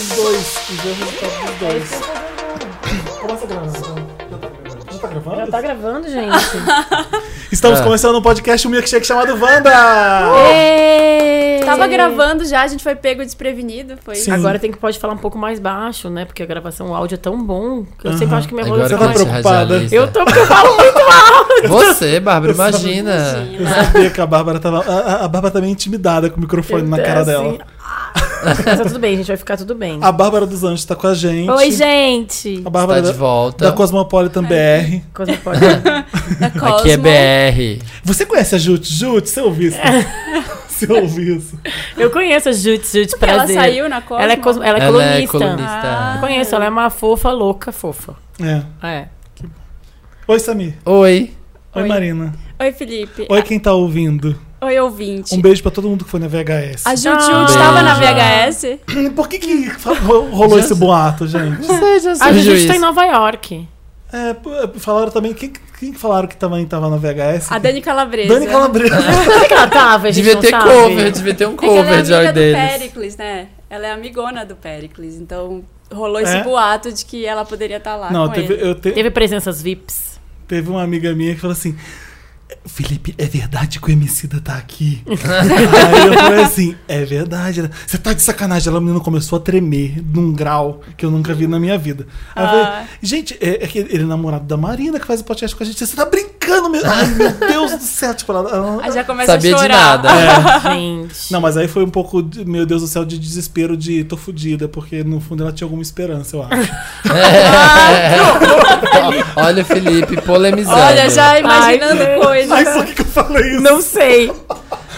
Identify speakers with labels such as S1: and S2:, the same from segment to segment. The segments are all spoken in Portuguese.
S1: ver o resultado dos dois.
S2: É isso que eu tô fazendo.
S3: Começa gravando. Já tá gravando. Já tá gravando?
S2: Já tá gravando, gente.
S1: Estamos
S4: Ah.
S1: começando um podcast, um milkshake chamado Wanda!
S2: Ei!
S5: Tava gravando já, a gente foi pego desprevenido. Foi.
S1: Sim.
S2: Agora tem que pode falar um pouco mais baixo, né? Porque a gravação, o áudio é tão bom que eu sempre acho que minha voz
S4: Agora que
S1: você tá
S2: vai-
S4: você é
S1: preocupada?
S4: radialista.
S2: Eu tô porque eu falo muito alto.
S4: Você, Bárbara, imagina.
S1: Eu
S5: Imagina.
S1: sabia que a Bárbara tava. A, a- a Bárbara também intimidada com o microfone na
S2: Então,
S1: cara
S2: assim,
S1: dela.
S2: Mas tá tudo bem, gente. Vai ficar tudo bem.
S1: A Bárbara dos Anjos tá com a gente.
S2: Oi, gente.
S1: A Bárbara
S4: Tá de
S1: da-
S4: volta.
S1: da Cosmopolitan BR.
S2: Coisa pode.
S5: Da Cosmo.
S4: Aqui é BR.
S1: Você conhece a Jute? Jute, você ouviu isso? Você ouviu isso?
S2: Eu conheço a Jutsu, Jutsu
S5: Ela
S2: prazer.
S5: saiu na Cosmo.
S2: Ela é, cos... ela é
S4: Ela é
S2: colunista. Eu
S4: colunista.
S2: conheço, ela é uma fofa, louca, fofa.
S1: É.
S2: É.
S1: Oi, Samir.
S4: Oi.
S1: Oi,
S5: Oi.
S1: Marina.
S5: Oi, Felipe.
S1: Oi, quem tá ouvindo.
S5: Oi, ouvinte.
S1: Um beijo pra todo mundo que foi na VHS.
S5: A Juju
S2: Ah.
S5: estava na
S4: Um
S5: VHS.
S1: Por que, que ro- rolou esse boato, gente?
S2: A
S4: Juju
S2: Jutsu tá em
S4: isso.
S2: Nova York.
S1: É, p- falaram também. Quem, quem que falaram que também tava na VHS?
S5: A né? Dani Calabresa.
S1: Dani Calabresa.
S2: Onde que ela tava? A gente
S4: Devia
S2: não
S4: ter
S2: sabe?
S4: cover, devia ter um
S5: É que ela é
S4: cover de
S5: amiga
S4: ar
S5: do
S4: deles.
S5: Pericles, né? Ela é amigona do Pericles. Então rolou esse
S1: É?
S5: boato de que ela poderia estar lá
S1: Não,
S5: com
S1: teve,
S5: ele.
S1: eu te-
S2: Teve presenças VIPs.
S1: teve uma amiga minha que falou assim. Felipe, é verdade que o Emicida tá aqui? Aí eu falei assim, é verdade. ela- Você tá de sacanagem. Ela, menina, começou a tremer num grau que eu nunca vi na minha vida. Aí eu falei,
S5: Ah.
S1: gente, é, é que ele é namorado da Marina que faz o podcast com a gente. Você tá brincando, meu... Ai, meu Deus do céu. Tipo, ela- ela,
S5: Aí já começa
S4: Sabia
S5: a
S4: de
S5: chorar.
S4: nada.
S2: Gente.
S1: Não, mas aí foi um pouco, de- meu Deus do céu, de desespero de tô fudida, porque no fundo ela tinha alguma esperança, eu acho.
S4: Ó, Olha o Felipe polemizando.
S5: Olha, já imaginando
S2: Ai,
S5: coisas.
S1: Mas por que, que eu falei isso?
S2: Não sei.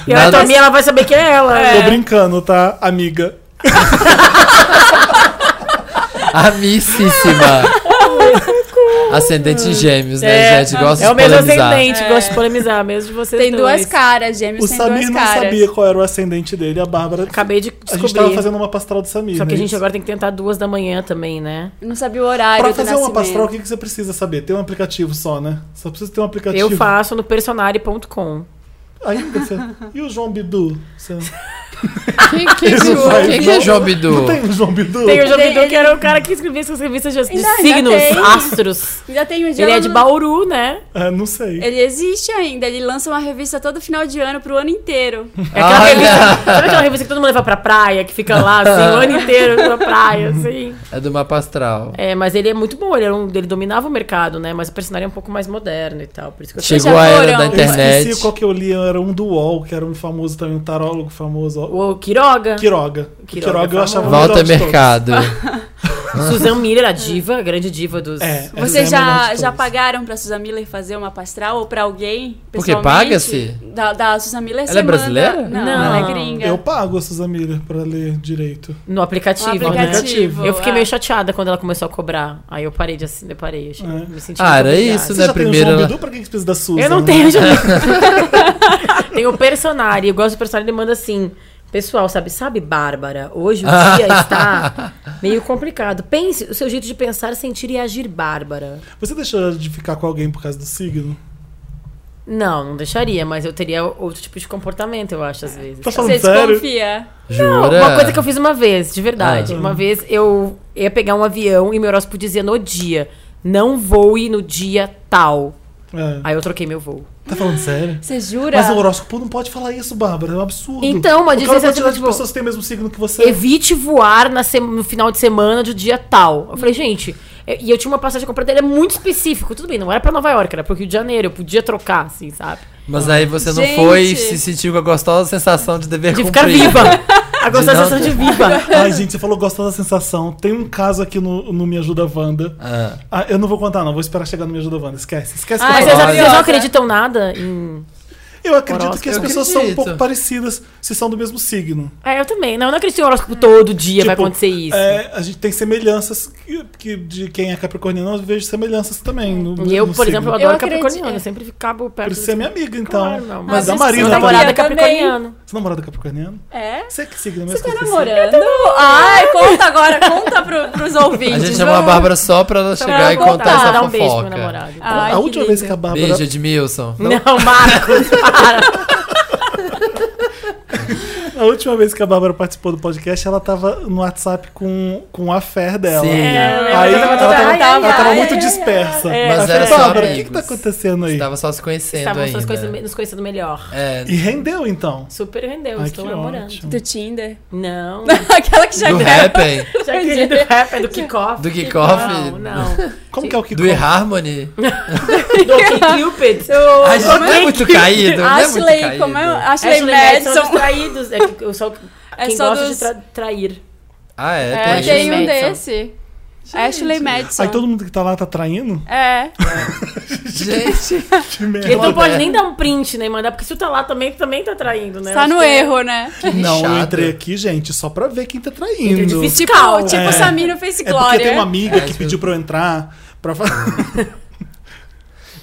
S2: E a
S4: Nada-
S2: Tommy, ela vai saber que é ela.
S1: Tô brincando, tá, amiga?
S4: Amicíssima. Ascendente em gêmeos, né,
S2: É,
S4: gente? Gosta
S2: É o
S4: de
S2: mesmo
S4: polemizar.
S2: ascendente,
S5: É.
S2: gosto de polemizar, mesmo de vocês
S5: Tem
S2: dois.
S5: duas caras, gêmeos
S1: O
S5: tem
S1: Samir
S5: duas
S1: não
S5: caras.
S1: sabia qual era o ascendente dele, a Bárbara.
S2: Acabei de
S1: A gente tava
S2: descobrir.
S1: fazendo uma pastoral do Samir.
S2: Só que a
S1: né?
S2: gente agora tem que tentar duas da manhã também, né?
S5: Não sabia o horário
S1: Pra
S5: do
S1: fazer uma
S5: nascimento.
S1: pastoral, o que, que você precisa saber? Tem um aplicativo só, né? Só precisa ter um aplicativo.
S2: Eu faço no personare.com.
S1: Ainda você... E o João Bidu? Você...
S4: Quem, quem,
S1: Ele não faz,
S4: quem que é
S1: não.
S4: João Bidu?
S1: Não tem o João Bidu?
S2: Tem o João
S5: Ele-
S2: Bidu, que
S5: ele-
S2: era o cara que escrevia essas revistas de, de
S5: Ainda- ainda
S2: signos,
S5: tem.
S2: astros.
S5: Ainda tem um dia
S2: Ele
S5: lá
S2: é de
S5: no-
S2: Bauru, né?
S1: Ah, não sei.
S5: Ele existe ainda, ele lança uma revista todo final de ano pro ano inteiro.
S2: É aquela
S4: Olha!
S2: revista. Sabe aquela revista que todo mundo leva pra praia, que fica lá, assim, o ano inteiro na praia, assim.
S4: É do mapa astral.
S2: É, mas ele é muito bom, ele, era um- ele dominava o mercado, né? Mas o personagem é um pouco mais moderno e tal. Por isso que eu
S4: Chegou
S5: já
S4: a era
S5: foram.
S4: da
S5: Eu
S1: Eu
S4: internet.
S1: esqueci qual que eu li, era um do UOL, que era um famoso também, um tarólogo famoso.
S2: O Quiroga,
S1: Kiroga. Kiroga,
S2: Quiroga
S1: eu
S2: é
S1: achava o melhor
S4: Volta
S1: de todos.
S4: mercado.
S2: Suzan Miller, a diva, a grande diva dos.
S1: É, essa é a
S5: Vocês
S1: melhor
S5: já,
S1: de
S5: já
S1: todas.
S5: pagaram pra Susan Miller fazer uma pastoral ou pra alguém?
S4: Porque
S5: pessoalmente?
S4: paga-se?
S5: Da, da Susan Miller
S4: Ela é
S5: você manda-
S4: brasileira?
S5: Não,
S2: Não.
S5: ela é gringa.
S1: Eu pago essas amigas pra ler direito.
S2: No aplicativo,
S5: Um
S2: né?
S5: aplicativo.
S2: Eu fiquei meio
S5: ah.
S2: chateada quando ela começou a cobrar. Aí eu parei de assim, eu parei. eu achei-
S1: É.
S2: Me senti
S4: Ah,
S2: muito
S4: era
S2: obrigada.
S4: isso,
S1: Você
S4: né?
S1: já tem o
S4: Primeiro
S1: João
S4: ela-
S1: Bidu? Pra que que precisa da Susan?
S2: Eu não
S1: né?
S2: tenho já. tem o personagem. Eu gosto do personagem, ele manda assim. Pessoal, sabe, sabe, Bárbara, hoje o dia está meio complicado. Pense o seu jeito de pensar, sentir e agir, Bárbara.
S1: Você deixou de ficar com alguém por causa do signo?
S2: Não, não deixaria, mas eu teria outro tipo de comportamento, eu acho, às vezes.
S1: Tá falando
S5: Você
S1: sério?
S5: desconfia.
S2: Não,
S4: Jura?
S2: uma coisa que eu fiz uma vez, de verdade.
S4: Ah.
S2: Uma vez eu ia pegar um avião e meu horóscopo dizia no dia: não voe no dia tal.
S1: É.
S2: Aí eu troquei meu voo.
S1: Tá falando sério?
S5: Você jura?
S2: um
S1: Mas o horóscopo não pode falar isso, Bárbara. É um absurdo.
S2: Então,
S1: O
S2: mas dizem
S1: cara, a
S2: assim,
S1: quantidade de
S2: tipo,
S1: pessoas que tem o mesmo signo que você.
S2: Evite voar na se- no final de semana do dia tal. Eu falei, gente, eu- e eu tinha uma passagem comprada, ele é muito específico. Tudo bem, não era pra Nova York, era pro Rio de Janeiro, eu podia trocar, assim, sabe?
S4: Mas aí você não
S5: Gente.
S4: foi e se sentiu com a gostosa sensação de dever
S2: De ficar
S4: cumprido.
S2: viva. Agora
S4: É De
S2: a
S4: não-
S2: sensação de viva.
S1: Ai, gente, você falou gostar da sensação. Tem um caso aqui no, no Me Ajuda Wanda.
S4: Ah.
S1: Ah, eu não vou contar, não. Vou esperar chegar no Me Ajuda Wanda. Esquece. Esquece que
S2: Ah, Mas é
S1: eu
S2: vocês,
S1: falei.
S4: Olha.
S2: vocês não acreditam nada em.
S1: Eu acredito
S2: Horóscopo.
S1: que as
S4: Eu
S1: pessoas são um
S4: acredito.
S1: pouco parecidas se são do mesmo signo.
S2: Ah, eu também. Não, eu não acredito em horóscopo todo dia vai
S1: Tipo,
S2: acontecer isso.
S1: é, a gente tem semelhanças que, que de quem é capricorniano, eu vejo semelhanças também. No,
S2: E eu,
S1: no
S2: por
S1: signo.
S2: exemplo,
S5: Eu
S2: adoro
S5: acredito,
S2: capricorniano.
S5: é.
S2: Eu sempre ficava perto.
S1: Precisa ser minha amiga, então.
S2: Claro, não,
S1: mas
S2: mas
S1: a
S5: isso
S1: Marina
S2: Meu
S5: Minha
S2: namorado é
S5: também.
S2: capricorniano.
S1: Você namorada é capricorniano?
S5: É?
S1: Você que signo mesmo?
S5: Você tá
S1: que eu esqueci?
S5: namorando? Ai, conta agora, conta pro, pros ouvintes.
S4: A gente chamou a
S5: vamos-
S4: Bárbara só pra ela chegar
S5: ela
S4: e contar
S5: contar.
S4: essa
S2: Dá
S4: fofoca.
S2: um beijo pro meu namorado.
S5: Ai,
S1: a
S5: que
S1: última
S5: lindo.
S1: vez que a Bárbara.
S4: Beijo, Edmilson.
S2: Não, Marcos, para.
S1: A última vez que a Bárbara participou do podcast, ela tava no WhatsApp com, com a fé dela.
S4: Sim. É, eu lembro,
S1: aí
S4: eu
S1: ela
S4: tava-
S1: tava,
S2: ai, ai,
S1: ela tava
S2: ai,
S1: muito
S2: ai,
S1: dispersa.
S2: ai, É. ai.
S4: Mas
S1: Ela falou,
S4: era só
S1: Bárbara, o que, que tá
S4: amigos.
S1: acontecendo aí?
S4: Estavam só se conhecendo
S2: Estavam
S4: ainda.
S2: nos conhecendo, nos conhecendo melhor.
S4: É,
S1: E rendeu, então.
S2: Super rendeu,
S1: Ai,
S2: estou
S1: que
S2: namorando.
S1: ótimo.
S5: Do Tinder.
S2: Não.
S5: Aquela que já
S4: do Happy,
S2: Já queria do rap, é do kickoff.
S4: Do kickoff?
S2: Não, não.
S1: Como que é o que
S4: do eHarmony.
S2: Do Cupid.
S4: A gente não é muito caído, não é muito
S5: Ashley,
S4: caído.
S5: como é? Ashley,
S2: Ashley Madison são os
S5: Madison.
S2: traídos. É que eu só,
S5: É
S2: quem
S5: só
S2: gosta
S5: dos-
S2: de tra- trair.
S4: Ah, é?
S5: É,
S4: Tem
S5: tem
S2: Madison.
S5: um desse. Ashley Madison.
S1: Aí todo mundo que tá lá tá traindo?
S5: É.
S4: Gente,
S1: Que merda.
S2: Ele não
S4: Lobo,
S2: pode
S4: né?
S2: nem dar um print, nem mandar, porque se tu tá lá também, tu também tá traindo, né?
S5: Tá
S2: Acho
S5: no
S2: que é-
S5: erro, né?
S1: Não, eu
S4: chato.
S1: entrei aqui, gente, só pra ver quem tá
S2: É
S1: traindo.
S2: difícil né?
S5: Tipo,
S2: Fiscal.
S5: tipo
S1: É.
S5: o Samir no Face
S1: É porque tem
S5: Glória.
S1: uma amiga
S4: É,
S1: que
S4: tipo-
S1: pediu pra eu entrar pra falar.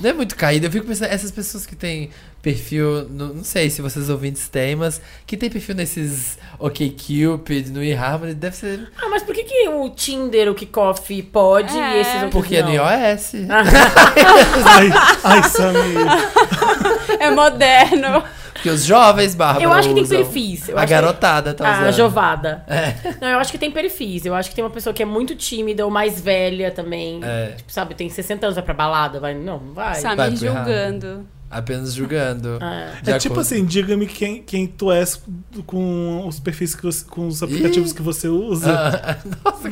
S4: não é muito caído. Eu fico pensando, essas pessoas que têm perfil, no- não sei se vocês ouvintes têm, mas que tem perfil nesses OkCupid, no eHarmony, deve ser
S2: Ah, mas por que, que o Tinder, o kickoff pode
S5: É.
S2: e esses outros
S4: porque é
S2: não? Ah.
S4: no iOS.
S1: ai, ai, Samir.
S5: É moderno.
S4: Porque os jovens, Bárbara,
S2: Eu acho que tem Ah,
S4: usam.
S2: perfis. Eu
S4: um A
S2: acho que-
S4: garotada tá usando.
S2: A jovada.
S4: É.
S2: Não, eu acho que tem perfis. Eu acho que tem uma pessoa que é muito tímida ou mais velha também.
S4: É.
S2: Tipo, sabe, tem 60 anos, vai pra balada, vai. Não, não vai.
S4: Vai
S5: Samir
S4: pro errado.
S5: julgando.
S4: Apenas julgando.
S2: É.
S4: De
S1: É tipo
S4: acordo.
S1: assim, diga-me quem, quem tu és com os perfis que você, com os aplicativos que você usa.
S4: Ah, Nossa,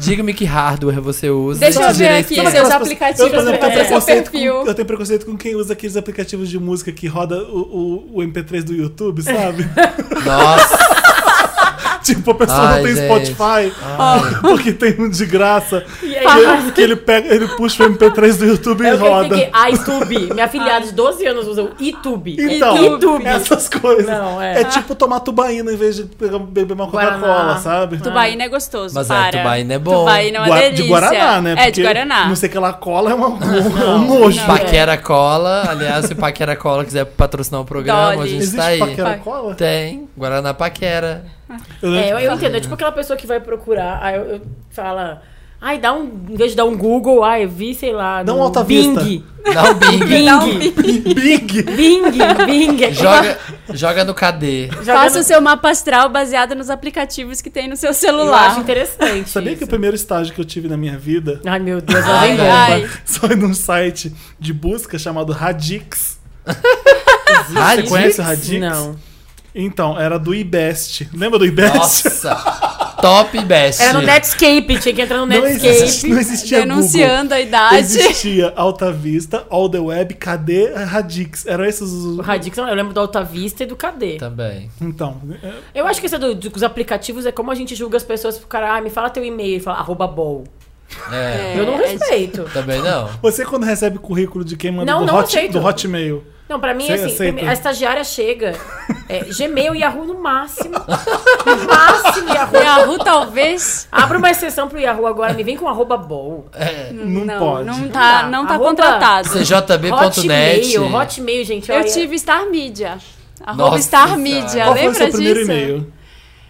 S4: diga-me que hardware você usa.
S5: Deixa eu
S4: Só
S5: ver
S4: direito
S5: aqui,
S4: pra-
S1: Sabe
S5: seus
S1: aquelas pessoas-
S5: aplicativos
S1: eu, por exemplo,
S2: pra
S1: tenho
S2: ver seu
S1: preconceito com-
S5: perfil.
S1: eu tenho preconceito com quem usa aqueles aplicativos de música que roda o, o- o MP3 do YouTube, sabe?
S4: Nossa,
S1: tipo, a pessoa
S4: Ai,
S1: não tem
S4: gente.
S1: Spotify porque tem um de graça.
S2: E aí,
S1: que ele- que ele pega, ele puxa o MP3 do YouTube e
S2: eu
S1: roda.
S2: É que a iTube. Minha afilhada de 12 anos usa o iTube.
S1: Então,
S2: iTube.
S1: essas coisas.
S2: Não, é.
S1: tipo tomar tubaína em vez de pegar- beber uma
S2: Guaraná.
S1: Coca-Cola, sabe?
S5: Tubaína é gostoso,
S4: Mas é,
S5: para.
S4: tubaína é bom.
S5: Tubaína é uma
S1: Gua-
S5: delícia.
S1: de Guaraná, né?
S5: É, de
S1: Porque
S5: Guaraná.
S1: Não sei que ela cola, é, uma, é um nojo.
S2: não.
S4: Paquera Cola. Aliás, se o Paquera Cola quiser patrocinar o programa,
S5: Dolly.
S4: a gente
S1: Existe
S4: tá aí.
S1: paquera cola?
S4: Tem, Guaraná Paquera.
S1: Eu lembro-
S2: É, eu, eu entendo. É tipo aquela pessoa que vai procurar, aí eu, eu fala. Ai, dá um. Em vez de dar um Google, ai, vi, sei lá.
S1: Dá um
S2: no
S1: Alta
S2: Bing.
S1: Vista.
S4: Dá o Bing.
S5: Dá um
S2: Bing.
S1: Big!
S2: Bing, Bing.
S4: Joga, joga no KD.
S2: Joga
S5: Faça
S2: no-
S5: o seu mapa astral baseado nos aplicativos que tem no seu
S2: Eu
S5: celular.
S2: acho interessante.
S1: Sabia que o
S2: isso.
S1: primeiro estágio que eu Ah, tive na minha vida
S2: Ai, meu Deus, lá vem
S5: Ai,
S2: bomba.
S5: ai.
S1: foi num site de busca chamado Radix.
S4: Radix?
S1: Ah, conhece o Radix?
S2: Não.
S1: Então, era do IBEST. Lembra do IBEST?
S4: Nossa. Top best.
S2: Era no Netscape, tinha que entrar no
S1: não,
S2: Netscape.
S1: existe, não existia Google.
S5: Denunciando a idade.
S1: Existia Alta Vista, All the Web, cadê Radix? Eram esses os.
S2: O Radix, eu lembro do Alta Vista e do Cadê.
S4: Também.
S1: Então, é-
S2: Eu acho que isso é do- dos aplicativos é como a gente julga as pessoas pro cara, ah, me fala teu e-mail, ele fala arroba bol.
S4: É,
S2: eu não
S5: é,
S2: respeito.
S4: Também não.
S1: Você quando recebe currículo de quem manda
S2: Não,
S1: do,
S2: não
S1: hot-
S2: aceito.
S1: do Hotmail.
S2: Não, pra mim,
S1: Você
S2: assim,
S1: aceita?
S2: prime- a estagiária chega, é, Gmail e Yahoo no máximo. No máximo Yahoo.
S5: Yahoo, talvez.
S2: Abre uma exceção pro Yahoo agora, me vem com arroba bol.
S4: É.
S1: Não, pode.
S5: Não tá,
S2: dá.
S5: não tá
S2: Arroba-
S5: contratado.
S4: CJB.net.
S2: Hotmail, Hotmail, gente,
S5: Eu
S2: olha.
S5: tive Star Media. Arroba
S4: Nossa
S5: Star
S4: Senhora.
S5: Media,
S1: é- Qual foi o
S5: lembra
S1: seu primeiro
S5: disso?
S1: e-mail?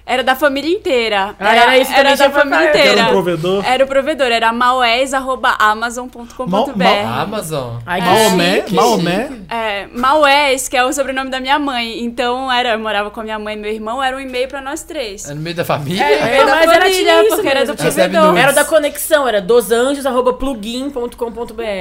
S5: Era da família inteira.
S2: Ah, era isso que eu
S5: era É da
S2: tinha pra
S5: família
S2: falar.
S5: inteira.
S1: Era um provedor?
S5: Era o provedor, era maués.amazon.com.br.
S1: Mal- mal-
S4: Amazon.
S2: Ai, que
S1: Maomé?
S2: chique.
S1: Maomé?
S5: É, Maués, que é o sobrenome da minha mãe. Então, era, eu morava com a minha mãe e meu irmão, era um e-mail pra nós três.
S4: É no meio da família?
S5: É.
S2: É, mas era
S5: família,
S2: tinha isso
S5: porque era
S2: mesmo.
S5: do
S4: Recebe
S5: provedor.
S4: nudes.
S2: Era da conexão, era dosanjos.plugin.com.br.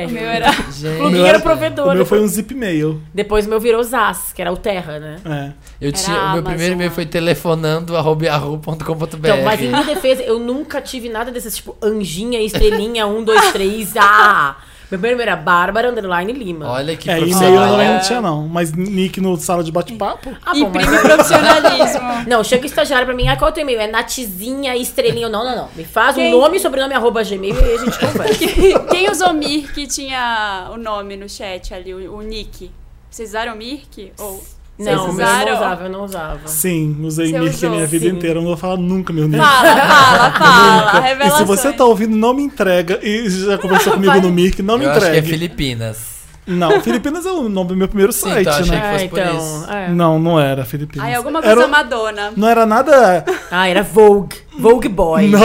S5: O meu era.
S4: Gente.
S2: Plugin
S1: meu
S2: era
S1: era-
S2: o provedor.
S1: O meu
S2: depois-
S1: foi um zip mail.
S2: Depois o meu virou Zaz, que era o Terra, né?
S1: É.
S4: Eu tinha, o meu
S5: Amazon.
S4: primeiro e-mail foi telefonando arroba yahoo.com.br.
S2: Então, mas em minha defesa, eu nunca tive nada desses, tipo, anjinha, estrelinha, 1, 2, 3, ah! Meu primeiro era Bárbara, underline Lima.
S4: Olha que
S1: é, e-mail eu
S4: profissional. né?
S1: não tinha, não. Mas nick no sala de bate-papo?
S2: Ah, bom, mas-
S5: Imprime profissionalismo.
S2: Não, chega o estagiário pra mim, ah, qual é o teu e-mail? É Natizinha, estrelinha, eu, não, não, não. Me faz
S5: Quem?
S2: um nome, sobrenome, arroba gmail e aí a gente conversa.
S5: Quem usou Mirk que tinha o nome no chat ali, o, o nick? Vocês usaram Mirk? Ou vocês
S2: não, meu, eu não
S5: usaram?
S2: usava, eu não usava.
S1: Sim, usei
S5: Você
S1: nick a
S5: usou,
S1: minha vida
S2: sim.
S1: inteira. Eu Não vou falar nunca meu nick.
S5: Fala, fala, fala.
S1: E
S5: Revelações.
S1: se você tá ouvindo, não me entrega. E já conversou comigo no Mirk, não me
S4: Eu acho que é
S1: entregue.
S4: Filipinas.
S1: Não, Filipinas é o nome do meu primeiro site,
S4: então, achei
S1: né?
S4: que fosse por
S2: então,
S4: isso.
S2: é.
S1: Não, não era Filipinas.
S5: Aí alguma coisa
S1: Era- um
S5: Madonna.
S1: Não era nada.
S2: Ah, era Vogue. Vogue Boy.
S1: Não.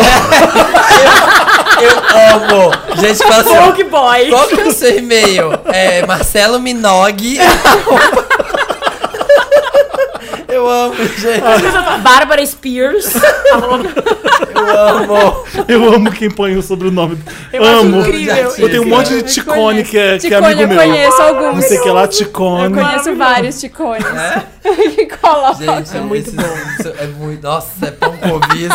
S4: Amo! Gente, fala assim,
S2: Vogue Boy.
S4: qual que é o seu e-mail? É Marcelo Minogue. Eu amo, gente.
S2: Bárbara Spears.
S4: Eu amo.
S1: Eu amo quem põe o sobrenome.
S2: Eu acho
S1: amo.
S2: incrível.
S1: Eu tenho um monte de
S5: Eu
S1: Ticone
S5: conheço.
S1: que é, que é
S5: Ticone,
S1: amigo
S5: eu
S1: meu.
S5: conheço alguns.
S1: Não sei o que é lá,
S5: Eu
S1: Ticone.
S5: conheço vários ticones que colocam.
S4: É, Gente, é muito bom. É muito, nossa, é pompovismo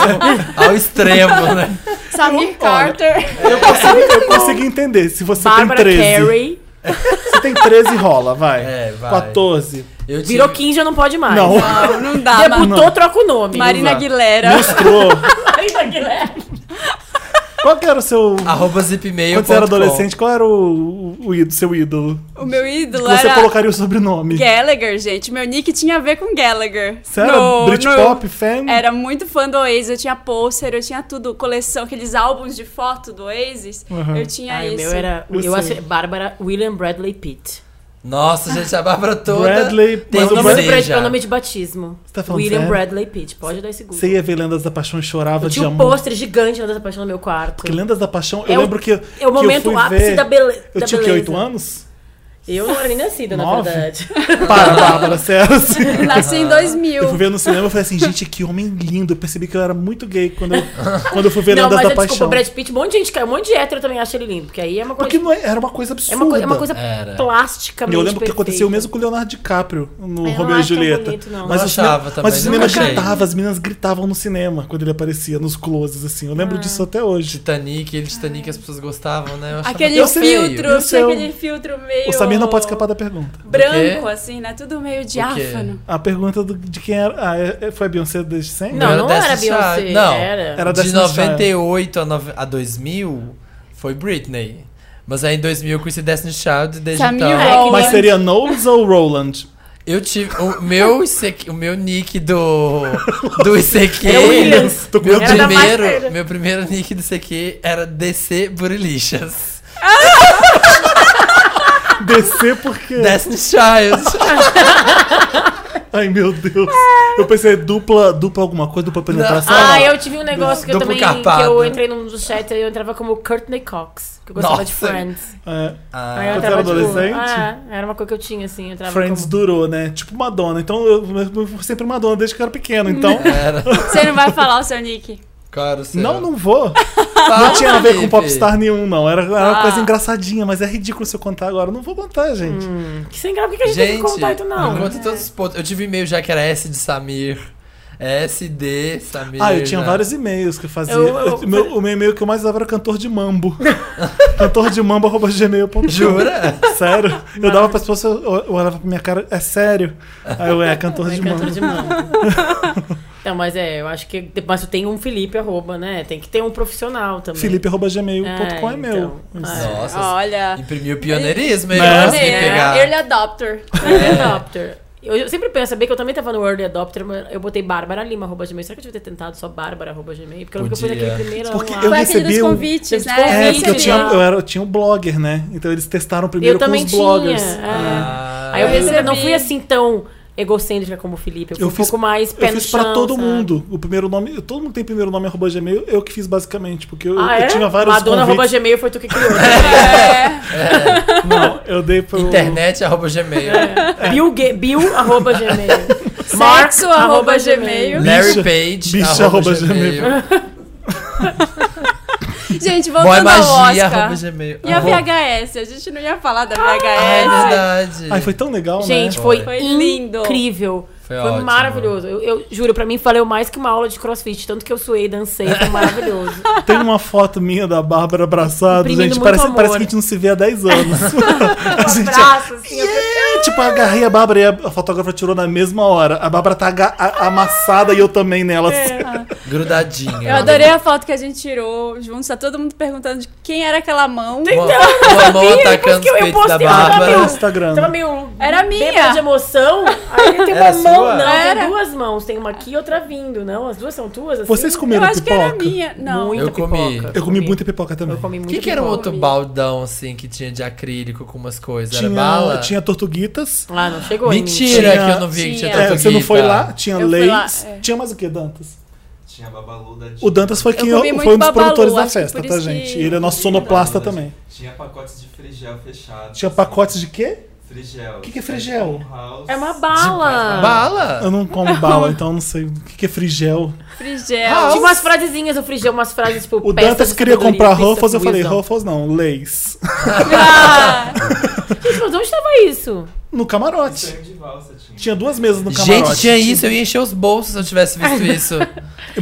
S4: ao extremo, né?
S5: Samir Carter.
S1: Eu consigo, eu consigo entender. Se você
S2: Bárbara
S1: tem 13.
S2: Carey.
S1: Você tem 13, rola, vai.
S4: É, vai.
S1: 14.
S4: Eu tive-
S2: Virou 15, já não pode mais. Ah,
S1: Não.
S5: Não, não dá. Ma-
S2: Debutou, troca o nome.
S5: Marina
S4: Exato.
S5: Aguilera.
S1: Mostrou.
S2: Marina Guilherme.
S1: Qual que era o seu.
S4: Arroba zipmail.
S1: Quando você era adolescente, qual era o, o, ídolo, seu ídolo?
S5: O meu ídolo
S1: Você
S5: era
S1: colocaria o sobrenome.
S5: Gallagher, gente. Meu nick tinha a ver com Gallagher.
S1: Você era
S5: No-
S1: Britpop,
S5: no-
S1: fan?
S5: Era muito fã do Oasis, eu tinha pôster, eu tinha tudo, coleção, aqueles álbuns de foto do Oasis. Eu tinha
S2: Ai, o
S1: É
S5: isso.
S2: meu era.
S1: Eu
S2: Eu,
S1: sei.
S2: achei Bárbara William Bradley Pitt.
S4: Nossa, gente, a Bárbara toda.
S1: Bradley,
S4: tem
S1: mas o
S2: O
S4: um
S2: nome
S1: Brad-
S2: do Brad
S4: seja.
S2: é o nome de batismo.
S1: Você tá falando
S2: William
S1: sério?
S2: Bradley Pitt. Pode dar esse Google.
S1: Você ia ver Lendas da Paixão e chorava
S2: Eu
S1: de
S2: tinha um
S1: amor.
S2: pôster gigante na Dança da Paixão no meu quarto.
S1: Porque Lendas da Paixão,
S2: É
S1: eu
S2: o-
S1: lembro que.
S2: É o momento
S1: que eu fui
S2: ápice
S1: ver,
S2: da, bele...
S1: Eu
S2: da
S1: tinha o quê,
S2: beleza.
S1: 8 anos?
S2: Eu não era nem nascida, na
S1: Nove?
S2: verdade.
S1: Para, Bárbara, sério. assim.
S5: Nasci em 2000.
S1: Eu fui ver no cinema e falei assim, gente, que homem lindo. Eu percebi que eu era muito gay quando eu, quando eu fui ver
S2: não,
S1: Lendas
S2: mas
S1: da
S2: eu, desculpa,
S1: Paixão.
S2: o Brad Pitt, um monte de gente cai, um monte de hétero também acha ele lindo. Porque aí é uma coisa.
S1: Porque não é- era uma coisa
S2: é,
S1: absurda.
S2: uma coisa é uma coisa
S4: Era.
S2: plasticamente.
S1: Eu lembro que aconteceu o
S2: perfeita.
S1: mesmo com o Leonardo DiCaprio no
S2: É, Eu não
S1: Romeu e
S2: acho tão
S1: Julieta.
S2: bonito, não.
S1: mas,
S4: Não
S1: o cinema-
S4: achava também,
S1: mas o cinema
S4: nunca achei.
S1: gritava, as meninas gritavam no cinema quando ele aparecia, nos closes, assim. Eu
S2: Ah.
S1: lembro disso até hoje.
S4: Titanic, aquele Titanic que as pessoas gostavam, né? Eu achava-
S5: Aquele
S1: Eu sei,
S5: filtro,
S1: eu sei.
S5: tinha aquele filtro meio.
S1: O Samir não pode escapar da pergunta.
S5: Branco, assim, né? Tudo meio
S4: quê?
S5: diáfano.
S1: A pergunta do- de quem era. Ah, é- é- foi a Beyoncé desde sempre?
S2: Não,
S4: Era
S2: não era
S4: dessa chave.
S2: Beyoncé.
S4: Não.
S2: Era.
S1: Era
S4: De
S1: Destiny's Child.
S4: 98 a, nove- a 2000 foi Britney. Mas aí em 2000 eu conheci Destiny Child e desde
S5: Samir
S4: então.
S5: Roland.
S2: É, que-
S1: Mas seria Knowles ou Roland?
S4: Eu tive. O meu, ICQ, o meu nick do. Do ICQ.
S2: Era Williams.
S1: Tô com
S4: Meu
S1: medo
S2: Era da
S4: primeiro,
S2: Marcela.
S4: meu primeiro nick do CQ era DC Burilixas.
S1: de descer porque.
S4: Destiny Child.
S1: Ai, meu Deus. Eu pensei, dupla, dupla alguma coisa, dupla penetração.
S2: Ah, eu tive um negócio que eu
S4: Duplo
S2: também.
S4: capado.
S2: Que eu entrei num dos chats e eu entrava como Courtney Cox. Que eu gostava de
S4: Nossa.
S2: Friends.
S1: É,
S2: Aí eu
S1: Quando
S4: Ah,
S2: entrava,
S1: era adolescente?
S2: Tipo, ah, era uma coisa que eu tinha, assim. Eu entrava
S1: Friends
S2: como...
S1: durou, né? Tipo Madonna. Então eu, eu fui sempre Madonna desde que eu era pequeno. Então.
S4: Ah, era.
S5: Você não vai falar o seu nick.
S4: Cara, o seu.
S1: Não, não vou.
S4: Fala,
S1: Não tinha a ver com
S4: Felipe.
S1: popstar nenhum, não. Era, era uma
S5: Ah.
S1: coisa engraçadinha, mas é ridículo se eu contar agora. Eu Não vou contar, gente.
S2: "Hum, Que sem graça, por que a gente, tem
S4: Gente,
S2: que contar isso, não?
S4: não conta todos os pontos. Eu tive e-mail já que era S de Samir. S de Samir.
S1: ah, eu tinha
S4: né?
S1: vários e-mails que eu fazia.
S2: Eu- eu-
S1: O meu- o meu e-mail que eu mais usava era cantor de mambo. cantor de mambo arroba gmail.com.
S4: Jura?
S1: Sério? Eu dava pras pessoas, eu eu olhava pra minha cara, é sério? Aí eu, é, cantor de
S2: É cantor
S1: mambo.
S2: de mão. Não, mas é, eu acho que. Mas tem um Felipe, arroba, né? Tem que ter um profissional também.
S1: Felipe arroba gmail.com é,
S2: É,
S1: meu.
S2: então.
S1: Isso.
S2: É.
S4: Nossa.
S5: Olha.
S4: Imprimiu pioneirismo, hein?
S1: Né?
S4: Eu
S5: Olha,
S4: consegui pegar.
S5: Early adopter.
S2: Early é adopter. Eu, eu sempre penso, saber que eu também tava no early adopter, mas eu botei Bárbara Lima, arroba gmail. Será que eu devia ter tentado só Bárbara, arroba gmail? Porque eu nunca fui
S4: Podia.
S2: naquele primeiro
S1: Porque
S2: lá.
S1: eu
S5: Foi aquele
S1: recebi
S5: dos
S1: um-
S5: convites, né?
S2: É,
S1: É, porque eu
S2: Sim.
S1: tinha, eu, era, eu tinha um blogger, né? Então eles testaram primeiro
S2: Eu
S1: com
S2: também
S1: os bloggers.
S2: tinha. é.
S4: Ah,
S2: Aí eu,
S5: Eu
S2: recebi, não
S5: recebi.
S2: fui assim tão egocêntrica como o Felipe. Eu fui
S1: Eu
S2: um
S1: fiz-
S2: pouco mais pé
S1: Eu
S2: no
S1: fiz pra
S2: chão,
S1: todo
S2: sabe?
S1: mundo. O primeiro nome, todo mundo tem primeiro nome arroba gmail, eu que fiz basicamente, porque eu,
S2: Ah,
S1: eu
S2: é?
S1: tinha vários
S2: Madonna arroba
S1: convites. É.
S2: gmail foi tu que criou.
S1: Não, eu dei pro
S4: É, Internet arroba gmail.
S2: Bill, Ga- Bill arroba gmail.
S5: Sexo, arroba, gmail.
S4: Larry Page.
S1: Bicha, arroba gmail.
S5: Gente,
S4: Boy
S5: voltando ao
S4: Magia,
S5: Oscar.
S4: arroba gmail.
S5: E a
S4: Ah, bom.
S5: VHS? A gente não ia falar da
S4: É
S5: VHS.
S4: verdade.
S1: Ai, foi tão legal,
S2: Gente,
S1: né?
S2: foi,
S5: Foi lindo.
S2: incrível.
S4: Foi
S2: Foi,
S4: ótimo.
S2: maravilhoso. Eu, eu juro, pra mim valeu mais que uma aula de crossfit. Tanto que eu suei, dancei, foi maravilhoso.
S1: Tem uma foto minha da Bárbara abraçada,
S2: Imprimindo
S1: gente.
S2: muito
S1: Parece,
S2: amor.
S1: parece que a gente não se vê há 10 anos. a gente,
S2: Um Abraço, assim, eu-
S1: é, tipo, eu agarrei a Bárbara e a fotógrafa tirou na mesma hora. A Bárbara tá aga- a- amassada e eu também nela.
S5: É.
S4: Grudadinho.
S5: Eu adorei a foto que a gente tirou juntos. Tá todo mundo perguntando de quem era aquela mão.
S4: Uma, uma mão atacando
S2: que eu-
S4: os
S2: eu
S4: peitos da
S2: postei, eu
S1: Bárbara
S2: tava
S1: no
S4: Bárbara.
S2: meio-
S1: Instagram.
S2: Tava meio.
S5: Era minha.
S2: bêbada de emoção. Aí tem uma
S4: Era
S2: mão.
S4: sua?
S2: Não,
S5: Era.
S2: tem duas mãos. Tem uma aqui e outra vindo, não? As duas são tuas? Assim?
S1: Vocês
S5: Eu
S1: comeram
S5: acho que era
S1: pipoca?
S5: minha. Não.
S2: Muita
S4: Eu comi.
S2: pipoca.
S1: Eu comi muita pipoca também.
S2: Eu comi
S4: O
S2: muito
S4: que, que era um
S2: pipoca.
S4: outro baldão, assim, que tinha de acrílico com umas coisas?
S1: Tinha,
S4: era bala?
S1: tinha tortuguitas.
S2: Ah, não chegou em mim.
S4: Mentira
S1: Tinha-
S4: que eu não vi que tinha
S5: tinha.
S1: É,
S4: tanto
S1: você não foi lá? Tinha
S5: Eu fui lá,
S1: leis.
S5: é.
S1: Tinha mais o que, Dantas?
S3: Tinha babalu da
S1: O Dantas foi, quem,
S5: comi muito
S1: foi um dos
S5: Babalu,
S1: produtores da
S5: acho que
S1: festa,
S5: por
S1: tá,
S5: isso
S1: gente?
S5: que-
S1: Ele é nosso sonoplasta também.
S3: Tinha pacotes de frigel fechados.
S1: Tinha pacotes de quê?
S6: Frigel. O
S1: que que é frigel?
S2: É uma bala.
S4: Bala?
S1: Eu não como bala, então eu não sei o que que é frigel.
S5: Frigel. Tipo,
S2: Tinha umas frasezinhas no frigel, umas frases tipo.
S1: O
S2: peças
S1: Dantas
S2: de
S1: queria
S2: sabedoria,
S1: comprar
S2: pizza,
S1: Ruffles, eu falei,
S2: wisdom.
S1: Ruffles não, Lays.
S5: Ah,
S2: Gente, mas onde estava isso?
S1: No camarote.
S6: de valsa tinha.
S1: Tinha duas mesas no camarote.
S4: Gente, tinha isso, eu ia encher os bolsos se eu tivesse visto isso.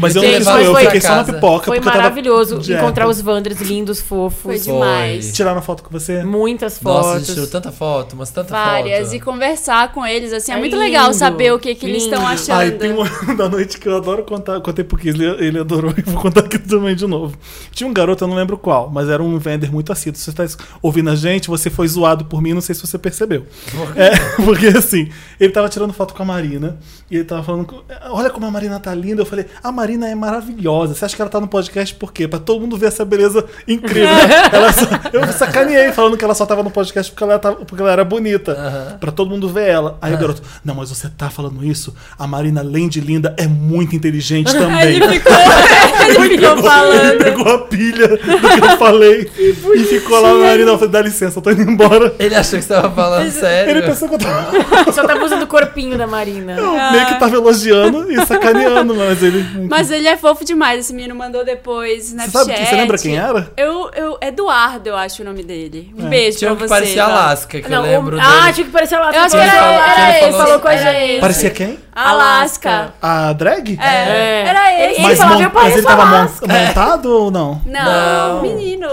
S1: Mas eu não
S4: Gente,
S1: fiz,
S4: mas
S1: eu
S4: foi-
S1: fiquei só na
S4: casa.
S1: pipoca.
S2: Foi
S1: porque eu tava-
S2: maravilhoso
S1: dieta.
S2: encontrar os Wanders lindos,
S5: foi
S2: fofos.
S5: demais.
S1: Tiraram foto com você?
S2: Muitas
S4: Nossa, a
S2: fotos.
S4: gente tirou tanta foto, mas tanta
S5: Várias.
S4: foto.
S5: E conversar com eles, assim, é,
S2: É
S5: muito
S2: lindo,
S5: legal saber o que, que eles
S2: lindo.
S5: estão
S1: Ai,
S5: achando.
S1: tem um ano da noite que eu adoro contar. eu Contei porque ele, ele adorou e vou contar aqui também de novo. Tinha um garoto, eu não lembro qual, mas era um vender muito assíduo. Se Você tá es- ouvindo a gente, você foi zoado por mim, não sei se você percebeu. É, porque assim, ele tava tirando foto com a Marina e ele tava falando: com- Olha como a Marina tá linda. Eu falei: A Marina é maravilhosa. Você acha que ela tá no podcast por quê? Pra todo mundo ver essa beleza incrível. Ela só- eu sacaneei falando que ela só tava no podcast porque ela, tava- porque ela era bonita. Pra todo mundo ver ela. Aí o garoto: Não, mas você tá falando isso? A Marina, além de linda, é muito inteligente também.
S2: Ah, Ele ficou, ele ficou
S1: Ele
S2: falando.
S1: pegou a pilha do que eu falei e ficou lá na Marina. Eu falei: Dá licença, eu tô indo embora.
S4: Ele achou que você tava falando sério.
S1: Ele pensou que eu tava.
S2: Só tava usando o corpinho da Marina.
S1: Eu meio que tava elogiando e sacaneando, mas ele.
S5: Mas né, ele é fofo demais, esse menino mandou depois
S1: Você
S5: Snapchat.
S1: sabe que você lembra quem é? era?
S5: Eu, eu, Eduardo, eu acho o nome dele. Um beijo
S4: Tinha um
S5: pra
S4: que
S5: você.
S4: parecia
S5: Eduardo.
S4: Alasca, É que
S2: Não,
S4: eu lembro
S2: o-
S4: dele.
S2: Ah, tinha que parecer lá.
S5: Eu acho que
S4: Ele
S5: era,
S4: falou-
S5: era
S4: ele
S5: ele,
S4: falou
S5: falou com a
S2: assim, era
S5: gente.
S2: ele.
S1: Parecia quem?
S5: Alasca.
S1: A drag?
S5: É,
S2: É.
S5: era ele.
S2: Ele falava,
S1: mon-
S2: "Eu
S1: mas ele
S2: pareço
S1: tava mon-
S2: Alaska."
S1: montado ou não?
S5: Não,
S4: Não.
S5: menino.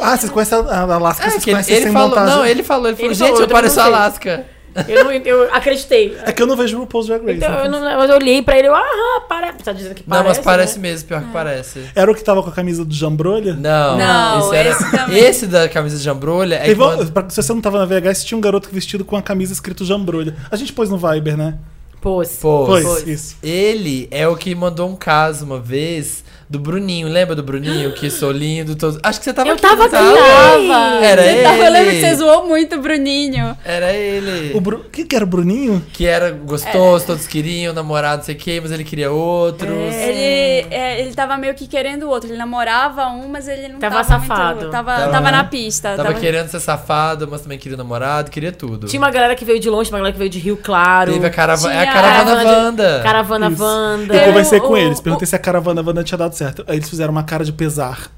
S1: Ah, vocês conhecem a a Alaska,
S4: É,
S1: vocês
S4: que ele,
S1: conhecem
S4: ele
S1: sem
S4: falou,
S1: montagem.
S4: não, ele falou, ele falou,
S2: Ele
S4: gente,
S2: falou,
S4: eu
S2: eu
S4: pareço a
S2: também não sei.
S4: Alasca.
S2: Eu, não- eu acreditei.
S1: É que eu não vejo o RuPaul's Drag Race.
S2: Então,
S1: né?
S2: eu não, mas eu olhei pra ele, eu, aham, parece. Tá dizendo que
S4: Não,
S2: parece.
S4: mas parece
S2: né?
S4: mesmo, pior que parece.
S1: Era o que tava com a camisa do Jambrolha?
S4: Não,
S5: Não,
S4: esse, era-
S5: esse também.
S4: esse da camisa de jambrolha é
S1: Teve um-
S4: quando-
S1: pra- Se você não tava na VHS, tinha um garoto vestido com a camisa escrito Jambrolha. A gente pôs no Viber, né?
S2: Pôs.
S4: Pô,
S1: Pôs,
S2: Pôs.
S1: isso.
S4: Ele é o que mandou um caso uma vez do Bruninho. Lembra do Bruninho? Que sou lindo. Todo... Acho que você tava
S2: Eu
S4: aqui.
S2: tava
S4: não
S2: aqui, tava.
S4: Era
S5: Você
S4: ele.
S5: tá- eu lembro que você zoou muito o Bruninho.
S4: Era ele.
S1: O Bru... que, que era o Bruninho?
S4: Que era gostoso, todos queriam, namorado, não sei o que, mas ele queria outros.
S2: É.
S5: Ele, é, ele tava meio que querendo o outro. Ele namorava um, mas ele não tava.
S2: Tava
S5: Muito,
S2: safado.
S5: tava,
S4: Tava-
S5: tava na pista.
S4: Tava querendo ser safado, mas também queria namorado, queria tudo.
S2: Tinha uma galera que veio de longe, uma galera que veio de Rio Claro.
S4: Teve a caravana. É a
S5: Tinha-
S4: caravana
S2: Caravana de-
S4: Wanda.
S2: Caravana
S1: Isso.
S2: Wanda.
S1: Eu
S5: Era
S1: conversei
S5: o-
S1: com
S5: o-
S1: eles, perguntei se a caravana Wanda tinha dado certo. Aí eles fizeram uma cara de pesar.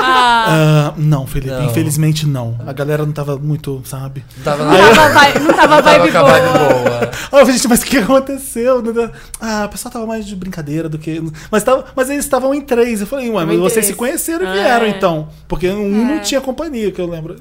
S5: Ah,
S1: Ah, não, Felipe,
S4: Não.
S1: infelizmente não. A galera não tava muito, sabe?
S4: Não tava
S5: não
S4: lá.
S5: tava, vai- não tava
S4: Não tava
S5: vibe
S4: com a
S5: boa.
S4: vibe boa.
S1: Ah, eu falei, gente, mas o que aconteceu? Ah, o pessoal tava mais de brincadeira do que. Mas, tava, mas eles estavam em três. Eu falei, ué, mas
S2: Em
S1: vocês
S2: três.
S1: se conheceram e
S2: Ah,
S1: vieram
S2: é.
S1: então. Porque um não tinha companhia, que eu lembro.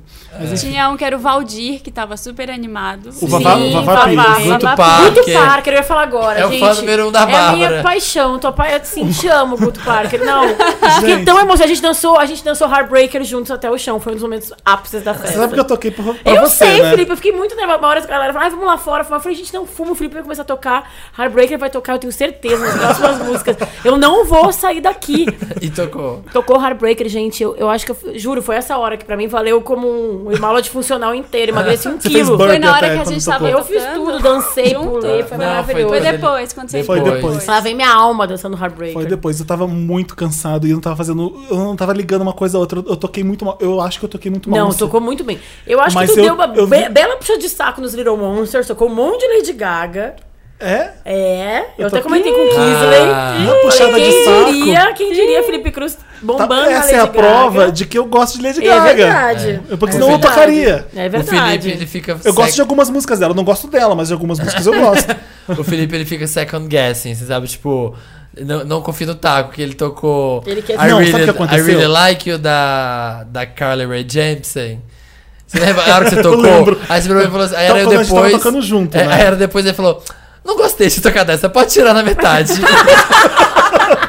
S5: Tinha um que era o Valdir, que tava super animado.
S1: O Vavá,
S2: Sim,
S1: o Vavá
S2: Vavá.
S1: Pires.
S4: Guto
S5: Vavá-
S4: Parker.
S2: Guto Parker, eu ia falar agora,
S4: É o
S2: gente.
S4: fã número um da
S2: É a
S4: Bárbara.
S2: minha paixão. Tua pai, assim, te amo, Guto Parker. Não. Fiquei
S1: Gente.
S2: tão emocionada. A gente dançou, a gente dançou Heartbreaker juntos até o chão. Foi um dos momentos ápices da
S1: Você
S2: festa.
S1: sabe que eu toquei pra, pra
S2: Eu
S1: você,
S2: sei,
S1: né?
S2: Felipe. Eu fiquei muito nervosa. Uma hora a galera falou, ah, vamos lá fora. fumar." Eu falei, gente, não fuma. O Felipe vai começar a tocar. Heartbreaker vai tocar, eu tenho certeza, nas próximas músicas. Eu não vou sair daqui.
S4: E tocou.
S2: Tocou Heartbreaker, gente. Eu, eu acho que, eu, juro, foi essa hora que pra mim valeu como um- uma aula de funcional inteira. Emagreci um
S1: Você fez
S2: quilo.
S1: burger
S5: Foi na hora
S1: até
S5: que a
S1: quando
S5: gente tava-
S1: tocou.
S2: Eu fiz
S5: Tocando?
S2: tudo, dancei,
S5: Junto?
S2: pulei, foi
S4: Não, foi
S2: maravilhoso.
S5: Foi
S4: Quando ele-
S5: depois, quando você
S1: Foi
S5: entrou.
S1: depois.
S2: Lá vem minha alma dançando Heartbreaker.
S1: Foi depois, eu tava muito cansado e eu não tava fazendo. Eu não tava ligando uma coisa a outra. Eu toquei muito mal. Eu acho que eu toquei muito mal.
S2: Não,
S1: no
S2: tocou muito bem. Eu acho
S1: Mas
S2: que tu
S1: eu-
S2: deu uma
S1: eu vi-
S2: be- bela puxa de saco nos Little Monsters, tocou um monte de Lady Gaga.
S1: É?
S2: É, eu,
S1: Eu
S2: até
S1: toquei.
S2: comentei com o Kisley.
S4: Ah.
S1: Uma puxada
S2: quem
S1: de saco.
S2: diria, quem diria Felipe Cruz
S1: Tá-
S2: bombando a
S1: essa
S2: Lady
S1: é a
S2: Gaga.
S1: prova de que eu gosto de Lady
S2: É
S1: Gaga.
S2: verdade.
S1: É, Porque
S2: É
S1: senão eu
S2: verdade.
S1: tocaria.
S2: É
S4: O
S2: verdade.
S4: Felipe, ele fica.
S1: Eu gosto de algumas músicas dela. Eu não gosto dela, mas de algumas músicas eu gosto. Então,
S4: O Felipe ele fica second guessing, você sabe? Tipo, não, não confia no taco, que ele tocou.
S2: Ele quer-
S4: I
S1: Não,
S4: really,
S1: sabe o que
S4: I
S1: aconteceu?
S4: really like you da, da Carly Rae Jepsen. Você lembra a hora que você
S1: Eu
S4: tocou?
S1: lembro.
S4: Aí você virou e falou assim, aí
S1: Tava
S4: era
S1: quando a gente tava
S4: depois.
S1: tocando junto,
S4: é,
S1: né?
S4: Aí era depois ele falou: Não gostei de tocar dessa, pode tirar na metade.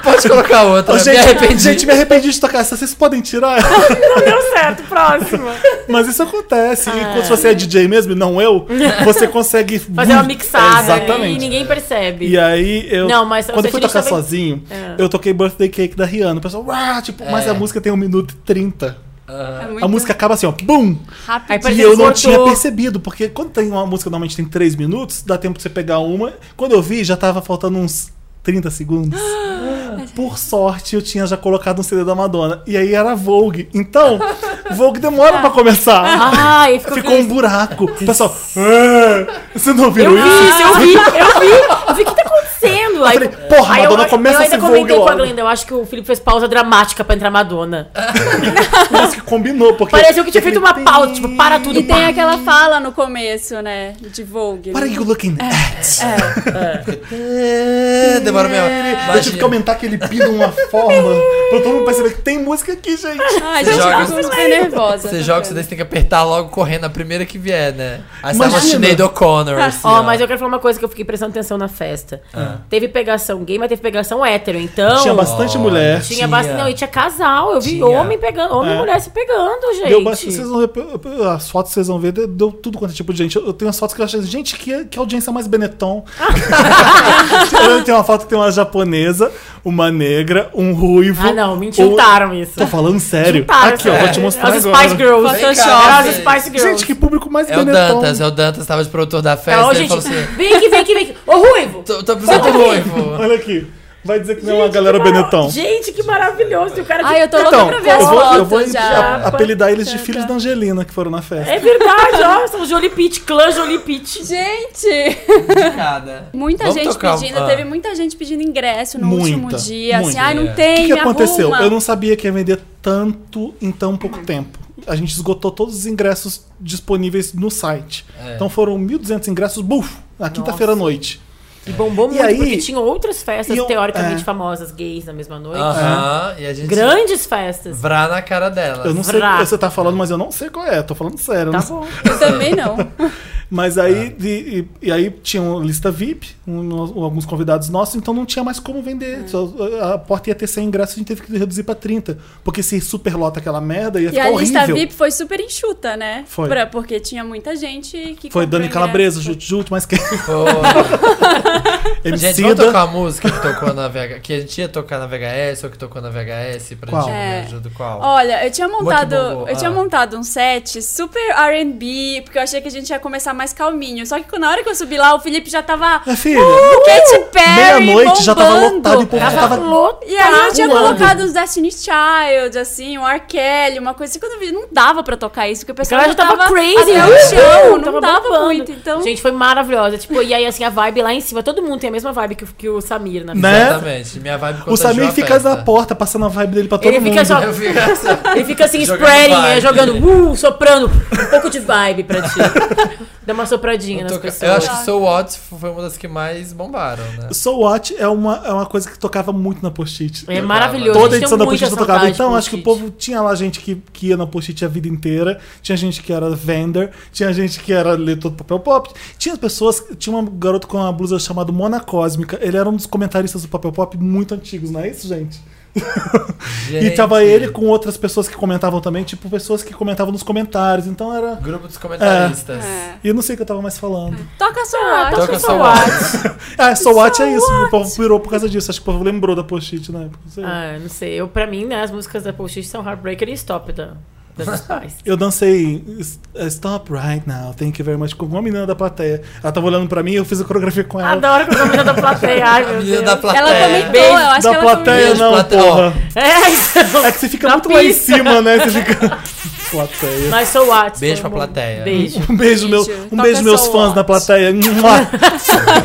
S4: pode colocar outra.
S1: Ô,
S4: é, me
S1: gente,
S4: arrependi.
S1: gente, me arrependi de tocar essa. Vocês podem tirar?
S2: Não deu certo, próximo.
S1: Mas isso acontece. E quando você é DJ mesmo, e não eu, você consegue...
S2: Ah. Fazer uma mixada e
S1: Exatamente.
S2: ninguém percebe.
S1: E aí, eu.
S2: Não, mas
S1: quando
S2: você
S1: eu fui
S2: tinha
S1: tocar
S2: que saber-
S1: sozinho,
S2: Ah.
S1: eu toquei Birthday Cake da Rihanna. O pessoal, "Uá", tipo, mas
S4: É.
S1: a música tem 1 minuto e 30.
S5: É
S1: A música acaba assim, ó, bum!
S5: rápida.
S2: Aí parece
S1: E eu
S2: que
S1: não
S2: esgotou.
S1: tinha percebido, porque quando tem uma música normalmente tem 3 minutos, dá tempo de você pegar uma. Quando eu vi, já tava faltando uns 30 segundos.
S2: Ah,
S1: Por sorte, eu tinha já colocado um CD da Madonna. E aí era Vogue. Então, Vogue demora pra começar.
S2: Ai, ficou,
S1: Ficou um buraco. O pessoal. "Ah, Você não
S2: Eu
S1: ouviu
S2: vi,
S1: isso?
S2: eu vi, eu vi. Eu vi o que tá acontecendo. Aí,
S1: falei, porra,
S2: aí eu-
S1: Madonna, começa
S2: eu
S1: a
S2: ainda
S1: se
S2: comentei
S1: vulgar
S2: com a
S1: logo.
S2: Glenda, eu acho que o Felipe fez pausa dramática pra entrar Madonna.
S1: Parece que combinou. Porque
S2: Pareceu que tinha feito uma
S1: Tem-
S2: pausa, tipo, para tudo.
S5: E
S2: pá.
S5: tem aquela fala no começo, né? De Vogue.
S1: What are you looking at?
S4: É, demora meia hora.
S1: Eu tive que
S4: Imagina.
S1: aumentar aquele pi de uma forma pra todo mundo perceber que tem música aqui, gente.
S5: Ah,
S4: Você
S5: gente,
S4: joga-
S5: eu tô super nervosa.
S4: Você
S5: tá
S4: joga,
S5: vendo?
S4: você daí você tem que apertar logo correndo a primeira que vier, né? Aí sai uma
S1: Imagina.
S4: Sinead O'Connor,
S1: Tá.
S4: assim,
S2: Ó, mas eu quero falar uma coisa que eu fiquei prestando atenção na festa.
S4: Ah.
S2: Teve pegação gay, mas teve pegação hétero, então.
S1: Tinha bastante mulher.
S2: Tinha, bastante. Não, e tinha casal. Eu vi
S4: Tinha.
S2: homem pegando, homem
S1: É.
S2: e mulher se pegando, gente.
S1: Deu bastante- vocês vão ver, as fotos vocês vão ver, deu- deu tudo quanto é tipo de gente. Eu eu tenho as fotos que eu achei, gente, que, que audiência mais Benetton. eu tenho uma foto que tem uma japonesa, uma negra, um ruivo.
S2: Ah, não, me
S1: um-
S2: insultaram isso.
S1: Tô falando sério.
S2: Insultaram,
S1: Aqui, ó,
S2: sério.
S1: vou te mostrar
S2: As
S1: agora.
S2: Spice Girls.
S4: Vem cá,
S2: Photoshop,
S4: gente.
S2: As Spice Girls.
S1: Gente, que público mais
S4: É o
S1: Benetton.
S4: Dantas, é o Dantas, tava de produtor da festa.
S2: Ó,
S4: ele
S2: gente,
S4: falou assim:
S2: vem aqui, vem aqui, vem aqui. Ô, Ruivo!
S4: Tô, tô precisando de noivo.
S1: Olha aqui. Vai dizer que não é uma
S2: Gente,
S1: galera
S2: que mara-
S1: Benetton.
S2: Gente, que maravilhoso. E o cara de-
S5: Ai, eu tô louca
S1: Então,
S5: pra ver as
S1: eu vou, eu vou
S5: fotos já.
S1: a- apelidar eles de filhos da Angelina que foram na festa.
S2: É verdade, ó. São Jolie Pitt, clã Jolie Pitt.
S5: Gente!
S4: Nada.
S5: Muita
S4: Vamos
S5: gente
S4: tocar um-
S5: pedindo,
S4: ah.
S5: teve muita gente pedindo ingresso no
S1: Muita,
S5: último dia.
S1: muita.
S5: Assim, ai,
S4: É.
S5: não
S1: O
S5: tem,
S1: que, que
S5: me
S1: aconteceu?
S5: arruma.
S1: Eu não sabia que ia vender tanto em tão pouco tempo. A gente esgotou todos os ingressos disponíveis no site.
S4: É.
S1: Então foram 1.200 ingressos, buf, na quinta-feira à noite.
S2: E bombou muito,
S1: aí-
S2: porque tinham outras festas
S1: e eu-
S2: teoricamente
S1: é.
S2: famosas gays na mesma noite.
S4: Aham, e a gente.
S2: Grandes festas.
S4: Vrá na cara dela.
S1: Eu não sei o
S2: Vrá.
S1: que você tá falando, mas eu não sei qual é, tô falando sério.
S2: Tá
S1: Não-
S2: bom.
S5: Eu também não.
S1: Mas aí, de- e, e aí tinha uma lista VIP, um- alguns convidados nossos, então não tinha mais como vender.
S5: É.
S1: Só- a porta ia ter 100 ingressos, a gente teve que reduzir pra 30. Porque se superlota aquela merda, ia
S5: E
S1: ficar
S5: a
S1: horrível.
S5: lista VIP foi super enxuta, né?
S1: Foi.
S5: Pra- porque tinha muita gente que.
S1: Foi
S5: comprou
S1: Dani
S2: né?
S5: ingresso.
S1: Calabresa, Jut Jut, mas quem?
S4: Pô. Gente, vamos
S1: Emicida.
S4: Tipo, tocar a música que tocou na VH, que a gente ia tocar na VHS ou que tocou na VHS pra
S1: Qual?
S4: gente
S5: É.
S4: ver ajuda qual?
S5: Olha, eu tinha montado,
S4: bombou,
S5: eu tinha
S4: ah.
S5: montado um set super R&B, porque eu achei que a gente ia começar mais calminho. Só que na hora que eu subi lá, o Felipe já tava
S1: É,
S2: Uh,
S1: filha.
S5: Katy Perry
S1: Meia-noite já tava
S5: bombando.
S1: lotado e o povo já
S2: É. Tava
S1: tava.
S2: louco.
S5: E aí eu tinha
S1: Pulando.
S5: colocado os Destiny Child, assim, o R. Kelly, uma coisa assim. Quando eu vi, não dava pra tocar isso, porque o pessoal
S2: Ela já tava crazy,
S5: até
S2: né?
S5: o chão,
S2: Uh,
S5: não
S2: tava
S5: dava
S2: bombando.
S5: muito. Então,
S2: Gente, foi maravilhosa. Tipo, e aí, assim, a vibe lá em cima. Todo mundo tem a mesma vibe que, o- que o Samir na
S1: Né?
S4: Exatamente. Minha vibe
S1: O
S4: contagiou
S1: Samir
S4: a
S1: fica
S4: festa.
S1: na porta, passando a vibe dele pra todo
S2: Ele
S1: mundo.
S2: fica só-
S4: Eu fico assim.
S2: Ele fica assim,
S4: Jogando
S2: spreading,
S4: vibe.
S2: é, jogando, uh, soprando. Um pouco de vibe pra ti. Dá uma sopradinha
S4: Eu
S2: nas
S4: toca-
S2: pessoas.
S4: Eu acho que So What foi uma das que mais bombaram, né?
S1: So What é uma, é uma coisa que tocava muito na post-it.
S2: É maravilhoso.
S1: Toda
S2: a gente
S1: edição
S2: tem
S1: da
S2: muita
S1: post-it tocava.
S2: saudade
S1: Então,
S2: de
S1: acho que o
S2: post-it.
S1: povo tinha lá gente que, que ia na post-it a vida inteira, tinha gente que era vendor, tinha gente que era leitor do papel pop, tinha pessoas. Tinha um garoto com uma blusa chamada Mona Cósmica. Ele era um dos comentaristas do papel pop muito antigos, não é isso, gente? E
S4: Gente,
S1: tava ele com outras pessoas que comentavam também, tipo pessoas que comentavam nos comentários. Então era.
S4: Grupo dos comentaristas.
S5: é.
S1: E eu não sei o que eu tava mais falando.
S5: toca sua
S2: Ah,
S5: hora.
S2: toca
S4: Toca
S2: So
S4: So
S2: What.
S4: What.
S1: Ah, So What é isso. O povo pirou por causa disso. Acho que o povo lembrou da post-it na época. não sei.
S2: Ah, não sei. Eu, pra mim, né, as músicas da Post-it são Heartbreaker e Stop da, das Spice.
S1: Eu dancei "S- eh, Stop Right Now, Thank You Very Much com uma menina da plateia. Ela tava olhando pra mim e eu fiz a coreografia com ela.
S2: Adoro que eu menina da plateia. Ai, meu
S4: Menina
S2: Deus.
S4: da plateia.
S5: Ela comentou,
S2: Beijo
S5: eu acho
S1: É, da
S5: que ela
S1: plateia né?
S4: Beijo,
S1: não,
S4: plateia.
S1: porra.
S2: É, então.
S1: É que você fica
S2: Na
S1: muito lá em
S2: pista.
S1: cima, né? Você fica... plateia.
S2: Mas so what?
S4: Beijo pra
S2: Foi um-
S4: plateia.
S2: Beijo.
S1: Um beijo, meu,
S5: Beijo.
S1: um
S5: Toca
S1: beijo meus
S5: So
S1: fãs
S5: What.
S1: da plateia. Mua.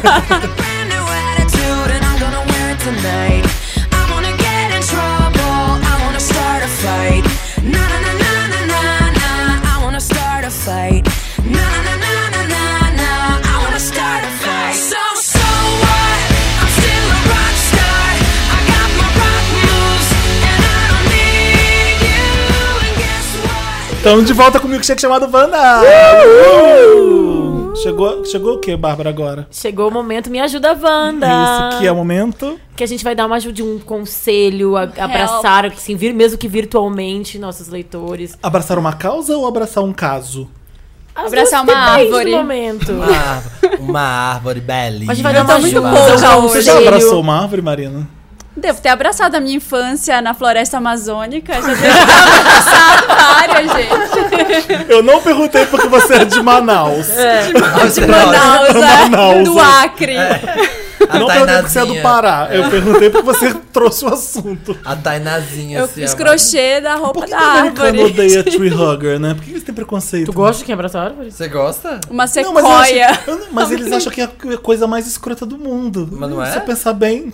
S6: new attitude and I'm gonna wear it tonight. I wanna get in trouble, I wanna start a fight. Na na na na na na na, I wanna start a fight. Na na na na na na na, I wanna start a fight. So so what? I'm still a rock star. I got my rock moves and I don't need you. And guess what?
S1: Estamos Então, de volta com o milkshake chamado Wanda. Uh! Chegou, chegou o que, Bárbara, agora?
S2: Chegou o momento, me ajuda, Wanda.
S1: Isso que é o momento.
S2: Que a gente vai dar uma ajuda, um conselho, a- abraçar, assim, vir, mesmo que virtualmente, nossos leitores.
S1: Abraçar uma causa ou abraçar um caso?
S2: As
S5: Abraçar
S2: duas
S5: uma
S2: depende do
S5: árvore.
S2: momento.
S4: Uma árvore, uma árvore belíssima.
S2: A gente vai dar uma
S1: Então,
S5: muito
S2: ajuda,
S5: pouca
S2: um
S5: hoje.
S1: Você já
S2: conselho.
S1: abraçou uma árvore, Marina?
S5: Devo ter abraçado a minha infância na floresta amazônica. Já devo ter abraçado várias, gente.
S1: Eu não perguntei porque você é de Manaus.
S4: Nossa,
S5: De Manaus, é.
S1: Manaus,
S5: do
S1: é.
S5: Acre.
S4: A
S1: não perguntei porque você é do
S4: Tainazinha.
S1: Pará. Eu perguntei porque você trouxe o assunto.
S4: A Tainazinha,
S5: Eu
S4: assim,
S5: fiz
S4: ó,
S5: crochê da
S1: é Por
S5: roupa
S1: que
S5: da
S1: o americano
S5: ah, árvore.
S1: odeia tree hugger, né? Por que eles têm preconceito?
S2: Tu gosta de quem abraça árvores?
S4: Você gosta?
S5: Uma
S1: Não, mas, eu acho-
S5: sequoia.
S1: eu não- mas eles acham que é a coisa mais escrota do mundo.
S4: Mas não é?
S1: Se você pensar bem.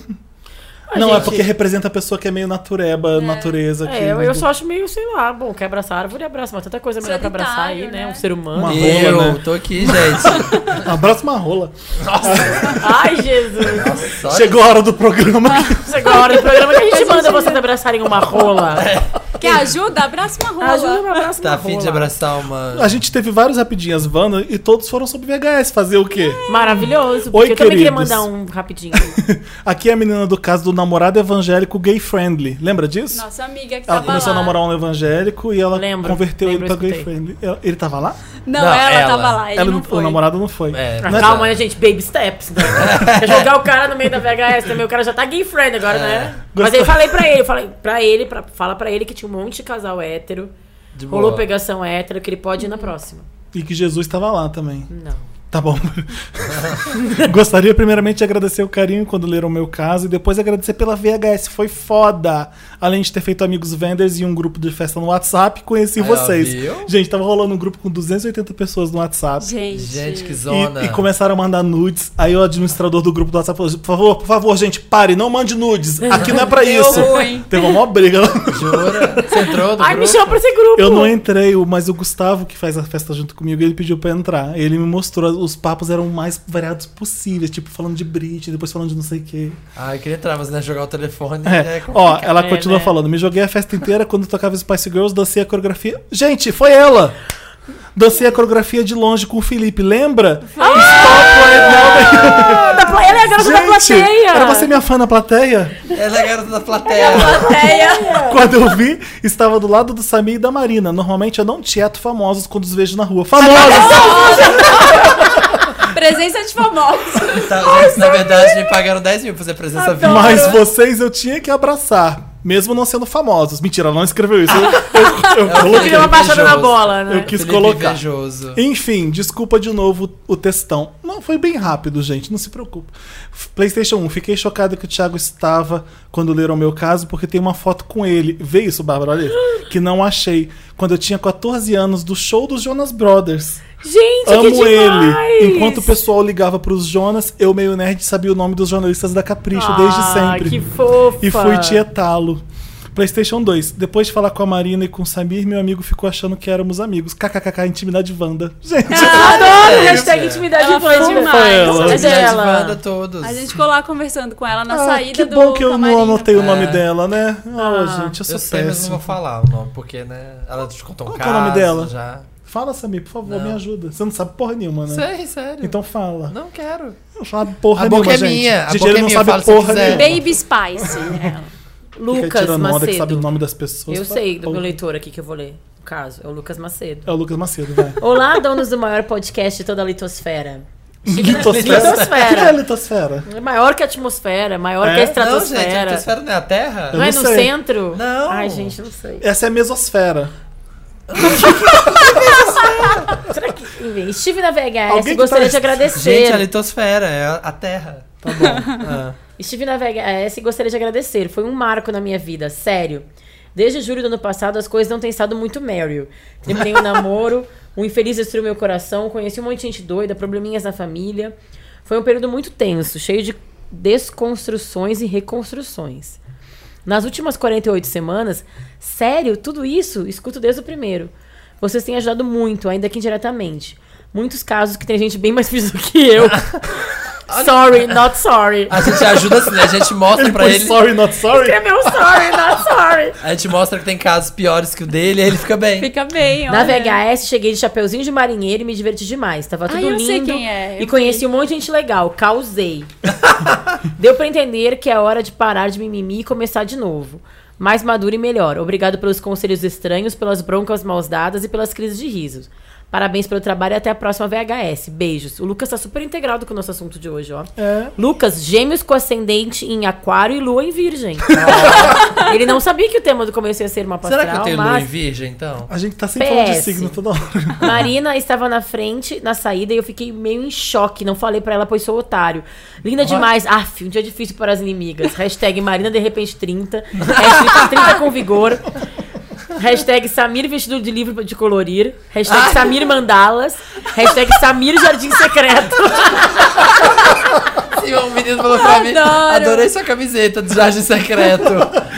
S2: Ah,
S1: não, é
S2: gente,
S1: porque representa a pessoa que é meio natureba, natureza. que-
S2: É, eu, eu só acho meio, sei lá, bom, quer abraçar árvore, abraça, mas tanta coisa melhor pra abraçar aí,
S5: Solitário,
S2: né?
S5: né?
S2: Um ser humano.
S1: Uma
S4: eu
S1: rola, né?
S4: tô aqui, gente.
S1: Ah, Abraça uma rola.
S2: Ai, Jesus!
S4: Só
S1: Chegou a hora do programa.
S2: Chegou a hora do programa que a gente manda vocês abraçarem assim, uma rola.
S5: Quer ajuda? Abraça uma rola.
S2: Ajuda uma abraça
S4: Tá
S2: uma
S4: afim de
S2: rola.
S4: abraçar uma.
S1: A gente teve vários rapidinhas, Wanda, e todos foram sobre VHS. Fazer o quê?
S2: É. Maravilhoso, porque eu também queria
S1: queridos.
S2: mandar um rapidinho.
S1: Aqui é a menina do caso do namorado evangélico gay friendly. Lembra disso?
S5: Nossa amiga que
S1: Ela
S5: tava
S1: começou a
S5: lá.
S1: namorar um evangélico e ela
S2: Lembro,
S1: converteu
S2: lembro,
S1: ele pra
S2: eu
S1: gay
S2: escutei.
S1: friendly. Ela- Ele tava lá?
S5: Não,
S4: Não,
S5: ela,
S4: ela.
S5: tava lá, ele
S1: Ela
S5: não
S1: O
S5: foi.
S1: namorado não foi.
S4: É,
S2: Ah,
S4: mas
S2: Calma,
S4: é.
S2: né, gente? Baby steps, né? Quer jogar o cara no meio da VHS também, o cara já tá gay friend agora, né? Mas
S1: Gostou.
S2: aí eu falei pra ele, eu falei pra ele, pra, fala pra ele que tinha um monte de casal hétero,
S4: De boa.
S2: rolou pegação hétero, que ele pode ir na próxima.
S1: E que Jesus tava lá também.
S2: Não.
S1: Tá bom. Gostaria primeiramente de agradecer o carinho quando leram o meu caso e depois agradecer pela VHS, foi foda. Além de ter feito amigos venders e um grupo de festa no WhatsApp, conheci
S4: Aí, ó,
S1: vocês.
S4: viu?
S1: Gente, tava rolando um grupo com 280 pessoas no WhatsApp.
S5: Gente.
S4: Gente, que zona.
S1: E, e começaram a mandar nudes. Aí o administrador do grupo do WhatsApp falou: por favor, por favor, gente, pare, não mande nudes. Aqui não é pra
S5: Deu
S1: isso.
S5: ruim.
S1: Teve uma maior briga.
S4: Jura? Você entrou do
S2: Ai, me
S4: grupo?
S2: chama pra esse grupo!
S1: Eu não entrei, o- mas o Gustavo, que faz a festa junto comigo, ele pediu pra eu entrar. Ele me mostrou, os papos eram o mais variados possíveis, tipo falando de Britney, depois falando de não sei o quê.
S4: Ai, eu queria entrar, mas né, jogar o telefone.
S1: É,
S4: É.
S1: ó, ela
S2: né,
S1: continua
S2: né?
S1: falando: me joguei a festa inteira quando tocava Spice Girls, dancei a coreografia. Gente, foi ela! Dancei a coreografia de longe com o Felipe, lembra? Stop right now.
S2: Ah, da pla- Ela é a garota da
S1: Gente,
S2: plateia!
S1: era você minha fã na plateia?
S4: Ela é a garota da plateia.
S2: É.
S1: Quando eu vi, estava do lado do Samir e da Marina. Normalmente eu não tieto famosos quando os vejo na rua. Famosos!
S5: Presença de famosos.
S4: Tá, gente, na verdade, me pagaram 10 mil pra fazer presença viva.
S1: Mas vocês eu tinha que abraçar, mesmo não sendo famosos. Mentira, ela não escreveu isso. Eu,
S2: É
S1: eu- eu coloquei.
S2: Fica uma baixada na
S4: Invejoso.
S2: bola, né?
S1: Eu quis
S4: Felipe
S1: colocar.
S4: Invejoso.
S1: Enfim, desculpa de novo o textão. Não, foi bem rápido, gente, não se preocupa. F- PlayStation 1, fiquei chocado que o Thiago estava quando leram o meu caso, porque tem uma foto com ele. Vê isso, Bárbara, olha. aí, Que não achei. Quando eu tinha 14 anos, do show dos Jonas Brothers.
S2: Gente, que
S1: Amo
S2: é demais!
S1: ele. Enquanto o pessoal ligava pros Jonas, eu, meio nerd, sabia o nome dos jornalistas da Capricho desde
S2: Ah,
S1: sempre.
S2: que fofa!
S1: E fui tietá-lo. PlayStation 2. Depois de falar com a Marina e com o Samir, meu amigo ficou achando que éramos amigos. KKKK, intimidade Wanda. Gente,
S2: Adoro!
S4: Gente.
S2: Hashtag intimidade
S5: Ela foi
S2: fã.
S5: demais.
S1: Rafaela.
S2: Mas é ela.
S4: Manda todos.
S5: A gente ficou lá conversando com ela na
S1: ah,
S5: saída
S1: que
S5: do
S1: bom que eu
S5: camarim.
S1: não anotei o nome
S4: É.
S1: dela, né? Ah, gente, eu sou
S4: Eu sei, mas não
S1: péssimo.
S4: vou falar o nome, porque, né? Ela te contou um
S1: Qual que é
S4: caso.
S1: o nome dela?
S4: Já.
S1: Fala, Samir, por favor,
S4: Não.
S1: me ajuda. Você não sabe porra nenhuma, né?
S4: Sei, sério.
S1: Então fala.
S4: Não quero.
S1: Eu não sabe porra
S4: A
S1: nenhuma,
S4: boca é
S1: gente.
S4: minha, a
S1: Gente,
S4: boca
S1: ele
S4: é
S1: não
S4: minha, fala
S1: sabe
S4: se
S1: porra
S4: quiser.
S1: nenhuma.
S5: Baby Spice. ela.
S1: Fica
S2: Lucas
S1: tirando onda que sabe o
S2: Macedo.
S1: nome das pessoas.
S2: Eu
S1: Fala,
S2: sei do
S1: porra.
S2: meu leitor aqui que eu vou ler. O caso é o Lucas Macedo.
S1: É o Lucas Macedo, vai.
S2: Olá, donos do maior podcast de toda a litosfera.
S1: Litosfera?
S2: Litosfera.
S1: O que é litosfera?
S2: É maior que a atmosfera, maior
S1: É?
S2: que a
S4: Não,
S2: estratosfera.
S4: gente, a atmosfera não é a Terra?
S1: Eu
S2: Não é
S1: não
S2: no
S1: sei.
S2: centro?
S4: Não.
S2: Ai, gente, não sei.
S1: Essa é a mesosfera.
S2: Será que. Enfim, estive na VHS
S1: Alguém que
S2: gostaria
S1: tá-
S2: de agradecer.
S4: Gente, é a litosfera é a Terra. Tá bom.
S1: Ah.
S2: Estive na VHS e é, gostaria de agradecer. Foi um marco na minha vida, sério. Desde julho do ano passado, as coisas não têm estado muito Meryl. Terminei um namoro, um infeliz destruiu meu coração, conheci um monte de gente doida, probleminhas na família. Foi um período muito tenso, cheio de desconstruções e reconstruções. Nas últimas 48 semanas, sério, tudo isso escuto desde o primeiro. Vocês têm ajudado muito, ainda que indiretamente. Muitos casos que tem gente bem mais feliz do que eu. sorry, not sorry.
S4: a gente ajuda assim, né? A gente mostra
S1: Ele
S4: pra
S1: põe
S4: ele.
S1: sorry, not sorry.
S2: Escreveu é sorry, not sorry.
S4: A gente mostra que tem casos piores que o dele, aí ele fica bem.
S5: Fica bem, olha.
S2: Na VHS, cheguei de chapeuzinho de marinheiro e me diverti demais. Tava tudo
S5: eu
S2: lindo.
S5: sei quem é, eu
S2: e conheci um monte de gente legal. Causei. Deu pra entender que é hora de parar de mimimi e começar de novo. Mais maduro e melhor. Obrigado pelos conselhos estranhos, pelas broncas mal dadas e pelas crises de risos. Parabéns pelo trabalho e até a próxima VHS. Beijos. O Lucas tá super integrado com o nosso assunto de hoje, ó.
S1: É.
S2: Lucas, gêmeos com ascendente em aquário e lua em virgem. Ele não sabia que o tema do começo ia ser uma pastoral,
S4: Será que eu tenho lua
S2: mas...
S4: em virgem, então?
S1: A gente tá sem falar de
S2: PS.
S1: signo toda hora.
S2: Marina estava na frente, na saída, e eu fiquei meio em choque. Não falei pra ela, pois sou otário. Linda demais. Aff, um dia difícil para as inimigas. Hashtag Marina de repente 30. Hashtag 30 com vigor. Hashtag Samir vestido de livro de colorir. Hashtag Samir mandalas. Hashtag Samir jardim secreto.
S4: Sim, um menino falou pra mim,
S5: Adoro.
S4: adorei sua camiseta de Jardim Secreto,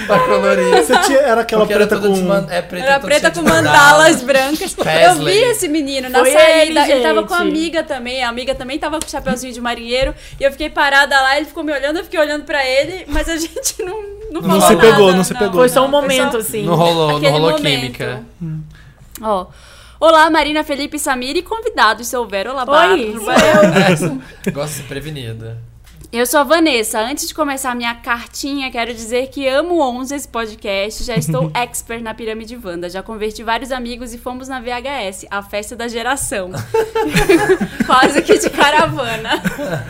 S4: pra colorir.
S1: Você tinha, era aquela
S4: Porque era
S1: preta
S4: toda
S1: com...
S4: de man- é, preta,
S2: Então,
S5: Era
S4: toda
S5: preta
S4: cheia
S5: com
S4: de
S5: mandalas brancas. Eu
S4: Presley.
S5: vi esse menino na
S2: Foi ele,
S5: saída. Ele,
S2: gente.
S5: tava com a amiga também. A amiga também tava com o chapeuzinho de marinheiro. E eu fiquei parada lá, ele ficou me olhando, eu fiquei olhando pra ele, mas a gente não, não falou
S1: se
S5: nada,
S1: pegou, não se pegou.
S2: Foi só um
S5: Não,
S2: momento,
S5: só-
S2: assim.
S4: Não rolou, não
S5: Aquele
S4: rolou
S5: momento.
S4: química.
S5: Ó. Olá, Marina, Felipe, Samir e convidados, se houver. Olá, Bárbara.
S2: Oi, sou
S4: Gosto de ser prevenida.
S5: Eu sou a Vanessa. Antes de começar a minha cartinha, quero dizer que amo 11 esse podcast. Já estou expert na Pirâmide Wanda. Já converti vários amigos e fomos na VHS, a festa da geração. Quase que de caravana.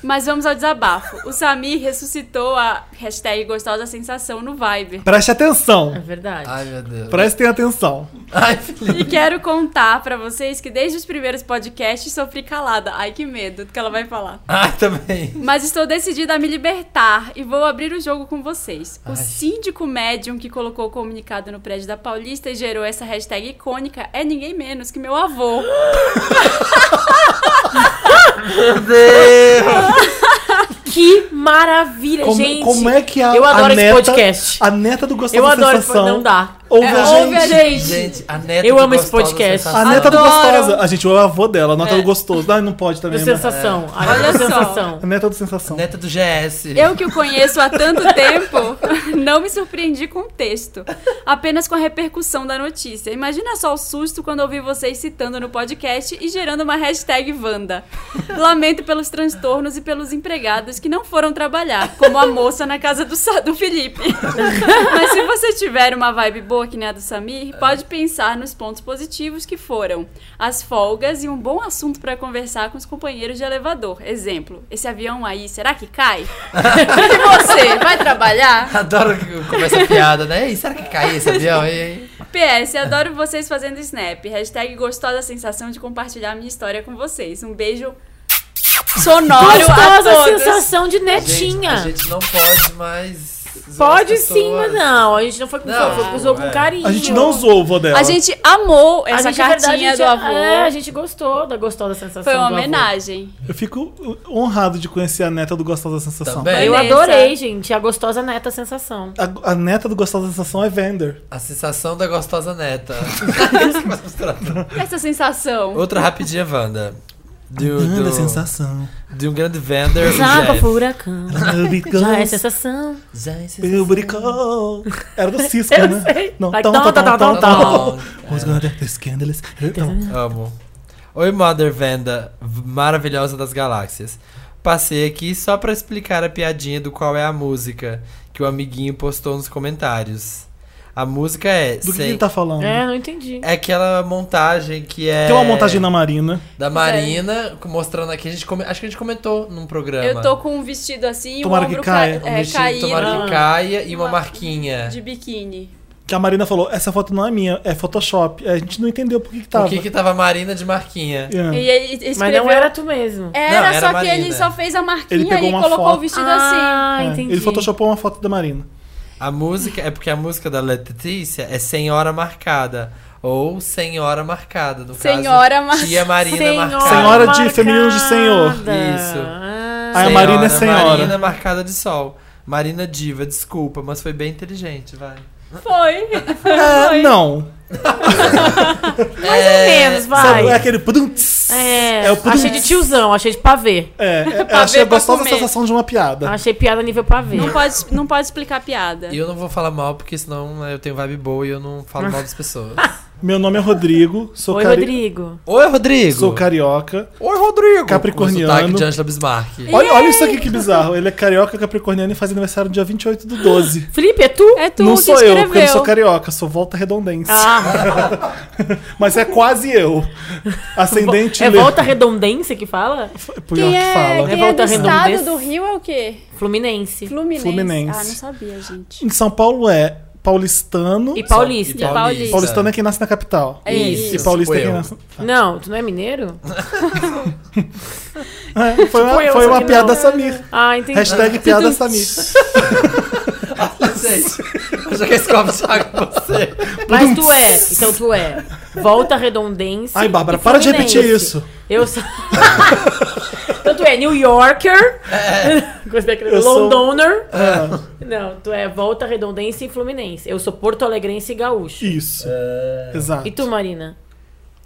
S5: Mas vamos ao desabafo. O Samir ressuscitou a hashtag gostosa sensação no Viber.
S1: Preste atenção.
S2: É verdade.
S4: Ai, meu Deus.
S1: Prestem atenção.
S4: Ai, Felipe.
S5: E quero contar pra vocês que desde os primeiros podcasts sofri calada. Ai, que medo do que ela vai falar.
S4: Ai, também.
S5: Mas estou decidida a me libertar e vou abrir o jogo com vocês. O
S4: Ai.
S5: síndico médium que colocou o comunicado no prédio da Paulista e gerou essa hashtag icônica é ninguém menos que meu avô.
S4: Meu Deus.
S2: Que maravilha,
S1: Como,
S2: gente.
S1: como é que a,
S2: eu adoro
S1: a
S2: esse
S1: neta,
S2: podcast.
S1: A neta do Gostosa
S2: Eu adoro esse
S1: Sensação.
S2: Não dá.
S1: Ouve
S2: É,
S1: a
S2: ouve a
S1: gente.
S2: gente.
S4: Gente, a neta
S2: Eu
S4: do
S2: amo esse
S4: Gostosa
S2: podcast.
S1: A
S4: Sensação.
S1: neta do
S5: Adoro.
S1: Gostosa. A gente, eu avô dela, a neta
S2: É.
S1: do Gostoso. Ah, não pode
S2: Do
S1: também. né?
S2: sensação. A do
S5: Olha só.
S2: sensação.
S1: A neta do Sensação.
S4: Neta do GS.
S5: Eu que o conheço há tanto tempo, não me surpreendi com o texto, apenas com a repercussão da notícia. Imagina só o susto quando ouvi vocês citando no podcast e gerando uma hashtag Wanda. Lamento pelos transtornos e pelos empregados que não foram trabalhar, como a moça na casa do, Sa- do Felipe. Mas se você tiver uma vibe boa que nem a do Samir, pode pensar nos pontos positivos que foram as folgas e um bom assunto para conversar com os companheiros de elevador. Exemplo, esse avião aí, será que cai? E você, vai trabalhar?
S4: Adoro que começa a piada, né? E será que cai esse avião? E aí?
S5: PS, adoro vocês fazendo snap. Hashtag gostosa sensação de compartilhar minha história com vocês. Um beijo sonoro a
S2: Gostosa
S5: todos.
S2: sensação de
S4: Gente,
S2: netinha.
S4: a gente não pode mais. zoar
S2: Pode
S4: as
S2: sim, mas é-
S4: pessoas.
S2: não. A gente não foi com
S4: Não,
S2: foi- usou com
S4: é.
S2: carinho.
S1: A gente não usou o vô dela.
S5: A gente amou
S2: A
S5: essa
S2: gente, na verdade,
S5: cartinha
S2: a gente-
S5: do avô.
S2: É, a gente gostou da gostosa sensação.
S5: Foi uma
S2: do avô.
S5: homenagem.
S1: Eu fico honrado de conhecer a neta do Gostosa Sensação.
S4: Também.
S2: Eu
S5: Vanessa.
S2: adorei, gente. A gostosa neta sensação.
S1: A, a neta do Gostosa Sensação é Vender.
S4: A sensação da gostosa neta.
S5: Essa sensação.
S4: Outra rapidinha, Wanda. Do,
S1: Vanda
S4: do,
S1: Sensação.
S4: de um grande vendor.
S2: Zapa, furacão. Já é sensação.
S1: Eu brincou. Era do Cisco,
S2: Eu
S1: né?
S2: sei.
S1: Não,
S2: Vai, tá,
S1: tão,
S2: tão,
S1: tão,
S2: tão,
S1: tão,
S4: Tá
S2: tão,
S1: tão. Who's gonna get the scandalous? Então,
S4: Amo. Oi, Mother Venda, v- maravilhosa das galáxias. Passei aqui só pra explicar a piadinha do qual é a música que o amiguinho postou nos comentários. A música é
S1: Do que
S4: sem-
S1: ele tá falando?
S2: É, não entendi.
S4: é aquela montagem que é
S1: Tem uma montagem na Marina.
S4: da Marina com- mostrando aqui. A gente come- acho que a gente comentou num programa.
S5: Eu tô com um vestido assim,
S1: Tomara
S5: um ombro
S1: que caia.
S5: ca-
S4: um
S5: é,
S4: vestido
S5: caído
S4: tomara que caia e uma
S5: Uma-
S4: marquinha.
S5: de biquíni.
S1: Que a Marina falou, essa foto não é minha, é Photoshop. A gente não entendeu por que que tava.
S4: O que que tava a Marina de marquinha?
S1: É.
S5: E ele escreveu... É,
S2: Mas não era tu mesmo.
S5: Era,
S4: Não, era
S5: só que
S4: Marina.
S5: ele só fez a
S1: Ele
S5: marquinha
S1: pegou
S5: e
S1: uma
S5: colocou
S1: foto.
S5: o vestido assim.
S2: Ah,
S1: É,
S2: entendi.
S1: Ele photoshopou uma foto da Marina.
S4: A música é porque a música da Letícia é Senhora Marcada. Ou Senhora Marcada, no
S5: Senhora
S4: caso.
S5: Mar-
S4: Tia Marina Marcada.
S1: Senhora de feminino de senhor.
S4: Isso.
S2: Ah,
S1: Aí a Marina é senhora.
S4: Marina Marcada de Sol. Marina Diva, desculpa, mas foi bem inteligente, vai.
S5: Foi.
S1: É, não.
S2: mais ou menos, vai.
S1: Sabe, é aquele. pudum, tss.
S2: É,
S1: É o pudum,
S2: achei de
S1: tss.
S2: tiozão, achei de pavê.
S1: É, é, eu
S5: pra
S1: achei a
S5: ver, pra
S1: gostosa
S5: comer.
S1: sensação de uma piada.
S2: Achei piada nível pavê.
S5: Não pode, não pode explicar piada.
S4: E eu não vou falar mal, porque senão né, eu tenho vibe boa e eu não falo mal das pessoas.
S1: Meu nome é Rodrigo, sou,
S2: Oi,
S1: cari-
S2: Rodrigo.
S4: Oi, Rodrigo!
S1: sou carioca.
S4: Oi, Rodrigo!
S1: Capricorniano.
S4: Com sotaque de Angela Bismarck.
S1: Olha, olha isso aqui que bizarro. Ele é carioca, capricorniano e faz aniversário dia 28 do 12.
S2: Felipe, é tu?
S5: É tu
S1: não
S5: que
S1: sou eu,
S5: escreveu.
S1: porque eu não sou carioca, sou volta redondense.
S2: Ah,
S1: Mas é quase eu. Ascendente
S2: É
S1: Leo.
S2: volta redondência que fala?
S1: Pior que
S5: é,
S1: fala.
S5: quem
S2: Levanta
S5: é do
S2: a redondeza.
S5: estado do Rio é o quê?
S2: Fluminense.
S5: Fluminense.
S1: Fluminense.
S5: Ah, não sabia, gente.
S1: Em São Paulo é paulistano.
S2: E paulista.
S4: E
S5: paulista.
S1: Paulistano é quem nasce na capital.
S2: É isso.
S1: E paulista é
S4: Tipo
S1: quem
S4: eu.
S1: nasce.
S2: Não, tu não é mineiro?
S1: É, foi uma,
S2: Tipo eu,
S1: foi
S2: só
S1: uma
S2: que
S1: piada
S2: não.
S1: Samir.
S2: Ah, entendi.
S1: Hashtag piada Samir.
S4: Olha, gente. Acho que esse copo joga com você.
S2: Mas tu é. Então tu é. Volta redondência.
S1: Ai, Bárbara,
S2: e
S1: para de
S2: Fluminense.
S1: repetir isso.
S2: Eu sou. então tu é New Yorker. Gostei daquele.
S1: É. Eu sou-
S2: Londoner. Não, tu é Volta Redondense e Fluminense. Eu sou Porto Alegrense e Gaúcho.
S1: Isso.
S4: É.
S1: Exato.
S2: E tu, Marina?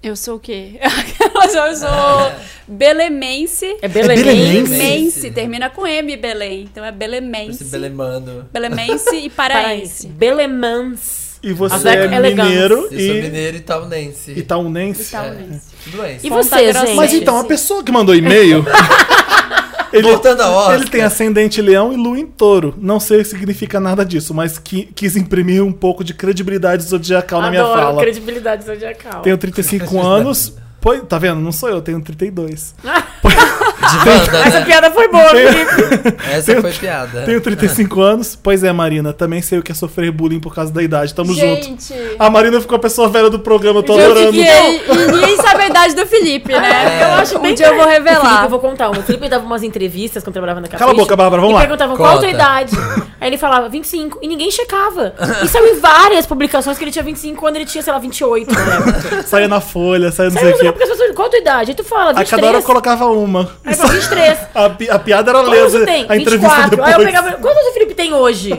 S5: Eu sou o quê? Aquelas, eu sou belemense.
S2: É Belenense?
S1: belemense?
S5: Belemense. Termina com M, Belém. Então é belemense.
S4: Esse belemano.
S5: Belemense e
S2: Paraense.
S5: paraense.
S2: Belemans.
S1: E você
S2: Avec
S1: é
S2: elegance.
S1: mineiro
S4: Eu sou
S1: e
S4: mineiro e taunense.
S1: itaunense.
S5: Itaunense.
S4: Doense.
S2: E
S5: Ponta
S2: você,
S5: Grossa.
S2: gente?
S1: Mas então, a pessoa que mandou e-mail. ele,
S4: Voltando ao Oscar.
S1: ele tem ascendente leão e lua em touro. Não sei o que significa nada disso, mas qui- quis imprimir um pouco de credibilidade zodiacal na minha
S2: Adoro
S1: fala.
S2: credibilidade zodiacal.
S1: Tenho 35 anos. Pois, tá vendo? Não sou eu, tenho 32.
S4: De banda,
S2: Essa
S4: né?
S2: piada foi boa, Felipe.
S4: Essa foi piada.
S1: Tenho 35 anos. Pois é, Marina, também sei o que é sofrer bullying por causa da idade. Tamo junto.
S5: Gente.
S1: A Marina ficou a pessoa velha do programa, eu tô
S5: Gente,
S1: Tá adorando.
S5: que é- e ninguém sabe a idade do Felipe, né?
S4: Eu
S2: acho
S5: um
S2: bem
S5: dia eu vou
S2: O Felipe,
S5: revelar.
S2: eu vou contar uma. O Felipe dava umas entrevistas quando trabalhava na Capricho.
S1: Cala a boca, Bárbara, vamos lá.
S2: e perguntavam qual a tua
S4: Conta.
S2: idade. Aí ele falava 25 e ninguém checava. E saiu em várias publicações que ele tinha 25 quando ele tinha, sei lá, 28. Né?
S1: Saia na folha, saia não sei
S2: Saiu
S1: o
S2: porque
S1: quê.
S2: as pessoas falam, assim, qual a tua idade? Aí tu fala,
S1: A
S2: 23.
S1: cada hora eu colocava uma.
S2: Aí fala, 23.
S1: A, pi- a piada era
S2: Quantos
S1: lesa.
S2: tu É. tem?
S1: A entrevista
S2: 24. Aí eu
S1: depois.
S2: pegava, quantos o Felipe tem hoje?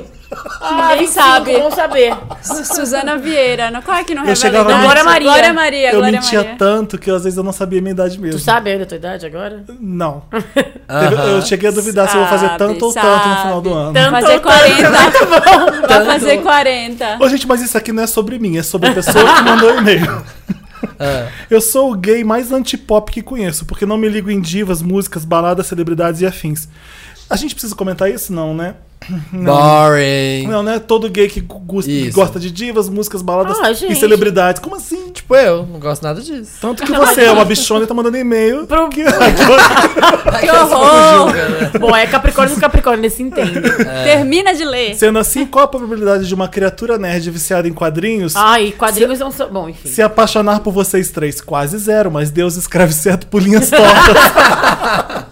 S5: Ah,
S2: Ninguém
S5: sabe.
S2: Vamos saber.
S5: Su- Suzana Vieira. Não, qual é que não revela
S1: chegava
S5: a
S1: a
S5: idade?
S2: mentir. Glória Maria.
S5: Glória Maria.
S1: Eu
S5: Glória
S1: mentia
S5: Maria.
S1: tanto que às vezes eu não sabia a minha idade mesmo.
S2: Tu sabe ainda a tua idade agora?
S1: Não. Teve-
S4: Aham.
S1: Eu cheguei a duvidar se eu vou fazer
S5: Sabe,
S1: tanto ou
S5: sabe.
S1: tanto no final do ano.
S2: Tanto.
S5: Fazer
S2: Tanto, tanto,
S5: 40.
S1: Tá
S5: Vai fazer 40.
S1: Ô, gente, mas isso aqui não é sobre mim, é sobre a pessoa que mandou o e-mail.
S4: Ah,
S1: Eu sou o gay mais antipop que conheço, porque não me ligo em divas, músicas, baladas, celebridades e afins. A gente precisa comentar isso? Não, né?
S4: boring.
S1: Não, né? Todo gay que, gus- que
S4: Isso.
S1: gosta de divas, músicas, baladas
S2: Ah,
S1: e
S2: gente.
S1: celebridades. Como assim? Tipo,
S4: Tipo eu, não gosto nada disso.
S1: tanto que você é uma bichona e tá mandando e-mail.
S2: Pro-
S1: Que...
S4: Que
S5: horror!
S4: né?
S2: Bom, é Capricórnio com Capricórnio, nesse entende.
S1: É.
S5: Termina de ler.
S1: Sendo assim, qual a probabilidade de uma criatura nerd viciada em quadrinhos
S2: Ai, quadrinhos não são. Bom, enfim.
S1: se apaixonar por vocês três? Quase zero, mas Deus escreve certo por linhas tortas.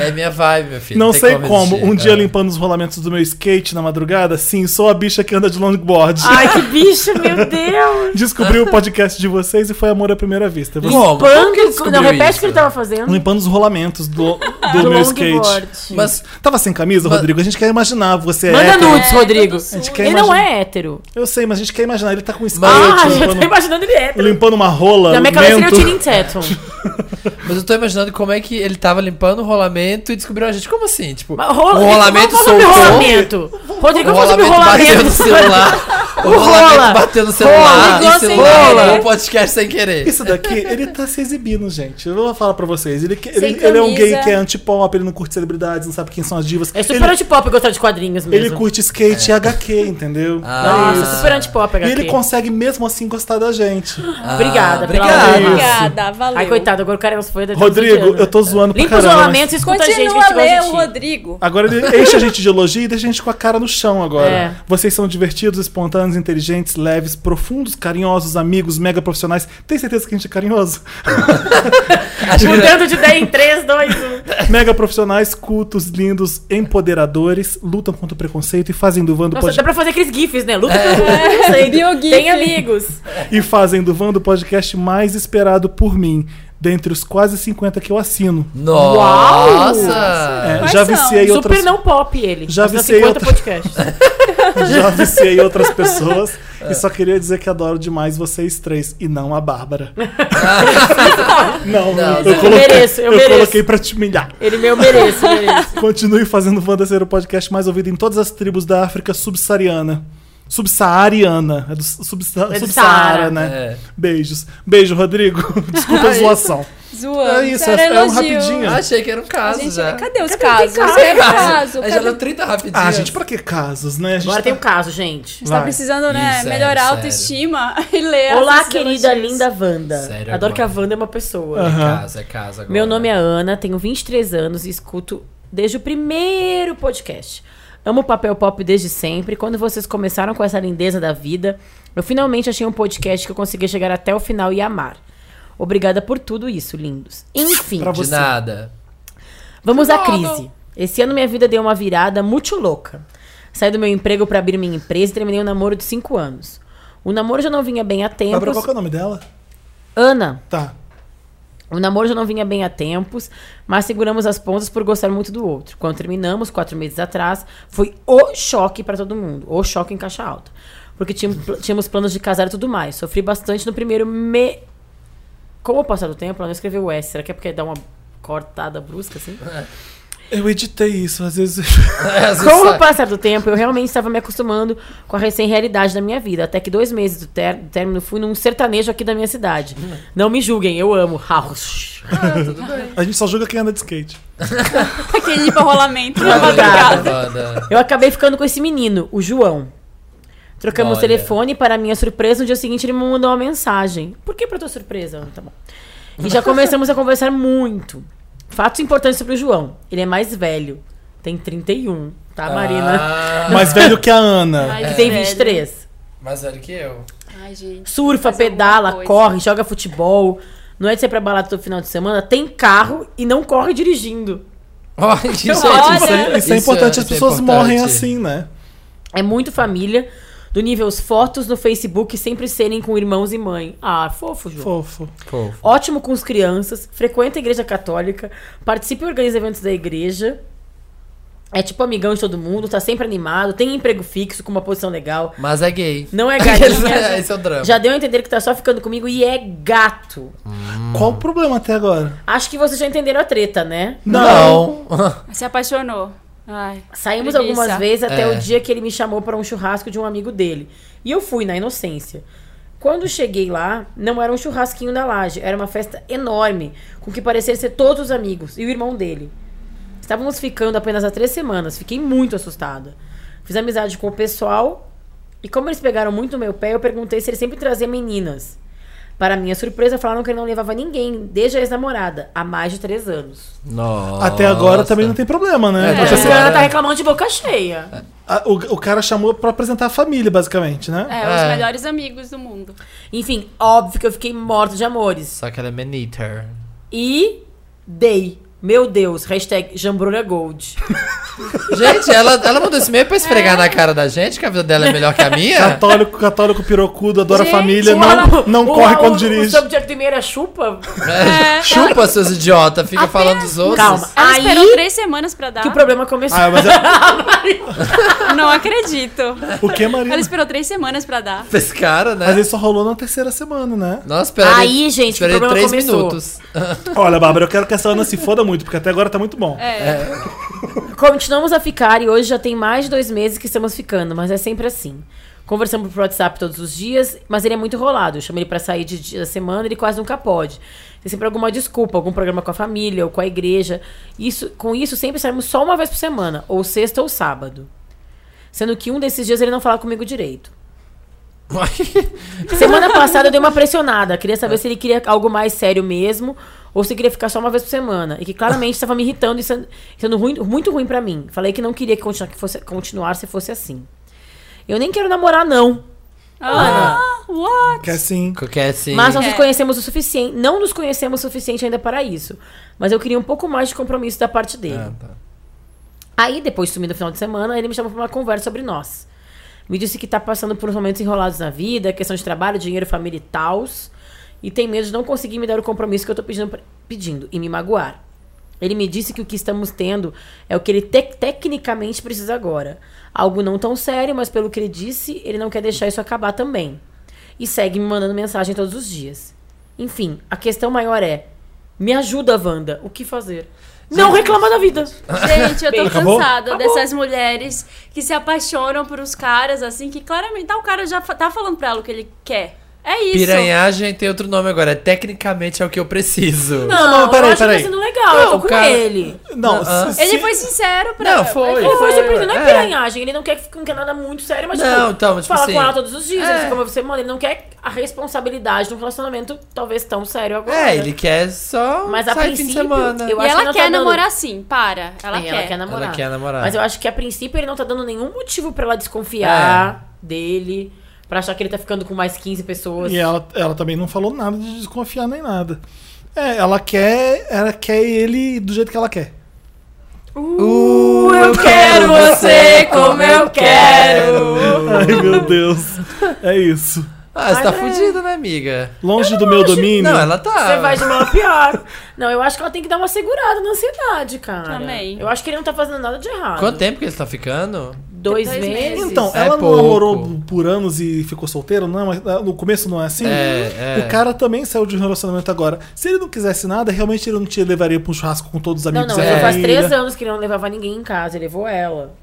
S4: É minha vibe, meu filho.
S1: Não
S4: tem
S1: sei como.
S4: resistir.
S1: Um dia
S4: Ah.
S1: limpando os rolamentos do meu skate na madrugada, sim, sou a bicha que anda de longboard.
S2: Ai, que bicho, meu Deus!
S1: Descobri o podcast de vocês e foi amor à primeira vista. Vocês-
S4: Como? Como que ele
S2: Pando. Não,
S4: descobriu
S2: repete
S4: isso? né?
S2: o que ele tava fazendo.
S1: Limpando os rolamentos do, do
S2: Do
S1: meu Um skate.
S4: Mas
S1: Tava sem camisa,
S4: Mas-
S1: Rodrigo? A gente quer imaginar. Você é.
S2: Manda
S1: hétero.
S2: nudes, Rodrigo.
S5: tudo
S1: gente
S5: sujo.
S1: quer
S2: Ele não é hétero.
S1: Eu sei, mas a gente quer imaginar. Ele tá com skate,
S2: Ah, já tô
S1: limpando,
S2: imaginando ele hétero.
S1: limpando uma rola.
S2: Na minha cabeça ele é o
S1: mento.
S2: Tinin Teton.
S4: Mas eu tô imaginando como é que ele tava limpando o rolamento e descobriu a gente. Como assim? Tipo,
S2: Mas rola-
S4: o rolamento
S2: vamos falar
S4: soltou.
S2: sobre rolamento. Rodrigo,
S4: O
S2: vamos falar sobre
S4: rolamento bateu no
S2: rolamento.
S4: celular. O
S2: O rola.
S4: rolamento bateu no celular.
S5: ligou
S4: e o
S5: sem
S4: celular
S5: querer.
S4: ligou o podcast sem querer.
S1: Isso daqui, ele tá se exibindo, gente. Eu vou falar pra vocês. Ele, que- ele,
S5: Sem
S1: ele é um
S5: camisa.
S1: gay que é anti-pop, ele não curte celebridades, não sabe quem são as divas.
S2: É super
S1: ele,
S2: antipop gostar de quadrinhos mesmo.
S1: ele curte skate e HQ, entendeu?
S4: Ah,
S2: Nossa, super antipop,
S1: e
S2: HQ.
S1: ele consegue mesmo assim gostar da gente.
S2: Obrigada, pela
S4: Ah, obrigado.
S2: aula.
S5: Obrigada, valeu.
S2: Ai, coitado, agora o cara é uns foi da
S1: Rodrigo, eu tô zoando pra
S2: Limpa os
S1: caramba.
S2: rolamentos e escuta a gente que a
S5: Continua a
S2: gente
S5: ler
S2: gosta
S5: o
S2: de ti.
S5: Rodrigo.
S1: Agora ele enche a gente de elogio e deixa a gente com a cara no chão agora.
S2: É.
S1: Vocês são divertidos, espontâneos, inteligentes, leves, profundos, carinhosos, amigos, mega profissionais. Tem certeza que a gente é carinhoso?
S4: Acho que
S2: Mudando de 10 em um. 3, 2, 1.
S1: mega profissionais, cultos, lindos, empoderadores, lutam contra o preconceito e fazem do Vando
S2: Nossa, dá
S1: podcast.
S2: pra fazer aqueles GIFs, né? Luta
S1: É.
S2: pelo preconceito.
S5: biogif.
S2: Tem amigos.
S1: E fazem do Vando podcast mais esperado por mim, dentre os quase 50 que eu assino.
S4: Nossa!
S1: É,
S5: Quais
S1: já
S5: são?
S1: viciei
S2: Super
S1: outras
S2: não pop ele.
S1: Já
S2: Fazendo
S1: viciei
S2: 50
S1: outra-
S2: podcasts.
S1: já viciei outras pessoas e só queria dizer que adoro demais vocês três e não a Bárbara. não,
S4: Não,
S1: eu,
S4: não.
S1: coloquei,
S2: Eu mereço, eu
S1: eu
S2: mereço.
S1: coloquei pra te humilhar.
S2: Ele é meu mereço, mereço.
S1: Continue fazendo o Wanda ser o podcast mais ouvido em todas as tribos da África subsaariana. Subsaariana. É do subsa
S2: É do
S1: Subsaara,
S2: Saara.
S1: né?
S4: É.
S1: Beijos. Beijo, Rodrigo. Desculpa a
S4: É
S1: zoação.
S5: Zoando.
S1: É isso,
S5: era
S1: é- é um
S5: elogio.
S1: rapidinho.
S4: Achei que era um caso
S5: Gente,
S4: já.
S5: cadê os casos?
S2: é caso?
S5: Cadê
S4: Caso.
S5: caso?
S4: Aí
S5: Cadê-
S4: já deu 30 rapidinho.
S1: Ah, gente, pra que casos, né? A gente
S2: Agora
S1: tá-
S2: tem um caso, gente.
S5: A gente tá
S1: Vai.
S5: precisando, né,
S4: Isso, é,
S5: melhorar a
S4: sério.
S5: autoestima e ler
S2: Olá,
S5: essas
S2: querida
S5: elogios.
S2: linda Wanda.
S4: Sério
S2: Adoro
S4: agora.
S2: que a Wanda é uma pessoa.
S1: Ah.
S4: É
S1: Aham.
S4: caso, é caso agora.
S2: Meu nome é Ana, tenho 23 anos e escuto desde o primeiro podcast. Amo o papel pop desde sempre. Quando vocês começaram com essa lindeza da vida, eu finalmente achei um podcast que eu consegui chegar até o final e amar. Obrigada por tudo isso, lindos. Enfim,
S1: Pra
S4: De
S1: você.
S4: nada.
S2: vamos à
S5: Logo.
S2: crise. Esse ano minha vida deu uma virada muito louca. Saí do meu emprego pra abrir minha empresa e terminei um namoro de 5 anos. O namoro já não vinha bem há
S1: Bárbara,
S2: tempos.
S1: qual que é o nome dela?
S2: Ana,
S1: Tá.
S2: o namoro já não vinha bem a tempos, mas seguramos as pontas por gostar muito do outro. Quando terminamos, quatro meses atrás, foi o choque pra todo mundo. O choque em caixa alta. Porque tínhamos, pl- tínhamos planos de casar e tudo mais. Sofri bastante no primeiro me... Com o passar do tempo, ela não escreveu o S. Será que é porque dá uma cortada brusca, assim?
S1: Eu editei isso, às vezes.
S4: Às vezes
S2: Com
S4: sai.
S2: o passar do tempo, eu realmente estava me acostumando com a recém-realidade da minha vida. Até que dois meses do, ter- do término fui num sertanejo aqui da minha cidade. Não me julguem, eu amo. House.
S1: A gente só joga quem anda de skate.
S5: Aquele pra rolamento. na
S2: Madrugada.
S5: madrugada.
S4: Wanda.
S2: Eu acabei ficando com esse menino, o João. Trocamos o
S4: Olha.
S2: telefone e, para minha surpresa, no dia seguinte ele me mandou uma mensagem. Por que pra tua surpresa? Ah, Tá bom. E já começamos a conversar muito. Fatos importantes sobre o João. Ele é mais velho. Tem 31, tá, Marina?
S4: Ah, é.
S1: Mais velho que a Ana.
S5: Ai,
S2: Que tem
S5: velho.
S2: 23.
S4: mais velho que eu.
S5: Ai, gente.
S2: Surfa,
S5: Faz alguma
S2: pedala,
S5: coisa.
S2: corre, joga futebol. Não é de ser pra balada todo final de semana. Tem carro e não corre dirigindo.
S4: Ó, gente,
S5: Olha.
S1: Isso é, isso é importante, as
S4: isso é
S1: pessoas
S4: importante.
S1: morrem assim, né?
S2: É muito família. Do nível os fotos no Facebook sempre serem com irmãos e mãe. Ah, fofo, João.
S1: Fofo.
S4: Fofo.
S2: Ótimo com as crianças, frequenta a igreja católica, participa e organiza eventos da igreja. É tipo amigão de todo mundo, tá sempre animado, tem emprego fixo, com uma posição legal.
S4: Mas é gay.
S2: Não é
S4: Esse,
S2: galinha.
S4: esse é o drama.
S2: já deu a entender que tá só ficando comigo e é gato.
S1: Qual o problema até agora?
S2: Acho que vocês já entenderam a treta, né?
S4: Não.
S5: Se apaixonou. Ai.
S2: Saímos
S5: Preguiça.
S2: algumas vezes até
S4: É.
S2: o dia que ele me chamou para um churrasco de um amigo dele. E eu fui, na inocência. Quando cheguei lá, não era um churrasquinho na laje, era uma festa enorme, com que parecia ser todos os amigos e o irmão dele. Estávamos ficando apenas há três semanas, fiquei muito assustada. Fiz amizade com o pessoal e, como eles pegaram muito no meu pé, eu perguntei se ele sempre trazia meninas. Para minha surpresa, falaram que ele não levava ninguém, desde a ex-namorada, há mais de três anos.
S4: Nossa.
S1: Até agora também não tem problema, né?
S4: É.
S1: Porque,
S2: Essa
S1: assim,
S2: galera tá reclamando de boca cheia.
S1: a- o, o cara chamou pra apresentar a família, basicamente, né?
S5: É,
S4: É.
S5: os melhores amigos do mundo.
S2: Enfim, óbvio que eu fiquei morta de amores.
S4: Só que ela é maneater.
S2: E dei. Meu Deus, hashtag Jambrulha Gold.
S4: Gente, ela, ela mandou esse e-mail pra
S2: É.
S4: esfregar na cara da gente que a vida dela é melhor que a minha?
S1: Católico, católico pirocudo, adora
S5: Gente,
S1: a família,
S2: Ela-
S1: não, não
S2: o-
S1: corre
S2: o-
S1: quando
S2: O
S1: dirige.
S2: subject primeiro é chupa.
S4: É, Chupa, seus idiotas. Fica falando dos outros.
S2: Calma.
S5: Ela
S2: Aí
S5: esperou três semanas pra dar.
S2: que o problema começou.
S1: Ah, mas é-
S5: Não acredito.
S1: o que, Marina?
S5: Ela esperou três semanas pra dar.
S4: Esse cara, né?
S1: Mas isso só rolou na terceira semana, né?
S4: Nossa, peraí.
S2: Aí, gente, que
S4: esperei
S2: o problema
S4: três
S2: começou.
S4: minutos.
S1: Olha, Bárbara, eu quero que essa Ana se foda muito, porque até agora tá muito bom.
S5: É.
S2: Continuamos a ficar e hoje já tem mais de dois meses que estamos ficando, mas é sempre assim. Conversamos por WhatsApp todos os dias, mas ele é muito enrolado. Eu chamo ele pra sair de dia da semana, ele quase nunca pode. Tem sempre alguma desculpa, algum programa com a família ou com a igreja. Isso, com isso, sempre saímos só uma vez por semana, ou sexta ou sábado. Sendo que um desses dias ele não fala comigo direito. Semana passada eu dei uma pressionada. Queria saber se ele queria algo mais sério mesmo ou se queria ficar só uma vez por semana. E que claramente estava me irritando e sendo, sendo ruim- muito ruim pra mim. Falei que não queria que, continua- que fosse, continuar se fosse assim. Eu nem quero namorar, não.
S5: Ah, what?
S1: Que assim,
S4: Porque assim.
S2: Mas nós
S5: É.
S2: nos conhecemos o suficiente. Não nos conhecemos o suficiente ainda para isso. Mas eu queria um pouco mais de compromisso da parte dele.
S4: Ah, tá.
S2: Aí, depois de sumir no final de semana, ele me chamou pra uma conversa sobre nós. Me disse que tá passando por uns momentos enrolados na vida, questão de trabalho, dinheiro, família e tals. E tem medo de não conseguir me dar o compromisso que eu tô pedindo, pra- pedindo e me magoar. Ele me disse que o que estamos tendo é o que ele tec- tecnicamente precisa agora. Algo não tão sério, mas pelo que ele disse, ele não quer deixar isso acabar também. E segue me mandando mensagem todos os dias. Enfim, a questão maior é: me ajuda, Wanda, o que fazer? Não reclama da vida.
S5: Gente, eu tô
S1: Acabou?
S5: cansada dessas mulheres que se apaixonam por uns caras, assim, que claramente tá, o cara já fa- tá falando pra ela o que ele quer. É isso.
S4: Piranhagem tem outro nome agora. Tecnicamente é o que eu preciso.
S1: Não, não, peraí,
S2: eu acho
S1: peraí.
S2: que tá sendo legal, eu
S4: Não,
S2: tô com
S4: cara-
S2: ele.
S1: Não,
S4: Não,
S1: se-
S5: Ele
S1: se-
S5: foi sincero pra
S4: Não, foi.
S5: Ele
S2: Ele foi surpreendido, não é
S4: É.
S2: piranhagem, ele não quer, que- não quer nada muito sério, mas
S4: Não,
S2: tipo,
S4: então, tipo
S2: fala
S4: assim,
S2: com ela todos os dias,
S4: é.
S2: ele fica uma semana, ele não quer a responsabilidade de um relacionamento talvez tão sério agora.
S4: É, ele quer só
S2: Mas a
S4: sair fim de
S2: princípio,
S4: semana.
S2: eu
S5: E
S2: acho que
S5: ela
S2: não
S5: quer
S2: tá dando-
S5: namorar sim, para. Ela
S2: Ela,
S5: quer.
S2: quer. namorar.
S4: Ela quer namorar.
S2: Mas eu acho que a princípio ele não tá dando nenhum motivo pra ela
S4: É.
S2: desconfiar dele, pra achar que ele tá ficando com mais 15 pessoas.
S1: E ela, ela também não falou nada de desconfiar nem nada. É, ela quer, ela quer ele do jeito que ela quer.
S4: Uh,
S2: Eu quero você como eu quero.
S1: Ai, meu Deus. É isso.
S4: Ah, você tá
S2: Mas é.
S4: fudida, né, amiga?
S1: Longe do meu domínio.
S4: Não, ela tá.
S2: Você vai de mal a pior. Não, eu acho que ela tem que dar uma segurada na ansiedade, cara.
S5: Também.
S2: Eu acho que ele não tá fazendo nada de errado.
S4: Quanto tempo que eles estão ficando?
S2: Dois,
S5: Dois
S2: meses.
S5: meses.
S1: Então,
S4: É
S1: ela não
S4: pouco.
S1: namorou por anos e ficou solteira, não é? Mas, ah, no começo não é assim?
S4: É, é.
S1: O cara também saiu de um relacionamento agora. Se ele não quisesse nada, realmente ele não te levaria pra um churrasco com todos os
S2: Não,
S1: amigos
S2: não,
S1: e a
S2: ele faz
S1: família.
S2: três anos que ele não levava ninguém em casa, ele levou ela.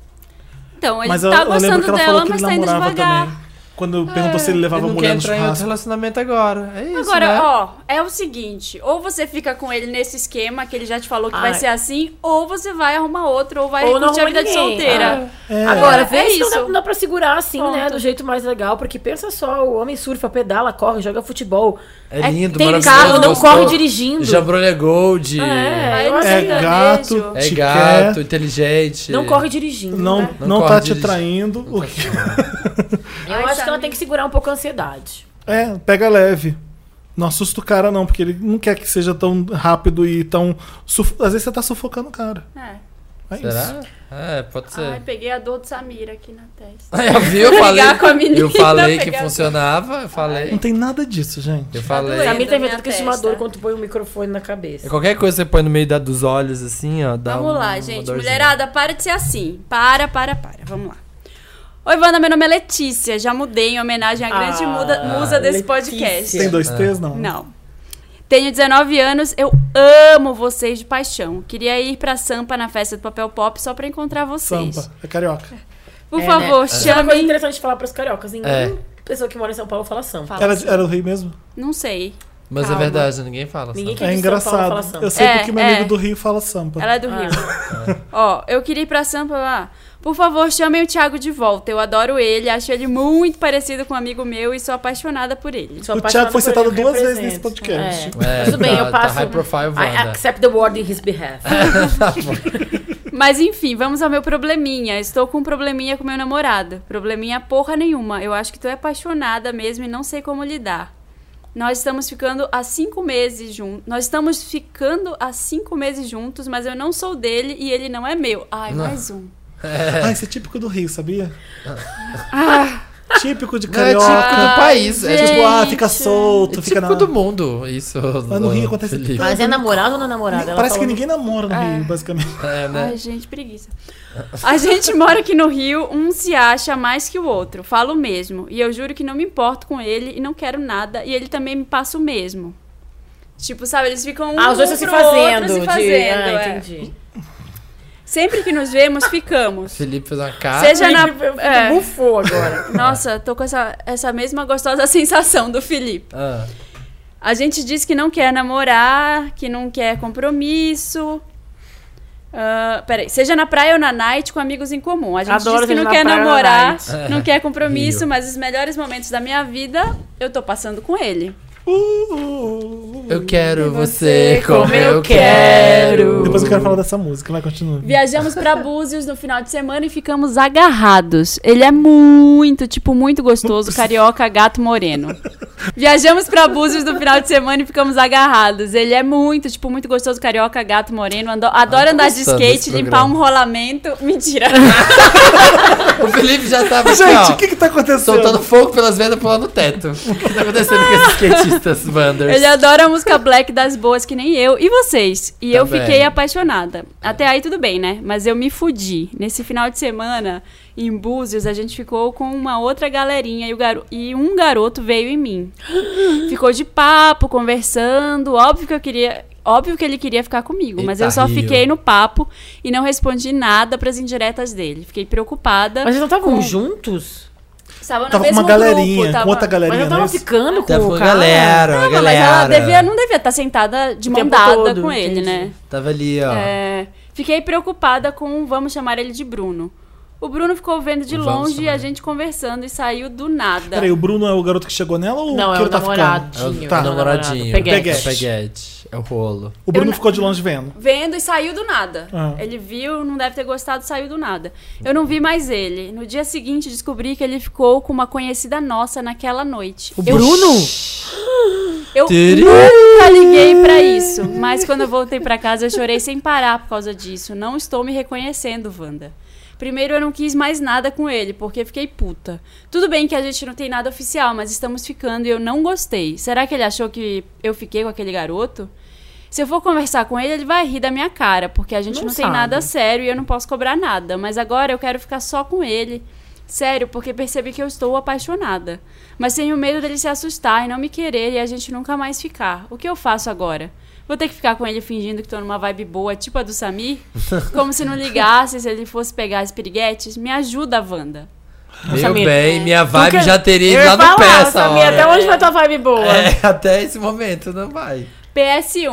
S5: Então, ele
S1: Mas eu,
S5: tá
S1: eu lembro que ela
S5: gostando dela,
S1: falou que
S5: mas
S1: ele
S5: tá indo
S1: namorava
S5: devagar. É.
S1: também. Quando perguntou se ele levava
S4: ele não
S1: mulher
S4: quer
S1: no
S4: entrar em outro
S1: churrasco.
S4: relacionamento agora. É isso,
S5: Agora,
S4: né?
S5: ó, é o seguinte: ou você fica com ele nesse esquema que ele já te falou que vai
S2: Ai.
S5: ser assim, ou você vai arrumar outro, ou vai
S2: Ou não
S5: curtir a
S2: arruma
S5: vida de
S2: ninguém.
S5: solteira.
S1: É.
S2: Agora,
S5: É,
S2: vê
S5: é
S2: se não
S5: isso.
S2: dá, não dá pra segurar assim, né?
S5: Pronto.
S2: Do jeito mais legal, porque pensa só, o homem surfa, pedala, corre, joga futebol.
S4: É lindo,
S2: tem
S4: maravilhoso,
S2: carro, não
S4: gostoso.
S2: corre dirigindo.
S4: Jambrolha Gold.
S2: É,
S5: Aí
S2: eu
S5: não
S2: acho
S1: É
S5: Sim,
S2: que-
S1: gato,
S5: beijo.
S4: É
S1: te
S4: gato,
S1: quer,
S4: inteligente.
S2: não corre dirigindo.
S1: não,
S2: né?
S1: não,
S4: Não
S1: tá
S4: corre tá
S1: te
S4: de-
S1: traindo. o que-
S2: Eu acho que ela tem que segurar um pouco a ansiedade.
S1: É, pega leve. Não assusta o cara, não, porque ele não quer que seja tão rápido e tão. suf- Às vezes você tá sufocando o cara.
S2: Ah.
S5: É.
S1: É isso.
S4: Será? É, pode ser.
S5: Ai, peguei a dor de Samira aqui na testa.
S4: Aí, eu vi, eu falei,
S5: Brigar com a menina,
S4: eu falei que
S5: pegar-
S4: funcionava, eu
S1: Não
S4: falei,
S1: tem nada disso, gente.
S4: eu falei. É
S5: doendo.
S2: Samir tá inventando
S5: minha
S2: que isso é uma
S5: testa.
S2: dor quando tu põe um microfone na cabeça.
S4: Qualquer coisa que você põe no meio da, dos olhos, assim, ó, dá
S5: Vamos
S4: um-
S5: lá,
S4: uma
S5: gente.
S4: dorzinha.
S5: Mulherada, para de ser assim. Para, para, para. Vamos lá. Oi, Wanda, meu nome é Letícia. Já mudei em homenagem à grande
S2: Ah,
S5: muda- musa
S2: Letícia.
S5: desse podcast.
S1: Tem
S4: Ah.
S1: dois T's, não?
S5: Não. Tenho 19 anos, eu amo vocês de paixão. Queria ir pra Sampa na festa do Papel Pop só pra encontrar vocês.
S1: Sampa, é carioca.
S5: Por
S2: É,
S5: favor,
S2: né? Isso é uma coisa
S5: chamem.
S2: interessante de falar pros cariocas. Nenhuma
S4: É.
S2: pessoa que mora em São Paulo fala sampa.
S5: Fala
S1: Era,
S5: assim.
S1: é era o rei mesmo?
S5: Não sei.
S4: Mas
S2: Calma.
S4: é verdade, ninguém fala. sabe?
S2: Ninguém quer
S1: é
S2: de São Paulo fala
S1: engraçado.
S2: sampa.
S1: Eu sei
S5: É,
S1: porque meu
S5: é.
S1: amigo do Rio fala sampa.
S5: Ela é do Rio. Ó, eu queria ir pra Sampa lá. Por favor, chamem o Thiago de volta. Eu adoro ele, acho ele muito parecido com um amigo meu e sou apaixonada por ele.
S2: Sou
S1: O
S2: apaixonada
S1: Thiago foi
S2: por
S1: citado
S2: ele,
S1: duas vezes
S2: represento.
S1: nesse podcast. é
S4: É,
S2: Tudo bem,
S4: tá-
S2: eu
S4: tá
S2: passo.
S4: high profile,
S2: I
S4: Wanda.
S2: accept the word in his behalf.
S5: Mas enfim, vamos ao meu probleminha. Estou com um probleminha com meu namorado. Probleminha porra nenhuma. Eu acho que tô apaixonada mesmo e não sei como lidar. Nós estamos ficando há cinco meses juntos. Nós estamos ficando há cinco meses juntos, mas eu não sou dele e ele não é meu. Ai,
S4: Não.
S5: mais um.
S1: Ah, isso é típico do Rio, sabia? Ah. Típico de
S4: Não, é
S1: carioca.
S4: típico do país. É
S5: Ah, gente.
S4: tipo,
S1: Tipo, ah, fica solto,
S4: é
S1: fica
S4: típico
S1: na.
S4: do mundo, isso.
S1: Mas no Rio acontece
S4: Felipe. né?
S1: tudo.
S2: Mas é namorado ou não é namorado? Ela
S1: Parece que
S2: falou-
S1: ninguém namora no Rio, basicamente.
S4: É, né?
S5: Ai, gente, preguiça. A gente mora aqui no Rio, um se acha mais que o outro. Falo mesmo. E eu juro que não me importo com ele e não quero nada. E ele também me passa o mesmo. Tipo, sabe, eles ficam um
S2: Ah, os dois
S5: um
S2: estão se
S5: pro outro
S2: fazendo.
S5: se
S2: de-
S5: fazendo,
S2: Ah,
S5: é.
S2: entendi.
S5: Sempre que nos vemos, ficamos.
S4: Felipe fez uma cara.
S2: tá
S5: Seja na...
S2: Eu fico-
S5: é.
S2: Bufou agora.
S5: Nossa, tô com essa, essa mesma gostosa sensação do Felipe.
S4: Ah,
S5: A gente diz que não quer namorar, que não quer compromisso. Ah, peraí, seja na praia ou na night com amigos em comum. A gente
S2: Adoro
S5: diz que
S2: seja
S5: não
S2: na
S5: quer
S2: praia ou na
S5: namorar,
S4: night.
S5: não quer compromisso,
S4: Rio.
S5: mas os melhores momentos da minha vida eu tô passando com ele.
S4: eu quero você como eu quero.
S1: Depois eu quero falar dessa música, vai, continua.
S5: Viajamos pra Búzios no final de semana e ficamos agarrados. Ele é muito, tipo, muito gostoso, carioca, gato moreno. Viajamos pra Búzios no final de semana e ficamos agarrados. Ele é muito, tipo, muito gostoso, carioca, gato moreno. ando- adora
S4: tô
S5: andar de
S4: gostando
S5: skate,
S4: desse
S5: limpar
S4: programa.
S5: um rolamento. Mentira.
S4: O Felipe já tava assim,
S1: Gente,
S4: ó,
S1: o que que tá acontecendo?
S4: soltando fogo pelas vendas pulando no teto. O que tá acontecendo com esses skatistas, Wanders?
S5: Ele é adora a música black das boas, que nem eu. E vocês? E eu
S4: Também.
S5: fiquei apaixonada. Até aí tudo bem, né? Mas eu me fudi. Nesse final de semana, em Búzios, a gente ficou com uma outra galerinha e, o garo- e um garoto veio em mim. Ficou de papo, conversando. Óbvio que eu queria Óbvio que ele queria ficar comigo, mas
S4: Eita,
S5: eu só
S4: Rio.
S5: fiquei no papo e não respondi nada pras indiretas dele. Fiquei preocupada.
S2: Mas eles não estavam
S5: Com-
S2: juntos?
S5: Tava, no
S1: Tava com
S5: mesmo
S1: uma galerinha,
S5: grupo, tava...
S1: com outra
S2: Mas
S1: galerinha,
S2: eu tava
S1: né?
S2: ficando com
S4: Tá
S2: o
S4: com
S2: cara.
S4: galera,
S5: Não, mas ela
S4: galera.
S5: devia, não devia estar sentada de
S2: O
S5: mão
S2: tempo
S5: dada
S2: todo,
S5: com ele,
S2: entendi.
S5: né?
S4: Tava ali, ó.
S5: É, fiquei preocupada com, vamos chamar ele de Bruno. O Bruno ficou vendo de
S4: Vamos
S5: longe e
S4: chamar
S5: a
S4: ele.
S5: gente conversando e saiu do nada.
S1: Peraí, o Bruno é o garoto que chegou nela ou
S2: Não,
S1: que
S2: é o
S1: ele tá
S4: É o
S2: namoradinho.
S1: Tá.
S2: é o namorado.
S4: namoradinho.
S1: Peguete.
S2: Peguete.
S4: É o peguete. É o rolo.
S1: ficando? O Bruno ficou de longe vendo.
S5: Vendo e saiu do nada.
S1: Ah.
S5: Ele viu, não deve ter gostado, saiu do nada. Eu não vi mais ele. No dia seguinte, descobri que ele ficou com uma conhecida nossa naquela noite.
S2: O
S5: eu
S2: Bruno?
S5: eu
S4: Tiri.
S5: nunca liguei pra isso, mas quando eu voltei pra casa, eu chorei sem parar por causa disso. Não estou me reconhecendo, Wanda. Primeiro, eu não quis mais nada com ele, porque fiquei puta. Tudo bem que a gente não tem nada oficial, mas estamos ficando e eu não gostei. Será que ele achou que eu fiquei com aquele garoto? Se eu for conversar com ele, ele vai rir da minha cara, porque a gente
S2: Não
S5: não, tem
S2: sabe.
S5: nada sério e eu não posso cobrar nada. Mas agora eu quero ficar só com ele. Sério, porque percebi que eu estou apaixonada. Mas tenho medo dele se assustar e não me querer e a gente nunca mais ficar. O que eu faço agora? Vou ter que ficar com ele fingindo que tô numa vibe boa, tipo a do Samir? Como se não ligasse, se ele fosse pegar as piriguetes? Me ajuda, Wanda.
S4: Meu
S2: Samir,
S4: bem, minha vibe
S2: Nunca-
S4: já teria
S2: Eu
S4: ido
S2: ia
S4: lá no pé
S2: falar,
S4: essa
S2: Samir,
S4: hora.
S2: até onde vai tua vibe boa?
S4: É, até esse momento não vai.
S5: PS1.
S4: É.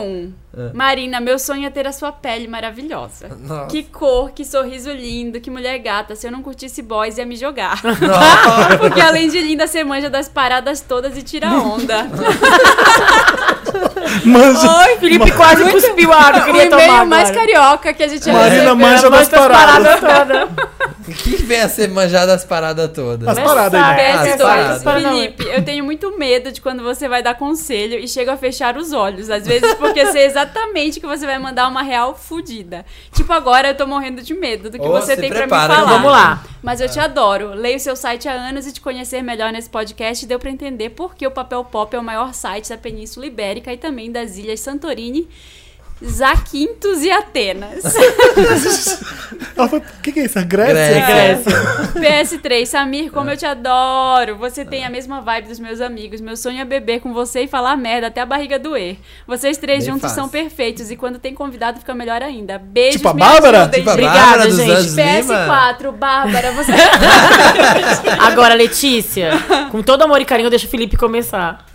S5: Marina, meu sonho é ter a sua pele maravilhosa.
S4: Nossa.
S5: Que cor, que sorriso lindo, que mulher gata. Se eu não curtisse boys, ia me jogar.
S4: Nossa.
S5: Porque além de linda, você manja das paradas todas e tira onda.
S1: Manja,
S2: Ai, Felipe quase cuspiu a água que
S5: o
S2: ele ia tomar
S5: e-mail mais
S2: agora.
S5: carioca que a gente
S1: Marina
S5: recebeu.
S1: manja das paradas.
S2: Parada toda.
S4: que vem a ser manjada as paradas todas?
S1: As paradas aí.
S2: Essa-
S4: Ah, parada.
S5: PS2,
S2: Parada.
S5: Felipe, eu tenho muito medo de quando você vai dar conselho e chego a fechar os olhos, às vezes porque sei exatamente que você vai mandar uma real fudida. Tipo, agora eu tô morrendo de medo do que
S4: Ô,
S5: você
S4: se
S5: tem
S4: prepara,
S5: pra me
S4: hein? Ah.
S5: falar.
S2: Vamos lá.
S5: Mas eu te adoro. Leio seu site há anos e te conhecer melhor nesse podcast deu pra entender por que o Papel Pop é o maior site da Península Ibérica e também das ilhas Santorini, Zaquintos e Atenas.
S1: Ela falou, o que, que é isso? A Grécia?
S4: Grécia.
S5: assim, PS3, Samir,
S4: É.
S5: como eu te adoro. Você tem a mesma vibe dos meus amigos. Meu sonho é beber com você e falar merda até a barriga doer. Vocês três
S4: Bem
S5: juntos
S4: fácil.
S5: são perfeitos e quando tem convidado fica melhor ainda. Beijos,
S1: Tipo a
S5: me
S1: Bárbara?
S5: ajudem.
S4: Tipo a
S2: Obrigada,
S4: Bárbara dos
S2: gente.
S4: Anjos Lima?
S5: PS4, Bárbara, você. é.
S2: Agora, Letícia, com todo amor e carinho, deixa o Felipe começar.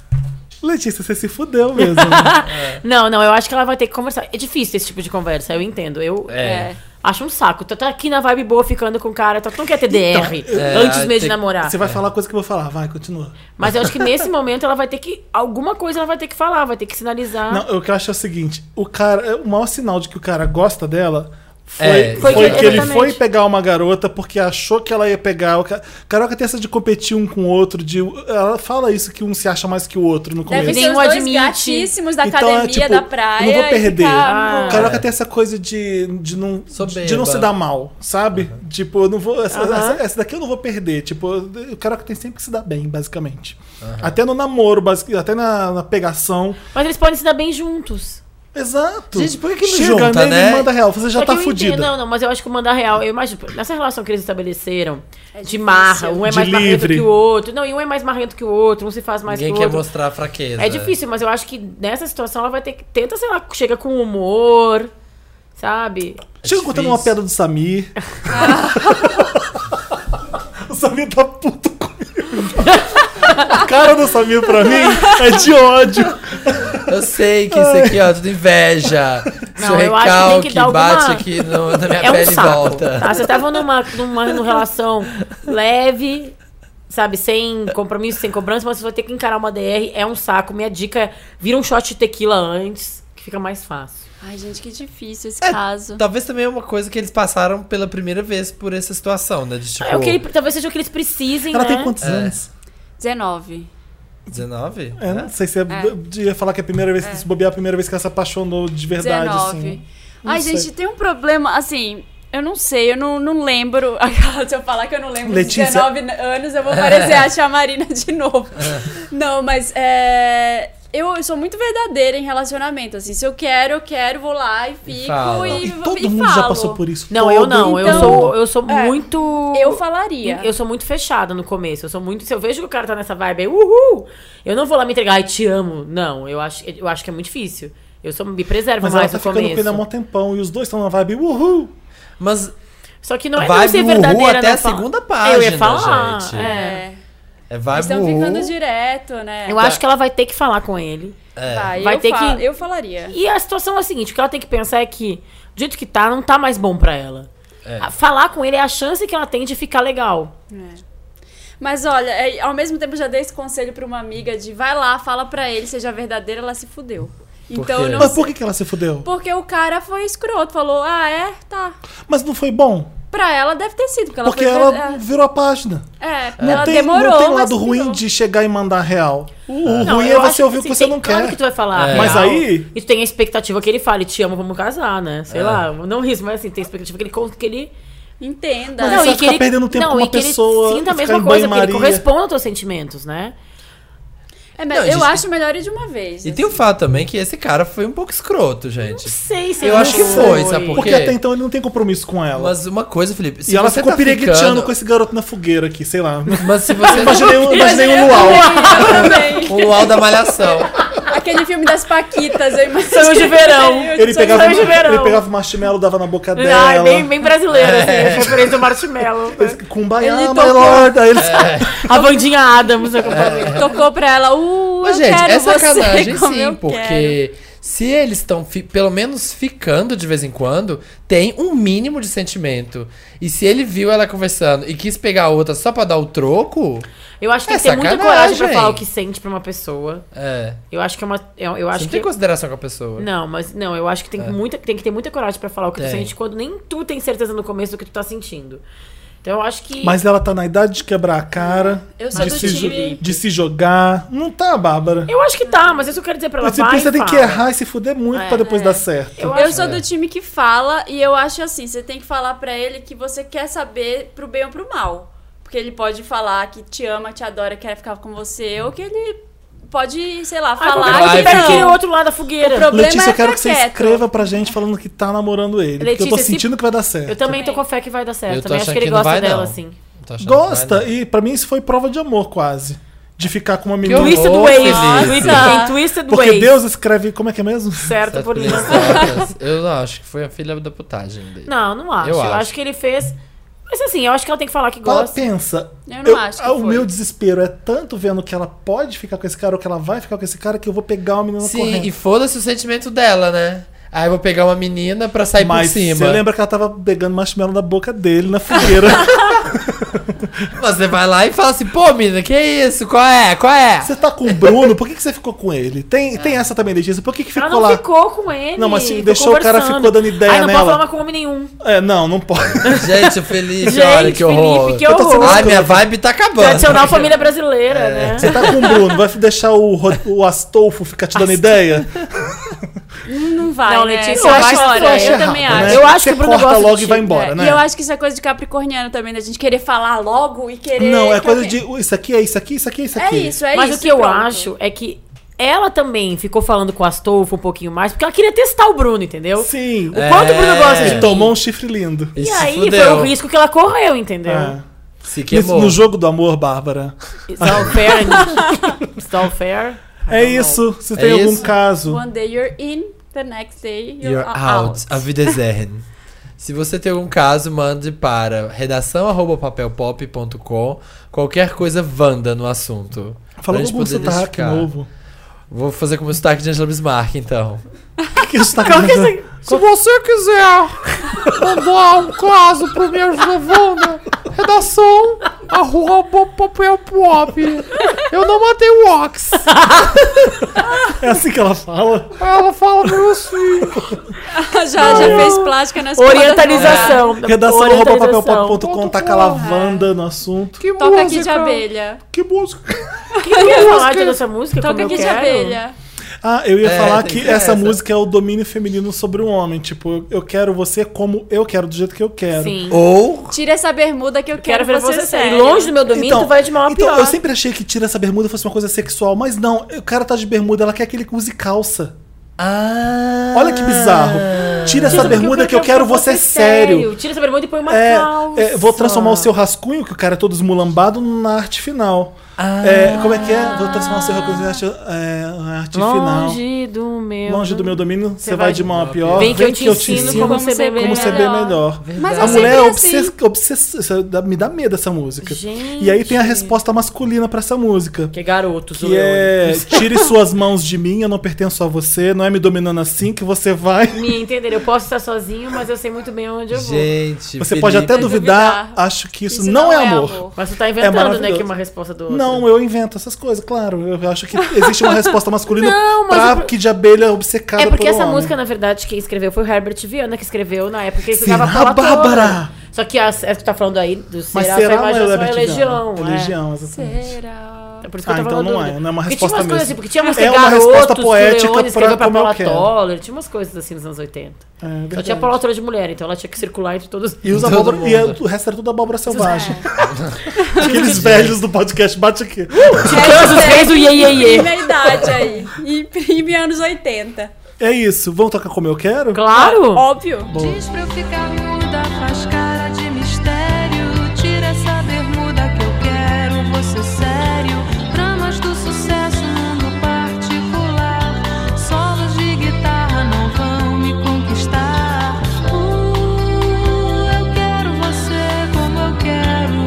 S1: Letícia, você se fudeu mesmo. né?
S2: Não, não, eu acho que ela vai ter que conversar. É difícil esse tipo de conversa, eu entendo. Eu
S4: É.
S2: acho um saco. Tu tá aqui na vibe boa ficando com o cara, tá, tu não quer ter DR
S4: é,
S2: antes mesmo
S4: tem-
S2: de namorar.
S1: Você vai falar a coisa que eu vou falar, vai, continua.
S2: Mas eu acho que nesse momento ela vai ter que. Alguma coisa ela vai ter que falar, vai ter que sinalizar.
S1: Não, o que eu acho é o seguinte: o cara, é, o maior sinal de que o cara gosta dela foi,
S4: É,
S1: foi
S4: foi que-
S1: que, ele
S2: exatamente.
S1: foi pegar uma garota porque achou que ela ia pegar. O ca- Carioca tem essa de competir um com o outro, de ela fala isso que um se acha mais que o outro no começo.
S5: Deve ser
S2: Nenhum
S5: os dois
S2: admite.
S5: gatíssimos da
S1: Então, é,
S5: academia,
S1: tipo,
S5: da praia.
S1: eu não vou
S5: e
S1: perder.
S5: ficar-
S1: O
S4: Ah.
S1: Carioca tem essa coisa de, de, não,
S4: Soberba.
S1: de não se dar mal, sabe? Tipo, eu não vou. Essa, essa- essa daqui eu não vou perder. Tipo, o Carioca tem sempre que se dar bem, basicamente. Até no namoro, basic- até na, na pegação.
S2: Mas eles podem se dar bem juntos.
S1: Exato.
S4: Gente, por que não
S1: Chega
S4: junta,
S1: nele
S4: né?
S1: e manda real. Você já
S2: É que
S1: tá
S2: eu entendo,
S1: fudido.
S2: Não, não, mas eu acho que o mandar real, eu imagino, nessa relação que eles estabeleceram, de marra, um é
S1: De
S2: mais marrento
S1: livre.
S2: que o outro. Não, e um é mais marrento que o outro, um se faz mais
S4: Ninguém
S2: que o
S4: quer né?
S2: outro.
S4: mostrar a fraqueza.
S2: É difícil, mas eu acho que nessa situação ela vai ter que. Tenta, sei lá, chega com humor, sabe?
S1: Chega
S4: É
S1: contando
S4: difícil.
S1: uma piada do Samir. o Samir tá puto comigo. A cara do Samir pra mim é de ódio.
S4: Eu sei que isso aqui, ó, é tudo inveja. Isso
S2: Não, eu acho que tem que
S4: recalque,
S2: dar alguma-
S4: bate aqui no- na minha
S2: é um
S4: pele e
S2: saco.
S4: volta.
S2: Tá? Vocês estavam numa, numa, numa relação leve, sabe? Sem compromisso, sem cobrança, mas você vai ter que encarar uma DR. É um saco. Minha dica é vira um shot de tequila antes, que fica mais fácil.
S5: Ai, gente, que difícil esse
S4: É,
S5: caso.
S4: Talvez também é uma coisa que eles passaram pela primeira vez por essa situação, né? De tipo.
S2: É o que ele- talvez seja o que eles precisem,
S1: Ela
S2: né?
S1: tem quantos
S4: É.
S1: anos?
S5: 19.
S4: 19?
S1: É, não sei se é, de- ia falar que é a primeira vez que se bobear, a primeira vez que ela se apaixonou de verdade,
S5: 19.
S1: assim. Não
S5: Ai,
S1: sei.
S5: gente, tem um problema, assim. Eu não sei, eu não, não lembro. Aquela, se eu falar que eu não lembro
S1: Letícia.
S5: de 19 anos, eu vou parecer a Tia Marina de novo. Não, mas é, eu, eu sou muito verdadeira em relacionamento. Assim, se eu quero, eu quero, vou lá e fico
S4: fala.
S5: e,
S1: E todo
S5: e
S1: mundo
S5: falo.
S1: já passou por isso.
S2: Não,
S1: todo
S2: eu não. eu
S5: então-
S2: sou, eu sou
S5: É.
S2: muito.
S5: Eu falaria.
S2: Eu sou muito fechada no começo. Eu sou muito. Se eu vejo que o cara tá nessa vibe aí, uhul! Eu não vou lá me entregar, ai, te amo. Não, eu acho, eu acho que é muito difícil. Eu só me preservo
S1: Mas ela
S2: mais
S1: tá
S2: no
S1: ficando com ele há
S2: começo.
S1: um tempão e os dois estão na vibe, uhul!
S4: Mas
S2: Só que não é
S4: Vai
S2: não ser
S4: do
S2: verdadeira.
S4: Ru até
S2: não
S4: a
S2: fala-
S4: segunda
S2: Eu
S4: página,
S2: ia falar.
S4: gente.
S2: é.
S5: É.
S4: é vibe
S5: Estão ficando
S4: uh,
S5: direto, né?
S2: Eu acho que ela vai ter que falar com ele.
S4: é.
S5: Vai,
S2: Vai
S5: eu
S2: ter
S5: fa-
S2: que-
S5: Eu falaria.
S2: E a situação é a seguinte: o que ela tem que pensar é que, do jeito que tá, não tá mais bom pra ela.
S4: É.
S2: A- Falar com ele é a chance que ela tem de ficar legal.
S5: Mas olha, é, ao mesmo tempo eu já dei esse conselho pra uma amiga de vai lá, fala pra ele, seja verdadeira, ela se fudeu. Então
S4: quê?
S5: eu não
S1: Mas
S5: sei-
S1: por que, que ela se fudeu?
S5: Porque o cara foi escroto, falou, ah, é? Tá.
S1: Mas não foi bom?
S5: Pra ela deve ter sido, porque ela
S1: Porque
S5: foi...
S1: ela
S5: é,
S1: virou a página.
S5: É,
S1: Não,
S5: ela
S1: tem,
S5: demorou,
S1: não tem
S5: mas
S1: lado ruim
S5: virou.
S1: de chegar e mandar real. O o
S2: Não,
S1: ruim
S2: eu
S1: é
S2: acho
S1: você ouvir o que
S2: assim,
S1: você
S2: tem-
S1: não
S2: Claro
S1: quer.
S2: que tu vai falar.
S4: É.
S2: real.
S1: Mas aí-
S2: E tu tem a expectativa que ele fale, te amo, vamos casar, né?
S1: É.
S2: Sei lá, não isso, mas assim, tem a expectativa que ele con- que ele.
S5: Entenda.
S1: Mas assim,
S2: não,
S1: você vai
S2: e que
S1: ficar
S2: ele.
S1: perdendo tempo
S2: não,
S1: com
S2: e
S1: uma
S2: que
S1: pessoa,
S2: ele sinta a
S1: ficar
S2: mesma
S1: em
S2: coisa, que ele
S1: banho-maria.
S2: corresponda aos teus sentimentos, né?
S5: É, mas
S4: Não,
S5: eu
S4: gente-
S5: acho melhor ir de uma vez.
S4: E tem o fato também que esse cara foi um pouco escroto, gente.
S2: Não sei se
S4: Eu
S2: ele
S4: acho que foi, sabe por
S1: Porque
S4: quê?
S1: até então ele não tem compromisso com ela.
S4: Mas uma coisa, Felipe. Se
S1: e ela
S4: você
S1: ficou
S4: tá
S1: piriguiteando
S4: ficando-
S1: com esse garoto na fogueira aqui, sei lá.
S4: Mas se você. tá
S1: Imaginei, um- imaginei um
S5: eu
S1: luau.
S5: também, eu também.
S4: O luau da malhação.
S5: Aquele filme das Paquitas, eu imagino.
S2: Sonho de verão.
S1: Ele pegava,
S2: Sonho de verão.
S1: ele pegava o marshmallow, dava na boca dela.
S2: Ai, bem, bem brasileiro, assim, referência ao marshmallow. né?
S1: Com baiana,
S5: Ele
S1: my
S5: tocou.
S1: lord. Aí ele-
S2: A bandinha Adams, eu comprei.
S5: Tocou pra ela, uh,
S4: Mas,
S5: eu
S4: gente,
S5: quero
S4: é
S5: você
S4: sacanagem
S5: como eu
S4: sim,
S5: quero.
S4: porque se eles estão fi- pelo menos ficando de vez em quando, tem um mínimo de sentimento. E se ele viu ela conversando e quis pegar a outra só pra dar o troco,
S2: Eu acho que
S4: É
S2: tem que ter muita
S4: sacanagem.
S2: coragem pra falar o que sente pra uma pessoa.
S4: é.
S2: Eu acho que é uma. Eu, eu
S4: você
S2: acho
S4: não tem
S2: que.
S4: consideração com a pessoa.
S2: Não, mas não, eu acho que tem, muita, tem que ter muita coragem pra falar o que
S4: Tem.
S2: tu sente quando nem tu tem certeza no começo do que tu tá sentindo. Então eu acho que.
S1: Mas ela tá na idade de quebrar a cara,
S5: Eu sou
S1: de
S5: Tá do
S1: se, jo-
S5: time-
S1: de se jogar. Não tá, Bárbara.
S2: Eu acho que tá, mas isso eu quero dizer pra ela.
S1: Mas
S2: vai,
S1: você
S2: e
S1: tem que
S2: fala.
S1: errar e se fuder muito pra depois dar certo.
S2: Eu
S5: Eu
S2: acho-
S1: é.
S5: sou do time que fala e eu acho assim, você tem que falar pra ele que você quer saber pro bem ou pro mal. Porque ele pode falar que te ama, te adora, quer ficar com você, ou que ele pode, sei lá,
S2: Ah,
S5: falar
S4: qualquer
S5: que
S2: que
S4: coisa,
S5: não.
S4: pega
S2: aquele outro lado da fogueira.
S5: O problema-
S1: Letícia,
S5: é
S1: eu quero
S5: ficar
S1: que você
S5: quieto.
S1: escreva pra gente falando que tá namorando ele. porque eu tô
S2: Letícia, se-
S1: sentindo é que vai dar certo.
S2: Eu também tô com fé que vai dar certo.
S4: Eu tô
S2: também acho
S4: achando
S2: que ele
S4: que não
S2: gosta
S4: vai,
S2: dela,
S4: não.
S2: assim.
S4: Tô achando que vai,
S1: Gosta,
S4: não.
S1: e pra mim isso foi prova de amor, quase. De ficar com uma menina.
S4: horror.
S2: Twisted
S4: Ô,
S2: Waves.
S4: Felipe.
S2: Twisted- Tem Twisted
S1: Porque
S2: Waves.
S1: Deus escreve. Como é que é mesmo?
S2: Certo
S4: Certo
S2: por
S4: pelas
S2: isso.
S4: tortas. Eu não acho que foi a filha da putagem dele.
S2: Não, não acho.
S4: Eu
S2: Eu
S4: acho.
S2: acho. que ele fez. Mas assim, eu acho que ela tem que falar que
S1: Ela
S2: gosta.
S1: pensa.
S5: Eu não acho que
S1: ah, o
S5: foi.
S1: meu desespero é tanto vendo que ela pode ficar com esse cara ou que ela vai ficar com esse cara que eu vou pegar uma menina
S4: Sim,
S1: correndo.
S4: e foda-se o sentimento dela, né? Aí eu vou pegar uma menina pra sair
S1: Mas
S4: por cima.
S1: você lembra que ela tava pegando marshmallow na boca dele, na fogueira.
S4: Mas Você vai lá e fala assim, pô, menina, que isso? Qual é? Qual é?
S1: você tá com o Bruno, por que, que você ficou com ele? Tem, tem essa também, Letícia. Por que, que
S2: Ela
S1: ficou
S2: não
S1: lá?
S2: ficou com ele.
S1: Não, mas se
S2: ficou
S1: deixou, o cara
S2: conversando.
S1: ficou dando ideia
S2: Ai, não
S1: nela.
S2: pode falar com homem nenhum.
S1: É, não, não pode.
S4: Gente, o Felipe,
S2: Gente,
S4: olha que horror.
S2: Felipe, que
S1: Eu tô sendo
S2: horror.
S4: Ai, É. minha vibe tá acabando.
S2: Tradicional família brasileira, né?
S1: Você tá com o Bruno, vai deixar o, Ro- o Astolfo ficar te dando ideia?
S5: Não vai,
S2: Não,
S5: né?
S2: Letícia,
S5: Isso
S2: eu
S5: é
S2: acho que
S5: fora.
S2: tu acha
S5: Eu também
S1: errado,
S5: acho.
S1: né?
S2: Eu acho
S1: Você
S2: que o Bruno
S1: corta
S2: gosta
S1: logo
S2: de-
S1: e vai embora,
S5: É,
S1: né?
S5: E eu acho que isso é coisa de capricorniano também, da gente querer falar logo e querer...
S1: Não, é
S5: que
S1: coisa
S5: alguém-
S1: de "Uh, isso aqui é isso aqui, isso aqui é isso
S5: É
S1: aqui.
S5: isso, é isso.
S2: mas o que eu
S5: pronto.
S2: acho é que ela também ficou falando com o Astolfo um pouquinho mais, porque ela queria testar o Bruno, entendeu?
S1: Sim.
S4: É.
S2: O quanto o Bruno gosta de
S1: Ele
S2: mim.
S1: tomou um chifre lindo.
S2: E
S4: se
S2: aí foi
S4: fudeu.
S2: o risco que ela correu, entendeu?
S1: É.
S4: Se
S1: Nesse-
S4: queimou.
S1: no jogo do amor, Bárbara.
S2: It's all fair. and- It's all fair. I
S1: É
S2: don't know.
S1: isso. Você
S4: É
S1: tem algum
S4: isso?
S1: caso?
S5: One day you're in, the next day you're,
S4: You're out. A vida é zerren. Se você tem algum caso, mande para redação@papelpop.com. Qualquer coisa Wanda no assunto. Pra
S1: Fala
S4: gente
S1: com algum
S4: poder
S1: sotaque
S4: identificar.
S1: tá novo.
S4: Vou fazer como o sotaque de Angela Bismarck, então.
S1: O que é sotaque
S2: Qual que é
S1: novo?
S2: esse-
S4: Se você quiser mandar um caso pro minha Giovana, redação arroba papel pop. Eu não matei o Ox.
S1: É assim que ela fala?
S4: Ela fala pra você.
S5: já, já fez plástica nas
S2: Orientalização.
S1: É. Redação arroba
S2: Orientalização.
S1: papelpop.com, taca
S2: é.
S1: lavanda tá no assunto.
S4: Que
S5: Toca aqui de abelha.
S1: Que música.
S2: Eu ia falar de dessa música como
S5: Toca
S2: eu
S5: aqui de
S2: quero.
S5: abelha.
S1: Ah, eu ia
S4: É,
S1: falar
S4: tem
S1: que
S4: que ser
S1: essa,
S4: essa.
S1: música é o domínio feminino sobre um homem. Tipo, eu- eu quero você como eu quero, do jeito que eu quero.
S2: Sim.
S4: Ou
S5: Tira essa bermuda que eu quero,
S2: Quero ver
S5: você é
S2: você sair.
S5: sério.
S2: Longe do meu domínio, tu vai de mal a
S1: então,
S2: pior.
S1: eu sempre achei que tirar essa bermuda fosse uma coisa sexual, mas não, o cara tá de bermuda, ela quer que ele use calça.
S4: Ah.
S1: Olha que bizarro. Tira essa
S2: porque
S1: bermuda que eu quero você sério.
S2: é Tira essa bermuda e põe uma
S1: É,
S2: calça.
S1: é, vou transformar o seu rascunho, que o cara é todo esmulambado, na arte final. É, como é que é? Vou transformar o seu rascunho na arte, é, na arte final.
S2: Longe do meu.
S1: Longe do meu domínio, você vai, de mal a pior.
S2: Vem que eu te ensino como
S1: como,
S2: ser bem
S5: como
S1: ser bem melhor.
S5: Mas
S1: a
S5: é
S1: mulher é
S5: sempre
S1: obses-
S5: assim.
S1: obsess- isso dá- me dá medo essa música.
S2: Gente.
S1: E aí tem a resposta masculina pra essa música.
S2: Que é garoto,
S1: Que é tire suas mãos de mim, eu não pertenço a você, não é me dominando assim que você vai.
S2: Me entender, eu posso estar sozinho, mas eu sei muito bem onde eu vou.
S4: Gente,
S1: Você pode até
S2: É
S4: Felipe-
S1: duvidar,
S5: duvidar.
S1: acho que isso, não, é amor.
S2: Mas tu tá
S1: É
S2: inventando, né,
S1: maravilhoso.
S2: que é uma resposta do outro.
S1: Não, eu invento essas coisas, claro. Eu acho que existe uma resposta masculina
S2: Não, mas
S1: pra
S2: o pro-
S1: que de abelha obcecada
S2: É porque
S1: por um
S2: essa
S1: homem.
S2: música, na verdade, quem escreveu foi o Herbert Viana, que escreveu na época que ele
S1: Será,
S2: ficava com a
S1: Bárbara?
S2: Só que a, essa que tu tá falando aí do
S1: Mas
S2: Será,
S1: será
S2: foi
S1: uma
S2: mais uma
S1: Elizabeth
S2: religião.
S1: Viana? Religião, exatamente.
S5: Será?
S2: né? É por isso que
S1: Ah,
S2: eu tava
S1: então
S2: na
S1: não
S2: dúvida.
S1: é, não é uma
S2: Porque
S1: resposta
S2: tinha umas coisas
S1: mesmo.
S2: assim, porque tinha música
S1: É uma
S2: Garotos,
S1: resposta poética
S2: Leone
S1: pra
S2: escreveu pra
S1: como eu
S2: Paula
S1: quero.
S2: Toller, tinha umas coisas assim nos anos 80.
S1: É
S2: Só
S1: verdade.
S2: tinha Paula Toller de mulher, então ela tinha que circular entre todos.
S1: E, os
S4: Todo
S1: abóbora-
S4: mundo.
S1: e a- o resto era tudo abóbora selvagem. Aqueles velhos do podcast bate aqui.
S2: Todos fez o iê, iê, iê.
S5: Imprime a idade aí. Imprime anos 80.
S1: É isso, vamos tocar como eu quero?
S2: Claro!
S5: Óbvio.
S7: Diz pra eu ficar muda, faz cara de mistério. Tira essa bermuda que eu quero, você sério. Dramas do sucesso, mundo particular. Solos de guitarra não vão me conquistar. Uh, eu quero você como eu quero.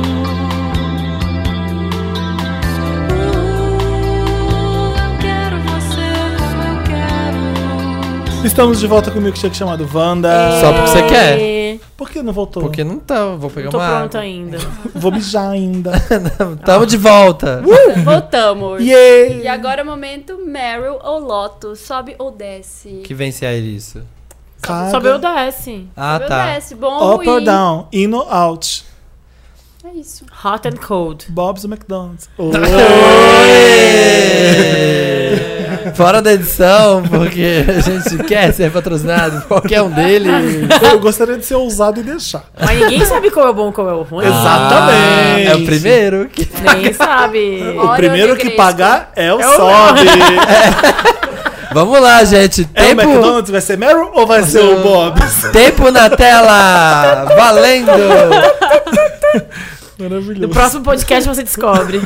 S7: Uh, eu quero você como eu quero.
S1: Estamos de volta com o milkshake chamado Wanda.
S4: Só porque você quer.
S2: É,
S1: Por que não voltou?
S4: Porque não tá, vou pegar
S2: Não tô
S4: uma
S2: pronta
S4: água.
S2: ainda.
S1: Vou mijar ainda.
S4: Tamo de
S1: Uh!
S4: volta.
S5: Voltamos.
S1: Yay!
S5: E agora é o momento Meryl ou Lotus. Sobe ou desce?
S4: Que vence a isso.
S1: Caga.
S2: Sobe ou desce.
S4: Ah,
S5: Sobe ou
S4: tá.
S5: desce? Bom ou
S1: Up or
S5: ruim?
S1: down, in or out.
S5: É isso.
S2: Hot and cold.
S1: Bob's McDonald's.
S4: Oi! Fora da edição, porque a gente quer ser patrocinado por qualquer um deles.
S1: Eu gostaria de ser ousado e deixar.
S2: Mas ninguém sabe qual é o bom e qual é o ruim.
S1: Exatamente.
S4: Ah, é o primeiro que.
S2: Ninguém sabe.
S1: O
S5: Olha
S1: primeiro
S5: o
S1: que
S5: negresco.
S1: pagar é o
S2: É o-
S1: sobe.
S4: Vamos lá, gente.
S1: É o
S4: Tempo,
S1: McDonald's? Vai ser Meryl ou vai ser o Bob's?
S4: tempo na tela. Valendo.
S2: No
S1: Maravilhoso.
S2: próximo podcast você descobre.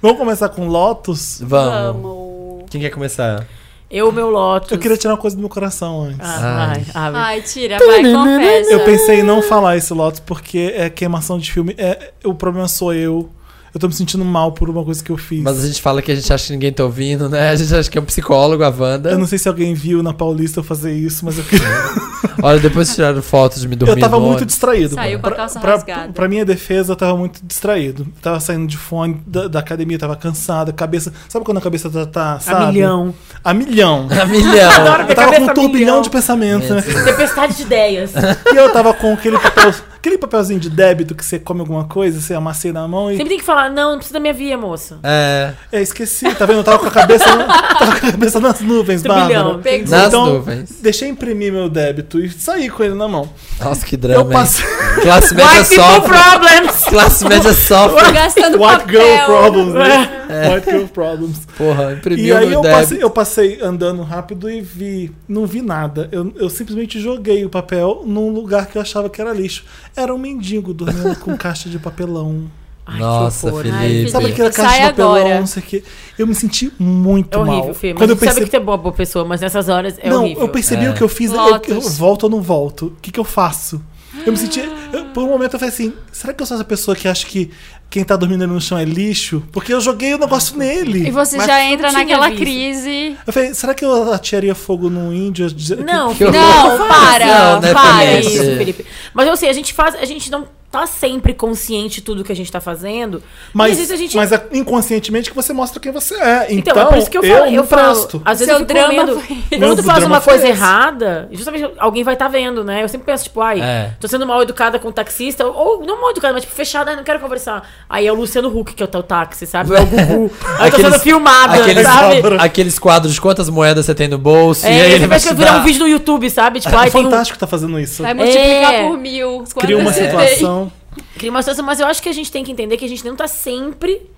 S1: Vamos começar com Lotus?
S4: Vamos.
S5: Vamos.
S4: Quem quer começar?
S2: Eu, meu Lotus.
S1: Eu queria tirar uma coisa do meu coração antes.
S2: Ah,
S4: Ai.
S2: vai, abre.
S5: Ai, tira, vai, confessa.
S1: Eu pensei em não
S5: Ah.
S1: falar esse Lotus porque é queimação de filme. É, o problema sou eu. Eu tô me sentindo mal por uma coisa que eu fiz.
S4: Mas a gente fala que a gente acha que ninguém tá ouvindo, né? A gente acha que é um psicólogo, a Wanda.
S1: Eu não sei se alguém viu na Paulista eu fazer isso, mas eu fiquei.
S4: Olha, depois tiraram foto de me
S1: Eu
S4: dormindo.
S1: tava muito distraído.
S5: Saiu com a
S1: Pra-
S5: calça
S1: pra,
S5: rasgada.
S1: Pra minha defesa, eu tava muito distraído. Tava saindo de fone da, da academia, tava cansado, cabeça. Sabe quando a cabeça tá. tá sabe?
S2: A milhão.
S1: A milhão.
S4: A milhão.
S2: Adoro
S1: Eu tava com
S2: minha cabeça
S1: um
S2: a
S1: turbilhão
S2: milhão.
S1: de pensamentos, né?
S2: Tempestade de ideias.
S1: E eu tava com aquele papel. Aquele papelzinho de débito que você come alguma coisa, você amacia na mão e.
S2: Sempre tem que falar, não, não precisa da minha via, moço.
S4: É.
S1: É, esqueci, tá vendo? Eu tava com a cabeça, tava com a cabeça nas nuvens,
S2: Turbilhão.
S1: Bárbara.
S5: Pegou.
S4: Nas
S1: Então-
S4: nuvens.
S1: Deixei imprimir meu débito e saí com ele na mão.
S4: Nossa, que
S1: Eu
S4: drama. hein?
S1: passei.
S4: Classe média
S2: White people
S4: sofre.
S2: problems!
S4: Classe média sofre.
S5: Gastando
S1: White
S5: papel.
S1: girl problems, né?
S2: É.
S1: White girl problems.
S4: Porra,
S1: E
S4: imprimiu
S1: aí
S4: meu
S1: eu
S4: débito.
S1: passei, eu passei andando rápido e vi. Não vi nada. Eu, eu simplesmente joguei o papel num lugar que eu achava que era lixo. Era um mendigo dormindo com caixa de papelão.
S2: Ai,
S4: Nossa,
S2: que horror.
S4: Felipe.
S2: Ai,
S1: Sabe aquela caixa
S5: Sai
S1: de papelão,
S5: agora.
S1: não sei o quê? Eu me senti muito
S2: É horrível,
S1: mal.
S2: Fê. Mas
S1: Quando
S2: Quando
S1: eu
S2: sabe que
S1: percebi...
S2: tu é boa boa pessoa, mas nessas horas é
S1: não,
S2: horrível.
S1: eu percebi
S4: É.
S1: o que eu fiz. Eu, eu
S5: Lotus.
S1: volto ou não volto? O que, que eu faço? Eu me senti... eu- por um momento eu falei assim, será que eu sou essa pessoa que acha que quem tá dormindo ali no chão é lixo? Porque eu joguei o negócio nele.
S5: E você
S2: Mas
S5: já
S2: tu
S5: entra
S2: tinha
S5: naquela
S2: visto.
S5: crise.
S1: Eu falei, será que eu atiraria fogo num índio?
S2: Não,
S4: Que
S2: Felipe,
S5: Não,
S2: faz
S5: para,
S4: Não, né,
S5: para.
S2: É
S4: Felipe?
S2: isso,
S4: Sim.
S2: Felipe. Mas eu sei, a gente faz, a gente não tá sempre consciente de tudo que a gente tá fazendo. e às
S1: Mas,
S2: vezes a gente
S1: mas é inconscientemente que você mostra quem você é.
S2: Então,
S1: Então,
S2: é por isso que eu falo.
S1: não
S2: eu falo.
S1: presto.
S2: Às vezes
S5: Seu
S2: eu fico
S5: drama
S2: lendo,
S5: foi-
S2: Quando
S1: Meu
S2: tu faz
S1: drama
S2: uma
S1: foi
S2: coisa
S1: esse.
S2: errada, justamente alguém vai estar vendo, né? Eu sempre penso, tipo, ai,
S4: É.
S2: tô sendo mal educada com o taxista, ou ou não mal educada, mas tipo, fechada, não quero conversar. Aí é o Luciano Huck, que é o teu táxi, sabe? É o Gugu.
S1: tá
S2: Aí eu tô sendo
S4: Aqueles-
S2: filmada,
S4: Aqueles,
S2: sabe?
S1: Bárbara.
S4: aqueles quadros de quantas moedas você tem no bolso. e
S2: É,
S4: aí ele
S2: você
S4: vai
S2: parece
S4: te
S2: que virar
S4: dar.
S2: um vídeo no YouTube, sabe? Tipo,
S1: o
S2: ai, tem um,
S1: Fantástico tá fazendo isso.
S5: Vai multiplicar
S2: É.
S5: por mil.
S1: Cria uma
S5: Quantas você tem?
S1: situação.
S2: cria uma situação, mas eu acho que a gente tem que entender que a gente não tá sempre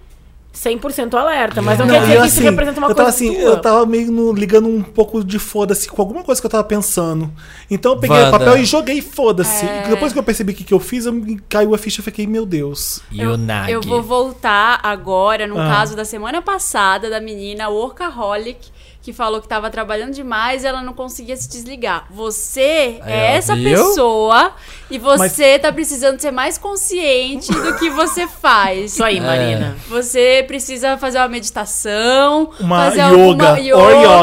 S2: 100% alerta, mas não,
S1: Não,
S2: Então quer dizer
S1: eu,
S2: que isso
S1: assim,
S2: representa uma
S1: eu
S2: coisa
S1: tava assim,
S2: tua.
S1: eu tava meio no- ligando um pouco de foda-se com alguma coisa que eu tava pensando. Então eu peguei o
S4: Wanda.
S1: papel e joguei foda-se.
S2: É.
S1: E Depois que eu percebi o que, que eu fiz, eu me- caiu a ficha e fiquei, meu Deus.
S4: E o
S5: Eu,
S4: Nag.
S5: eu vou voltar agora num
S1: Ah.
S5: caso da semana passada da menina workaholic que falou que estava trabalhando demais e ela não conseguia se desligar. Você
S4: Aí,
S5: é
S4: ó,
S5: essa
S4: viu?
S5: pessoa e você tá precisando ser mais consciente do que você faz.
S2: Isso
S1: É.
S2: aí, Marina.
S5: Você precisa fazer uma meditação,
S1: Uma
S5: fazer
S1: yoga,
S5: alguma
S1: or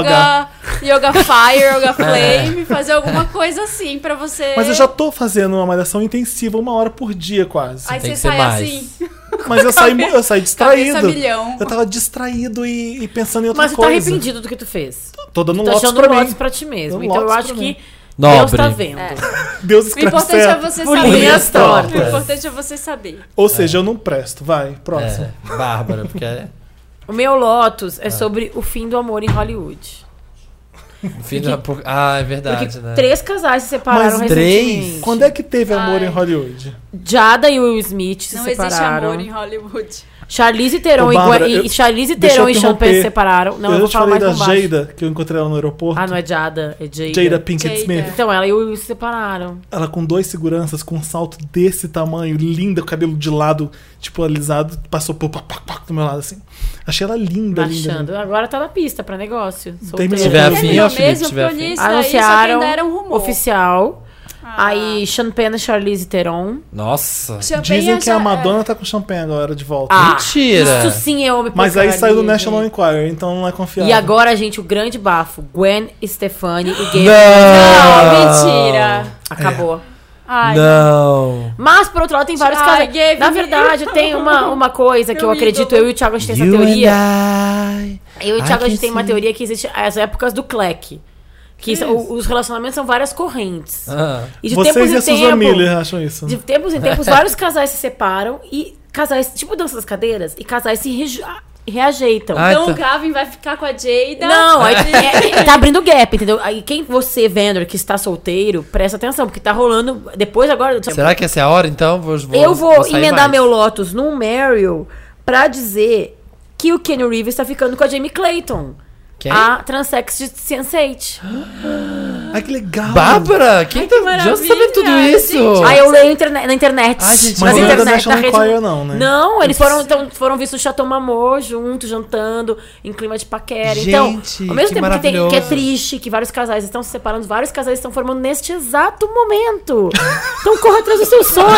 S5: yoga, yoga fire, yoga flame, fazer alguma coisa assim pra você.
S1: Mas eu já tô fazendo uma malhação intensiva uma hora por dia, quase.
S5: Aí
S4: Tem que
S5: você
S4: ser
S5: sai
S4: mais.
S5: assim,
S1: Mas eu saí, eu saí
S5: cabeça
S1: distraído.
S5: milhão.
S1: Eu tava distraído e, e pensando em outra
S2: Mas tu tá
S1: coisa.
S2: arrependido do que tu fez.
S1: Tô dando um
S2: Tu tá
S1: lotes
S2: achando
S1: pra
S2: um lotes
S1: mim.
S2: pra ti mesmo.
S1: Um
S2: Então eu
S1: lotes
S2: acho
S1: pra
S2: que
S1: mim. É.
S2: Deus
S4: Nobre.
S2: tá vendo.
S1: Deus
S5: O importante é
S1: esclarece.
S5: você
S2: Por
S5: saber.
S2: linhas
S5: O
S2: tortas.
S5: importante é você saber.
S1: Ou seja, eu não presto. Vai, próximo.
S4: É, Bárbara, porque é
S2: O meu Lotus é sobre o fim do amor em Hollywood.
S4: o fim da por- Ah, é verdade,
S2: Porque
S4: né?
S2: três casais se separaram
S1: Mas
S4: três?
S2: recentemente.
S1: Quando é que teve amor
S5: Ai.
S1: em Hollywood?
S2: Jada e Will Smith se
S5: Não existe
S2: separaram.
S5: amor em Hollywood.
S2: Charlize Theron
S1: Ô,
S2: e,
S1: Bárbara,
S2: Gwen- e,
S1: eu-
S2: e Charlize
S1: deixa
S2: Theron
S1: eu
S2: e Sean Penn se
S1: interromper.
S2: separaram. Não, eu,
S1: eu
S2: vou
S1: te
S2: falar
S1: falei
S2: mais
S1: da
S2: com baixo.
S1: Jada, que eu encontrei ela no aeroporto.
S2: Ah, não é Jada, é Jada.
S1: Jada Pinkett
S5: Jada.
S1: Smith.
S2: Então, ela e o Will se separaram.
S1: Ela com dois seguranças, com um salto desse tamanho, linda, com cabelo de lado, tipo, alisado, passou pô, pá, pá, pá, do meu lado, assim. Achei ela linda, linda.
S2: Marchando.
S1: linda.
S2: Agora tá na pista pra negócio.
S1: Tem
S4: Se tiver
S2: Solteira.
S5: Terminou
S4: afim, ó, Felipe,
S5: mesmo,
S4: se tiver
S5: porque eu
S4: afim.
S5: li isso daí, só que
S2: Anunciaram
S5: ainda era um rumor. Ah.
S2: oficial. Aí, Sean Penn e Charlize Theron.
S4: Nossa.
S5: Champanhe
S1: Dizem que
S2: é
S5: já-
S1: a Madonna tá com champanhe agora de volta.
S2: Ah,
S4: Mentira.
S2: Isso sim é homem
S1: Mas
S2: pra
S1: aí
S2: caralho,
S1: saiu do
S2: gente.
S1: National Enquirer, então não é confiável.
S2: E agora, gente, o grande bafo. Gwen Stefani e Gabriel.
S4: Não! É.
S5: Não, mentira.
S2: Acabou.
S5: Ai,
S4: Não.
S2: Mas, por outro lado, tem vários
S5: Ai,
S2: caras.
S5: Gabe,
S2: Na
S5: me-
S2: verdade, tem uma, uma coisa que eu
S5: Meu
S2: acredito,
S5: ídolo.
S2: eu e o Thiago, a gente tem essa
S4: You
S2: teoria.
S4: and I.
S2: Eu e o
S4: Ai,
S2: Thiago, a
S4: que
S2: gente tem uma
S4: sim.
S2: teoria que existe as épocas do Cleck. Que são- os relacionamentos são várias correntes.
S4: Ah,
S2: E de
S1: Vocês
S2: tempos
S1: e a
S2: em
S1: Susan
S2: tempos.
S1: Miller acham isso.
S2: De tempos em tempos, vários casais se separam e casais, tipo dança das cadeiras, e casais se reju- reajeitam.
S4: Ah,
S5: então
S4: tá.
S5: o Gavin vai ficar com a Jada.
S2: Não, aí é- é- tá abrindo gap, entendeu? Aí quem você, vendor, que está solteiro, presta atenção, porque tá rolando. Depois agora. tipo,
S4: Será que essa é a hora, então? Vou, vou,
S2: eu vou,
S4: sair
S2: emendar
S4: mais.
S2: meu Lotus num Meryl pra dizer que o Kenny Reeves tá ficando com a Jamie Clayton.
S4: Quem?
S2: A transex de Sense8.
S1: Ai, que legal.
S4: Bárbara, quem
S5: Ai,
S4: tá
S5: que
S4: já sabendo tudo
S5: maravilha,
S4: isso?
S2: Aí Ah, eu leio interne- na internet.
S4: Ai, gente,
S1: Mas
S4: Nas
S1: não é da
S4: internet,
S1: National
S2: na rede-
S1: Enquirer, não, né?
S2: Não, eles foram, então, foram vistos no Chateau Mamô junto, jantando, em clima de paquera.
S4: Gente,
S2: então, ao mesmo
S4: que
S2: tempo que, tem- que é
S4: maravilhoso.
S2: triste, que vários casais estão se separando, vários casais estão formando neste exato momento. Então corra atrás dos seus sonhos.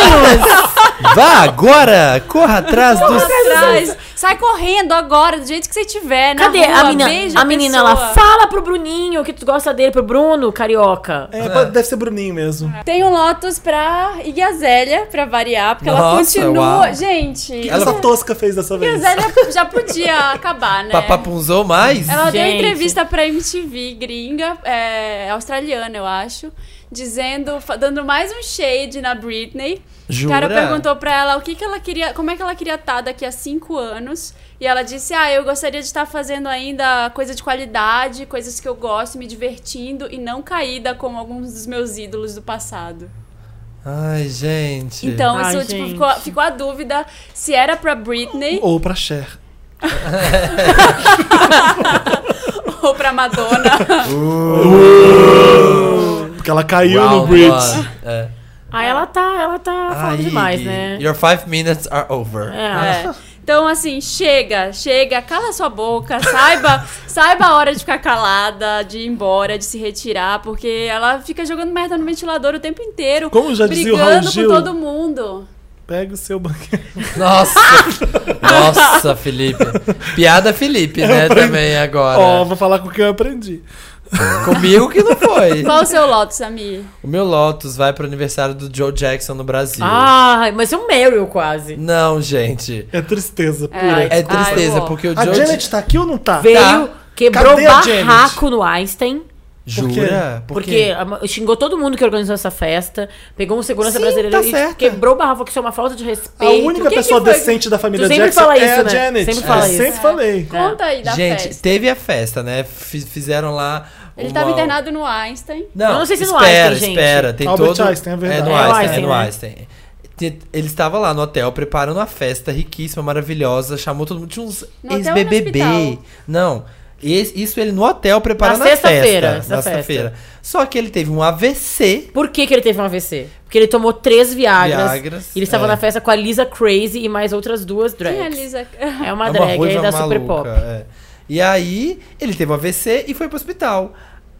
S4: Vá agora! Corra atrás do.
S2: né?
S5: Corra atrás. Sai correndo agora, do jeito que você tiver. Na
S2: Cadê
S5: rua,
S2: a menina?
S5: beija
S2: A menina
S5: pessoa.
S2: lá fala pro Bruninho que tu gosta dele, pro Bruno, carioca.
S1: É, pode- deve ser Bruninho mesmo.
S5: Tem um Lotus pra Igazélia, pra variar, porque ela
S4: Nossa,
S5: continua.
S4: uau.
S5: Gente,
S1: Ela... Essa tosca fez dessa vez.
S5: Igazélia já podia acabar, né?
S4: Papapunzou mais?
S5: Ela deu
S2: Gente.
S5: entrevista pra MTV gringa, é, australiana, eu acho, dizendo, fa- dando mais um shade na Britney.
S4: Jura?
S5: O cara perguntou pra ela o que, que ela queria, como é que ela queria estar daqui a cinco anos. E ela disse: Ah, eu gostaria de estar fazendo ainda coisa de qualidade, coisas que eu gosto, me divertindo e não caída como alguns dos meus ídolos do passado.
S4: Ai, gente.
S5: Então,
S2: Ai,
S5: isso tipo,
S2: gente.
S5: ficou, ficou a dúvida se era pra Britney
S1: Ou pra Cher.
S5: ou pra Madonna.
S1: Porque ela caiu no
S4: Round
S1: Bridge.
S4: one. É.
S2: Aí ela tá, ela tá falando
S4: Ai,
S2: demais,
S4: Gui,
S2: né?
S4: Your five minutes are over.
S2: É.
S1: Ah.
S5: É. Então, assim, chega, chega, cala sua boca, saiba, saiba a hora de ficar calada, de ir embora, de se retirar, porque ela fica jogando merda no ventilador o tempo inteiro.
S1: Como já dizia o Raul
S5: brigando
S1: Gil.
S5: com todo mundo.
S1: Pega o seu banquete.
S4: Nossa! Nossa, Felipe. Piada Felipe, né? Também agora.
S1: Ó,
S2: É.
S1: vou falar com o que eu aprendi.
S4: Comigo que não foi.
S5: Qual o seu Lotus, Samir?
S4: O meu Lotus vai pro aniversário do Joe Jackson no Brasil.
S2: Ai, mas é um Meryl quase.
S4: Não, gente.
S1: É tristeza pura.
S4: É tristeza,
S5: Ai, ó.
S4: porque o
S1: A
S4: Joe.
S1: Janet tá aqui ou não tá?
S2: Veio, quebrou
S1: Cadê a Janet?
S2: barraco no Einstein.
S4: Jura? Por
S2: Porque
S4: quê?
S2: a- xingou todo mundo que organizou essa festa, pegou um segurança
S4: Sim,
S2: brasileiro
S4: tá
S2: e
S4: certa.
S2: quebrou o barraco, que isso é uma falta de respeito.
S1: A única
S5: que
S1: pessoa
S5: foi?
S1: decente da família
S2: Tu sempre
S1: Jackson
S2: fala
S1: é
S2: isso,
S1: a
S2: né?
S1: Janet.
S2: Sempre fala
S1: Eu
S2: isso. É.
S1: sempre falei.
S5: Conta aí da
S4: É. Gente,
S5: festa.
S4: teve a festa, né? Fi- Fizeram lá.
S5: Ele
S4: uma-
S5: tava internado no Einstein.
S4: Não,
S2: Eu não sei se no
S4: espera,
S2: Einstein, gente.
S4: espera. Tem
S1: Albert
S4: todo...
S1: Einstein, é verdade.
S4: É no
S2: É o
S4: Einstein, é
S2: Einstein,
S4: no
S2: né?
S4: Einstein. Tinha- Ele estava lá no hotel preparando uma festa riquíssima, maravilhosa, chamou todo mundo. Tinha uns
S5: No hotel ou no
S4: ex-BBB.
S5: hospital?
S4: Não. es- Isso ele no hotel preparando
S2: Na
S4: a festa.
S2: sexta-feira, essa
S4: Na sexta-feira. Só que ele teve um AVC.
S2: Por que, que ele teve um AVC? Porque ele tomou três Viagras.
S4: Viagras,
S2: e ele estava
S4: é.
S2: na festa com a Lisa Crazy e mais outras duas drags.
S5: Quem é a Lisa?
S2: É uma
S4: É
S2: drag aí
S4: ruiva
S2: da Super Pop.
S4: maluca, é. E aí, ele teve um AVC e foi pro hospital.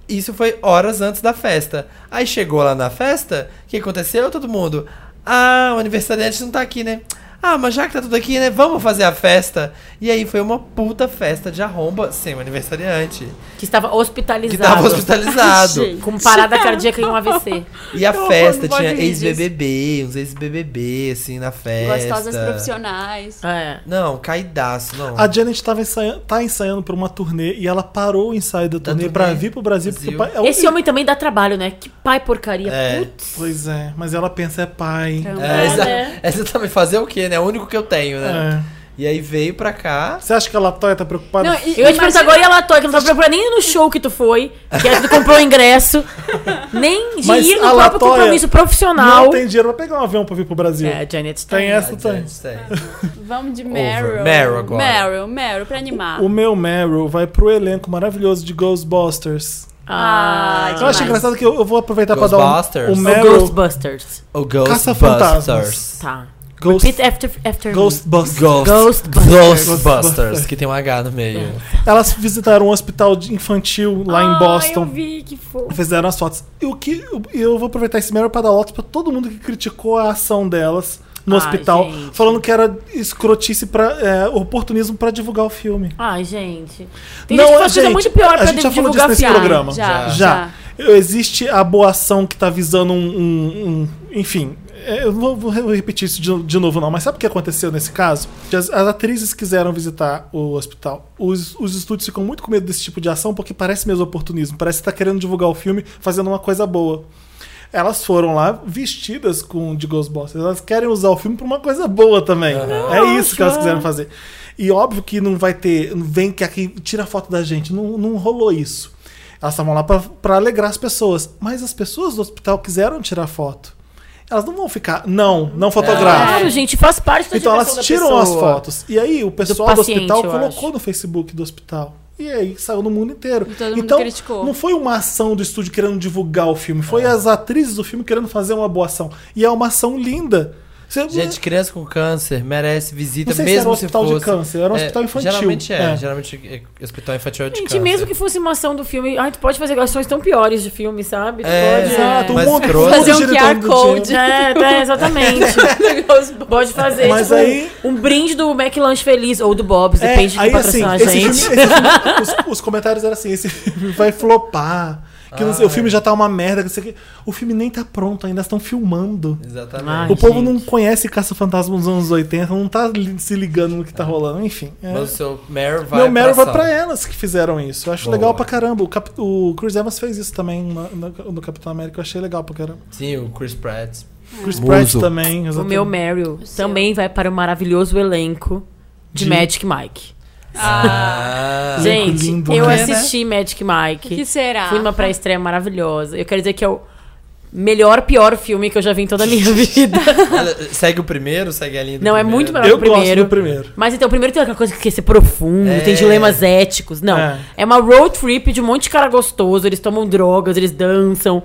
S4: Isso foi horas antes da festa. Aí chegou lá na festa, o que aconteceu? Todo mundo. Ah, o aniversariante não tá aqui, né? Ah, mas já que tá tudo aqui, né? Vamos fazer a festa. E aí foi uma puta festa de arromba sem o aniversariante.
S2: Que estava hospitalizado.
S4: Que tava hospitalizado.
S2: Com parada cardíaca e um AVC.
S4: e a
S5: Eu
S4: festa
S5: não
S4: tinha
S5: pode rir disso.
S4: ex-BBB, uns ex-BBB, assim, na festa.
S5: Gostosas profissionais.
S2: É.
S4: Não, caidaço, não.
S1: A Janet tava ensaia- tá ensaiando pra uma turnê e ela parou o ensaio da turnê
S4: turnê.
S1: pra vir pro Brasil, porque o pai.
S4: Brasil.
S1: é o-
S2: Esse homem também dá trabalho, né? Que pai porcaria.
S4: É.
S2: Putz.
S1: Pois é, mas ela pensa, é pai.
S4: É, exa-
S2: né?
S4: Exatamente, fazer o quê, né? É o único que eu tenho, né?
S1: É.
S4: E aí veio pra cá.
S1: Você acha que a Latoya tá preocupada?
S5: Não, e-
S2: Eu ia te perguntar
S5: imagina-
S2: agora e ela toca, que não tá procurando nem no show que tu foi, que aí tu comprou o ingresso, nem de
S1: Mas
S2: ir
S1: a
S2: no próprio
S1: Latoya
S2: compromisso profissional.
S1: Não tem dinheiro pra pegar um avião pra vir pro Brasil.
S2: É, Janet
S1: Tem
S2: Stein.
S1: essa tá também.
S4: Adiante, tem.
S5: Vamos de
S4: Over.
S5: Meryl.
S4: Meryl agora.
S5: Meryl, Meryl, pra animar.
S1: O meu Meryl vai pro elenco maravilhoso de Ghostbusters.
S2: Ah,
S5: Ah,
S1: Eu acho
S5: Demais.
S1: engraçado que eu, eu vou aproveitar pra dar um,
S4: Ghostbusters? O
S1: um
S2: o
S1: Meryl.
S2: Ghostbusters.
S4: O
S1: Caça-fantasmas.
S4: Ghostbusters.
S2: Tá.
S1: Ghost-
S2: Repeat after, after me.
S1: Ghostbusters.
S4: Ghost-
S2: Ghostbusters.
S4: Ghostbusters, que tem um H no meio.
S1: Elas visitaram um hospital de- infantil lá em
S5: Ah, eu
S1: Boston.
S5: vi, que fofo.
S1: Fizeram as fotos. E o que eu, eu vou aproveitar esse Meryl pra dar votos pra todo mundo que criticou a ação delas no
S5: Ah,
S2: Ai,
S1: hospital,
S2: gente.
S1: falando que era escrotice para oportunismo pra divulgar o filme.
S2: Ai, gente. Tem
S1: Não,
S2: gente que
S1: a
S2: faz coisa
S1: gente-
S2: muito pior
S1: a
S2: pra
S1: gente já falou
S2: divulgar
S1: disso nesse
S2: piada.
S1: programa.
S5: Já, já.
S1: Já. Existe a boa ação que tá visando um. um- um- enfim, é, eu vou, vou repetir isso de, de novo, não, mas sabe o que aconteceu nesse caso? Que As, as atrizes quiseram visitar o hospital. Os, os estúdios ficam muito com medo desse tipo de ação porque parece mesmo oportunismo. Parece que tá querendo divulgar o filme fazendo uma coisa boa. Elas foram lá vestidas com de Ghostbusters. Elas querem usar o filme pra uma coisa boa também. É isso que elas quiseram fazer. E óbvio que não vai ter. Vem que aqui tira foto da gente. Não, não rolou isso. Elas estavam lá pra- pra alegrar as pessoas. Mas as pessoas do hospital quiseram tirar foto. Elas não vão ficar. Não, não
S2: É. Claro,
S1: fotografa.
S2: gente, faz parte da
S1: Então
S2: diversão
S1: elas
S2: da
S1: tiram as
S2: pessoa.
S1: fotos. E aí o pessoal do,
S2: paciente,
S1: hospital
S2: eu
S1: colocou
S2: acho.
S1: no Facebook do hospital. E aí saiu no mundo inteiro.
S5: E todo mundo
S1: então,
S5: criticou.
S1: não foi uma ação do estúdio querendo divulgar o filme,
S4: É.
S1: foi as atrizes do filme querendo fazer uma boa ação. E é uma ação linda. Você-
S4: Gente, criança com câncer merece visita
S1: Não sei se
S4: mesmo
S1: era um
S4: se
S1: hospital de
S4: fosse- é,
S1: câncer, era um hospital infantil.
S4: Geralmente é,
S1: É.
S4: geralmente é hospital infantil é de
S2: Gente,
S4: câncer.
S2: mesmo que fosse uma ação do filme, ai, tu pode fazer ações tão piores de filme, sabe? Tu
S4: É,
S2: pode.
S1: Exato, um
S4: mas
S1: monte de
S4: escroto.
S1: coisa
S5: Fazer um
S1: girando
S5: QR
S1: do
S5: Code.
S1: dinheiro.
S2: É, é, exatamente. Pode fazer.
S1: Mas
S2: tipo,
S1: aí-
S2: Um brinde do McLanche Feliz ou do Bob's,
S1: É,
S2: depende de quem
S1: aí, assim,
S2: patrocinar a
S1: esse
S2: gente.
S1: filme- esse filme- os, os comentários eram assim: esse filme vai flopar. Que
S4: Ah,
S1: não sei, o filme
S4: é.
S1: já tá uma merda. que não sei o quê. O filme nem tá pronto ainda, estão filmando.
S4: Exatamente.
S2: Ai,
S1: o povo não
S2: gente.
S1: conhece Caça-Fantasma nos anos 80, não tá li- se ligando no que tá rolando, enfim. é.
S4: Mas o seu Meryl vai
S1: Meu Meryl vai
S4: ação.
S1: pra elas que fizeram isso. Eu acho
S4: Boa.
S1: legal pra caramba. O, Cap- o Chris Evans fez isso também na- na- no Capitão América. Eu achei legal pra caramba.
S4: Sim, o Chris Pratt.
S1: Chris Pratt
S4: Muso.
S1: também.
S2: O
S1: exatamente.
S2: meu Meryl
S5: seu.
S2: também vai para o maravilhoso elenco de,
S1: De-
S2: Magic Mike.
S4: Ah.
S2: gente,
S1: lindo,
S2: eu
S1: né?
S2: assisti Magic Mike.
S5: O que será?
S2: Fui numa pré-estreia maravilhosa. Eu quero dizer que é o melhor, pior filme que eu já vi em toda a minha vida.
S4: Ela- Segue o primeiro, segue a linha do
S2: Não, é
S4: primeiro.
S2: muito melhor.
S1: Eu gosto
S2: Primeiro.
S1: do primeiro.
S2: Mas então, primeiro tem aquela coisa que quer ser profundo,
S4: É.
S2: tem dilemas éticos. Não.
S1: É.
S2: É. uma road trip de um monte de cara gostoso, eles tomam drogas, eles dançam.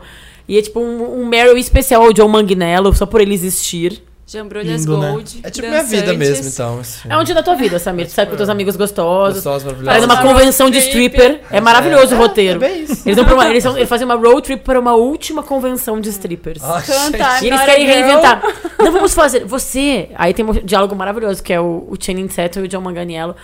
S2: E é tipo um, um Meryl especial ao John Manganiello, só por ele existir.
S5: Jambrolhas
S1: Lindo, né?
S5: Gold.
S4: É tipo minha vida
S5: dançantes.
S4: mesmo, então. esse filme.
S2: É um dia da tua vida, Samir. Tu sai com teus amigos gostosos.
S4: Gostosos,
S2: Faz
S4: maravilhosos.
S2: uma
S5: Faz uma
S2: convenção de
S5: road trip.
S2: stripper. É maravilhoso
S4: É,
S2: o roteiro.
S4: é bem isso.
S2: Eles, vão pra uma- eles, são- eles fazem uma road trip para uma última convenção de strippers.
S4: Ah,
S5: Canta,
S4: gente.
S2: E eles
S5: Not a
S2: querem
S5: girl.
S2: reinventar. Não, vamos fazer. Você. Aí tem um diálogo maravilhoso que é o, o Channing Tatum e o John Manganiello.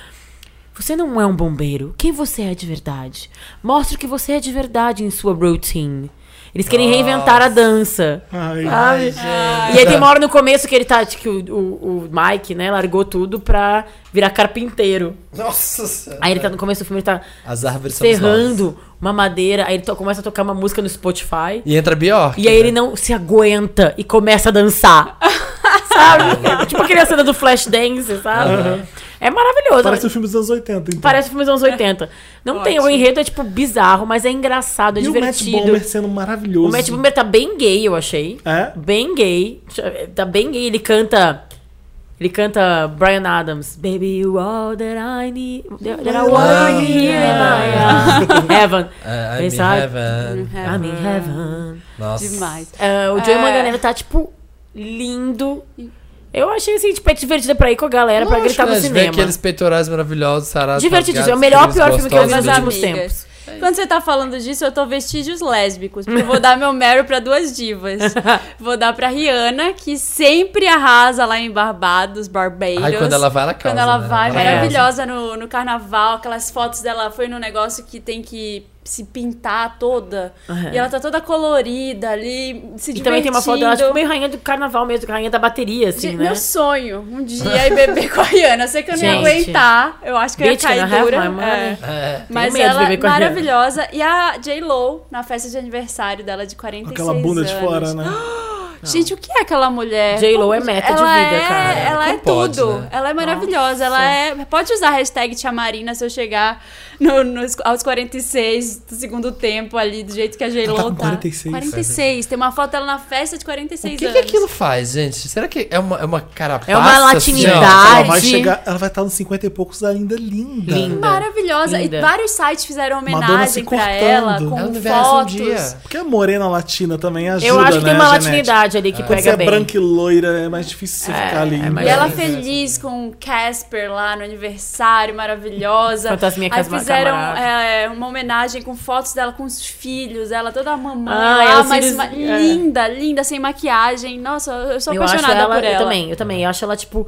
S2: Você não é um bombeiro. Quem você é de verdade? Mostre o que você é de verdade em sua routine. Eles querem reinventar a dança.
S1: Ai,
S2: Ah,
S4: Ai, gente.
S2: E aí tem uma hora no começo que ele tá, que o, o, o Mike, né, largou tudo pra virar carpinteiro.
S4: Nossa senhora.
S2: Aí ele tá no começo do filme, ele tá
S4: As árvores
S1: é
S4: são
S2: serrando uma madeira, aí ele to- começa a tocar uma música no Spotify.
S4: E entra a Bjork.
S2: E aí
S4: né?
S2: ele não se aguenta É e começa a dançar. sabe? tipo aquele cena do Flashdance, sabe? É maravilhoso.
S1: Parece o filme dos anos 80, então.
S2: Parece filme dos anos 80. Não tem, o
S5: Ótimo.
S2: enredo é, tipo, bizarro, mas é engraçado, é
S1: e o Matt
S2: divertido.
S1: Bomer sendo maravilhoso.
S2: O Matt Boomer tá bem gay, eu achei.
S1: É?
S2: Bem gay. Tá bem gay. Ele canta. Ele canta Brian Adams. Baby, you all that I need. That I want here in my heaven.
S4: É, I'm
S2: Ele
S4: in
S2: sabe.
S4: heaven.
S5: Ah,
S2: I'm in heaven.
S4: Nossa.
S5: É, Demais.
S2: Ah, É. o Joey
S5: É.
S2: Manganiello tá, tipo, lindo. Eu achei, assim, tipo, é divertida pra ir com a galera, pra
S4: Lógico,
S2: gritar no
S1: É,
S4: né? A gente vê
S2: cinema.
S4: Aqueles peitorais maravilhosos, sarados.
S2: Divertidíssimo.
S4: rasgados,
S2: É o melhor,
S4: aqueles
S2: pior filme que eu vi
S4: gostosos né?
S5: Minhas
S2: nos
S4: do-
S2: últimos
S5: amigas.
S4: É
S5: Quando você tá falando disso, eu tô vestígios lésbicos. Porque eu vou dar meu Meryl pra duas divas. Vou dar pra Rihanna, que sempre arrasa lá em Barbados, Barbados.
S4: Ai, quando ela vai, ela causa,
S5: Quando ela
S4: né?
S5: vai,
S4: Ela
S5: maravilhosa no, no carnaval. Aquelas fotos dela, foi num negócio que tem que se pintar toda. E ela tá toda colorida ali, se
S2: E
S5: divertindo.
S2: também tem uma foto dela, tipo, meio rainha do carnaval mesmo, rainha da bateria, assim,
S5: De-
S2: né?
S5: Meu sonho, um dia ir beber com a Rihanna. Eu sei que eu não ia
S2: Gente.
S5: aguentar. Eu acho que eu ia
S2: Bitch, can I
S5: cair
S2: have
S5: dura.
S2: my money?
S5: É.
S4: É.
S5: Mas
S2: medo de
S5: ela
S2: beber com a Rihanna.
S5: maravilhosa. E a J-Lo, na festa de aniversário dela de 46
S1: Aquela bunda
S5: anos.
S1: de fora, né?
S5: Gente, o que é aquela mulher?
S2: J.Lo é
S5: Como-
S2: meta de
S5: ela
S2: vida,
S5: é-
S2: cara.
S5: Ela é
S4: Não pode,
S5: tudo.
S4: né?
S5: Ela é maravilhosa. Ela é... Pode usar a hashtag Tia Marina se eu chegar no- nos- aos 46 do segundo tempo ali, do jeito que a J-Lo
S1: Ela tá com
S5: tá.
S1: 46.
S5: 46. Tem uma foto dela na festa de
S4: O
S5: 46
S4: que, que
S5: anos.
S4: aquilo faz, gente? Será que é uma, é uma carapaça?
S2: É uma latinidade.
S1: Ela vai
S2: Tadinha.
S1: chegar, ela vai estar nos 50 e poucos ainda linda.
S2: Ah, Linda.
S5: Maravilhosa.
S2: Linda.
S5: E vários sites fizeram
S1: Madonna se
S5: homenagem pra ela,
S1: cortando.
S5: com
S4: Ela não envelhece um
S5: fotos.
S4: dia.
S1: Porque a morena latina também ajuda,
S2: Eu acho
S1: né,
S2: que tem uma
S1: a genética.
S2: latinidade ali que
S1: Quando você
S2: pega
S1: é
S2: bem.
S1: branca e loira, é mais difícil você ficar ali.
S2: é mais
S5: E ela
S2: Mas-
S5: feliz com o Casper lá no aniversário, maravilhosa.
S2: Fantasminha
S5: Aí
S2: Casma-
S5: fizeram
S2: Camarada.
S5: é, uma homenagem com fotos dela com os filhos, ela toda a mamãe
S2: Ah,
S5: lá,
S2: ela se
S5: mas
S2: eles-
S5: ma-
S2: é.
S5: linda, linda, sem maquiagem. Nossa, eu sou
S2: eu acho
S5: apaixonada
S2: ela,
S5: por ela.
S2: Eu também, eu também. Eu acho ela, tipo,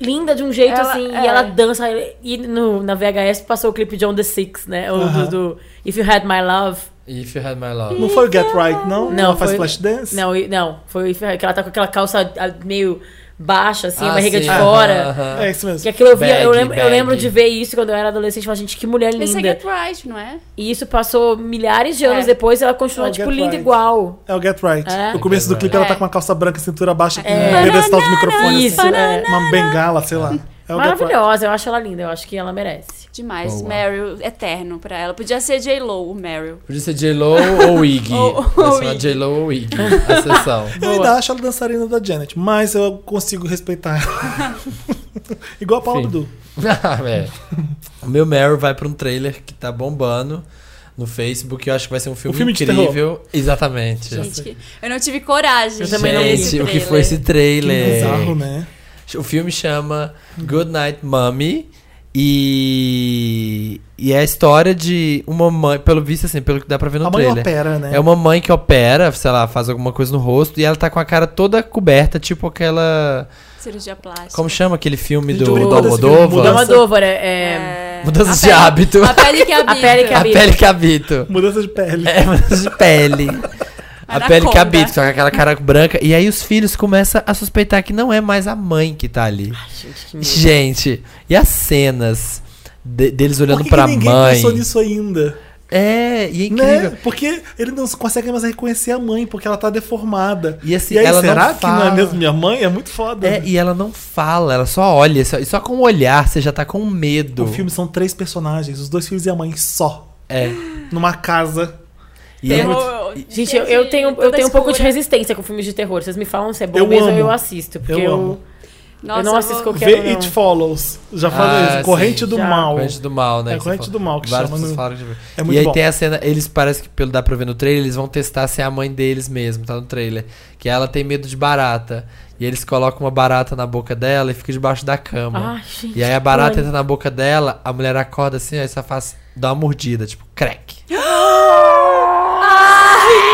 S2: linda de um jeito,
S5: Ela
S2: assim.
S5: é.
S2: E ela dança. E no, na VHS passou o clipe de On The Six, né? O
S1: Aham.
S2: do, do If You Had My Love.
S4: If you had my love.
S1: Não foi o Get Right, não?
S2: Não,
S1: ela faz
S2: foi-
S1: flash dance?
S2: Não, e- não. Foi que ela tá com aquela calça ah, meio baixa, assim, a
S4: Ah,
S2: barriga
S4: sim.
S2: de fora.
S4: Aham, aham.
S1: É isso mesmo.
S2: Que aquilo eu via, eu,
S4: Baggy,
S2: lembro, eu lembro
S4: baggy.
S2: de ver isso quando eu era adolescente e falar, gente, que mulher
S5: Esse é
S2: linda.
S5: Get Right, não é?
S2: E isso passou milhares de anos
S5: É.
S2: depois e ela continua,
S1: É o
S2: tipo,
S1: Get
S2: linda
S1: Right.
S2: igual.
S1: É o Get Right.
S2: É.
S1: No começo do
S4: Get
S1: clipe, ela
S5: Right.
S1: tá com uma calça branca, cintura baixa, com um
S2: É.
S1: pedestal de microfone.
S2: Isso, é.
S1: assim, Uma bengala, sei lá. É o Get Right.
S2: Maravilhosa, eu acho ela linda, eu acho que ela merece.
S5: Demais,
S4: Boa.
S5: Meryl eterno pra ela. Podia ser J-Lo, o Meryl.
S4: Podia ser J-Lo ou Iggy.
S5: Ou-
S4: Vai
S5: ou
S4: chamar
S5: Iggy.
S4: J-Lo ou Iggy. A sessão.
S1: Eu ainda acho ela dançarina da Janet, mas eu consigo respeitar ela. Igual a Paula
S4: Sim.
S1: Abdul.
S4: Ah, é. O meu Meryl vai pra um trailer que tá bombando no Facebook. Eu acho que vai ser um filme,
S1: filme de
S4: incrível. Exatamente.
S5: Gente, que- eu não tive coragem.
S2: Eu
S5: de
S2: também não
S5: ver
S2: vi.
S5: esse
S4: Gente, o que
S5: trailer.
S4: foi esse trailer?
S1: Bizarro, né?
S4: O filme chama Good Night Mommy. E, e é a história de uma mãe, pelo visto, assim, pelo que dá pra ver no
S1: a mãe
S4: trailer.
S1: opera, né?
S4: É uma mãe que opera, sei lá, faz alguma coisa no rosto e ela tá com a cara toda coberta, tipo aquela.
S5: Cirurgia plástica.
S4: Como chama aquele filme
S1: Gente,
S4: do,
S1: brincou
S4: do
S1: desse filme,
S4: Almodóvar?
S1: Mudança-
S2: Almodóvar, é... é...
S5: É,
S4: Mudanças
S5: a
S4: de
S5: pele-
S4: hábito.
S5: A pele que habita.
S2: A pele que
S4: A pele que habito.
S1: Mudança de pele.
S4: É, mas de pele. A
S5: Anaconda.
S4: pele que habita, só com aquela cara branca. E aí os filhos começam a suspeitar que não é mais a mãe que tá ali.
S2: Gente, que medo.
S4: Gente, e as cenas de- deles
S1: Por
S4: olhando
S1: que que
S4: pra
S1: ninguém
S4: mãe?
S1: pensou nisso ainda?
S4: É, e é incrível.
S1: Né? Porque ele não consegue mais reconhecer a mãe, porque ela tá deformada.
S4: E assim,
S1: aí,
S4: ela não
S1: será que não é
S4: fala.
S1: mesmo minha mãe? É muito foda.
S4: É, e ela não fala, ela só olha. Só, e só com o olhar você já tá com medo.
S1: O filme são três personagens, os dois filhos e a mãe só.
S4: É.
S1: Numa casa.
S4: E é-
S5: Terror,
S2: Gente, eu, eu tenho, eu
S5: toda
S2: tenho um pouco de
S5: escura.
S2: resistência com filmes de terror. Vocês me falam se é bom
S1: Eu
S2: mesmo
S1: amo.
S2: eu assisto. Porque
S1: Eu
S2: eu,
S1: amo.
S5: Nossa,
S2: não assisto
S5: vou-
S2: qualquer-
S1: Vê
S2: Quero não.
S1: It Follows. Já falei
S4: Ah,
S1: isso. Corrente
S4: sim,
S1: do
S2: já.
S1: Mal.
S4: Corrente do mal, né?
S1: É,
S4: que você
S1: Corrente
S4: falou.
S1: do Mal que
S4: Várias
S1: chama
S4: pessoas
S1: no-
S4: falam que- tipo,
S1: É muito
S4: e aí
S1: bom.
S4: tem a cena, eles parece que pelo dá pra ver no trailer, eles vão testar se é a mãe deles mesmo, tá no trailer. Que ela tem medo de barata. E eles colocam uma barata na boca dela e fica debaixo da cama.
S2: Ai, gente,
S4: e aí a barata
S2: que
S4: entra na boca dela, a mulher acorda assim, aí só faz, dá uma mordida, tipo, crack.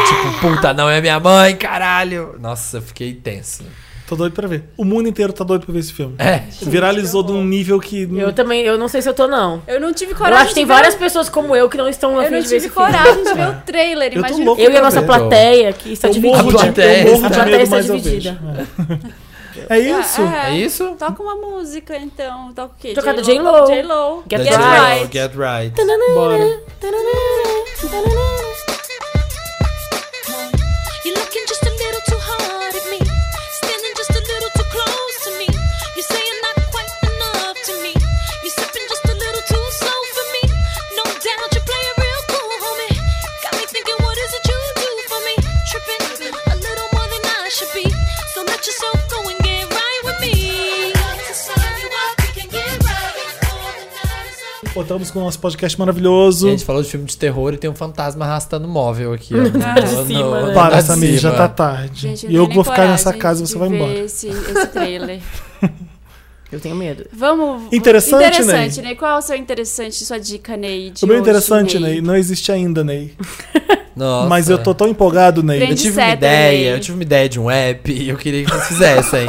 S4: tipo, puta, não é minha mãe, caralho. Nossa, eu fiquei tenso.
S1: Tô doido pra ver. O mundo inteiro tá doido pra ver esse filme.
S4: É.
S1: Viralizou de um nível que.
S2: pânico. Eu também, eu não sei se eu tô, não.
S5: Eu não tive
S2: Eu
S5: coragem.
S2: acho que tem
S5: de ver
S2: várias
S5: o-
S2: pessoas como eu que não estão
S5: Eu
S2: afim
S5: não
S2: de ver esse
S5: tive
S2: filme.
S5: coragem de ver o trailer.
S1: Eu tô
S5: Imagina.
S1: louco
S2: Eu e a nossa
S4: Eu
S2: plateia, que está
S1: eu
S2: dividida.
S1: morro de,
S4: plateia-
S1: eu morro
S2: a
S1: de
S2: plateia
S1: medo,
S2: está
S1: mas eu vejo.
S2: dividida.
S1: É isso?
S5: Ah,
S4: É isso?
S5: Toca uma música, então. Toca o quê?
S2: Toca do
S5: J-Lo.
S2: J-Lo.
S5: J-Lo.
S2: Get
S4: Da J.Lo,
S2: Right.
S4: Get right.
S1: Bora.
S6: You're looking just a little too hard at me, standing just a little too close to me. You're saying not quite enough to
S5: é.
S1: Voltamos com o nosso podcast maravilhoso.
S4: A gente falou de filme de terror e tem um fantasma arrastando móvel aqui. ó.
S2: de cima, né?
S1: Para,
S4: andar de
S1: Samir, já
S4: cima.
S1: tá tarde.
S5: Gente, eu
S1: e
S5: não
S1: eu
S5: tenho
S1: vou
S5: nem
S1: ficar nessa
S5: coragem
S1: casa e você
S5: de
S1: vai
S5: ver
S1: embora.
S5: Esse, esse trailer.
S2: Eu tenho medo.
S5: Vamos.
S1: Interessante,
S5: interessante
S1: Ney.
S5: Ney. Qual é o seu interessante, sua dica, Ney? de
S1: O meu
S5: hoje,
S1: interessante, Ney, não existe ainda, Ney.
S4: Nossa.
S1: Mas eu tô tão empolgado, Ney.
S5: Grande
S4: Eu tive uma
S5: Inseto
S4: ideia,
S5: também.
S4: eu tive uma ideia de um app e eu queria que vocês fizessem.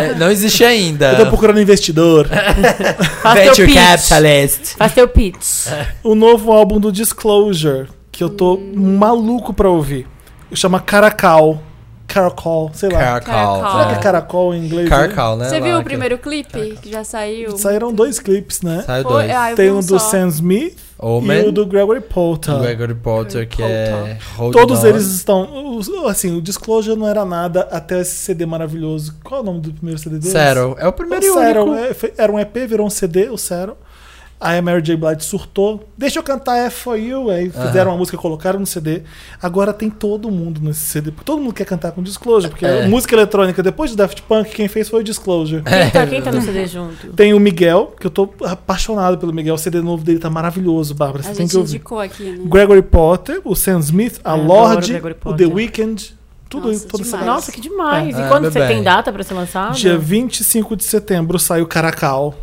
S4: É, Não existe ainda.
S1: Eu tô procurando investidor.
S2: Faz teu
S4: Venture
S2: pitch.
S4: Capitalist.
S2: Faz teu pitch.
S1: o novo álbum do Disclosure, que eu tô
S5: Hum.
S1: maluco pra ouvir. Chama Caracal. Caracol, sei lá.
S4: Carcal.
S5: Carcal.
S1: Será que é
S4: né?
S1: Caracol em inglês? né?
S4: Carcal, né?
S5: Você
S4: Lá,
S5: viu o
S4: que-
S5: primeiro clipe que já saiu?
S1: Saíram dois clipes, né?
S4: Saiu
S5: Foi-
S4: dois.
S5: ah, eu vi
S1: Tem
S5: um
S1: um do
S5: só.
S1: Sam Smith
S4: Omen,
S1: e o do Gregory
S4: é? do
S1: Potter.
S4: Gregory Potter, que é... Hold
S1: Todos
S4: On.
S1: eles estão. os- Assim, o Disclosure não era nada até esse CD maravilhoso. Qual é o nome do primeiro CD deles?
S4: Zero. É o
S1: O
S4: primeiro e
S1: Serum
S4: único.
S1: é, foi- era um EP, virou um CD, o Serum. Aí a Mary J. Blige surtou. Deixa eu cantar F for You. Aí fizeram uma música, colocaram no CD. Agora tem todo mundo nesse CD. porque Todo mundo quer cantar com Disclosure. Porque
S4: É.
S1: música eletrônica, depois de Daft Punk, quem fez foi o Disclosure.
S2: Quem tá, quem tá no CD junto?
S1: Tem o Miguel, que eu tô apaixonado pelo Miguel. O CD novo dele tá maravilhoso, Bárbara. Você
S5: A
S1: tem
S5: gente
S1: que ouvir.
S5: indicou aqui, né?
S1: Gregory Potter, o Sam Smith, a
S2: Eu adoro
S1: Lorde,
S2: Gregory
S1: o The
S2: Potter.
S1: Weeknd. Tudo
S5: Nossa,
S1: isso, toda essa
S5: demais.
S1: galera.
S2: Nossa, que demais.
S4: É,
S2: e quando
S4: meu
S2: você
S4: bem.
S2: tem data pra ser lançado?
S1: Dia 25 de setembro sai o Caracal.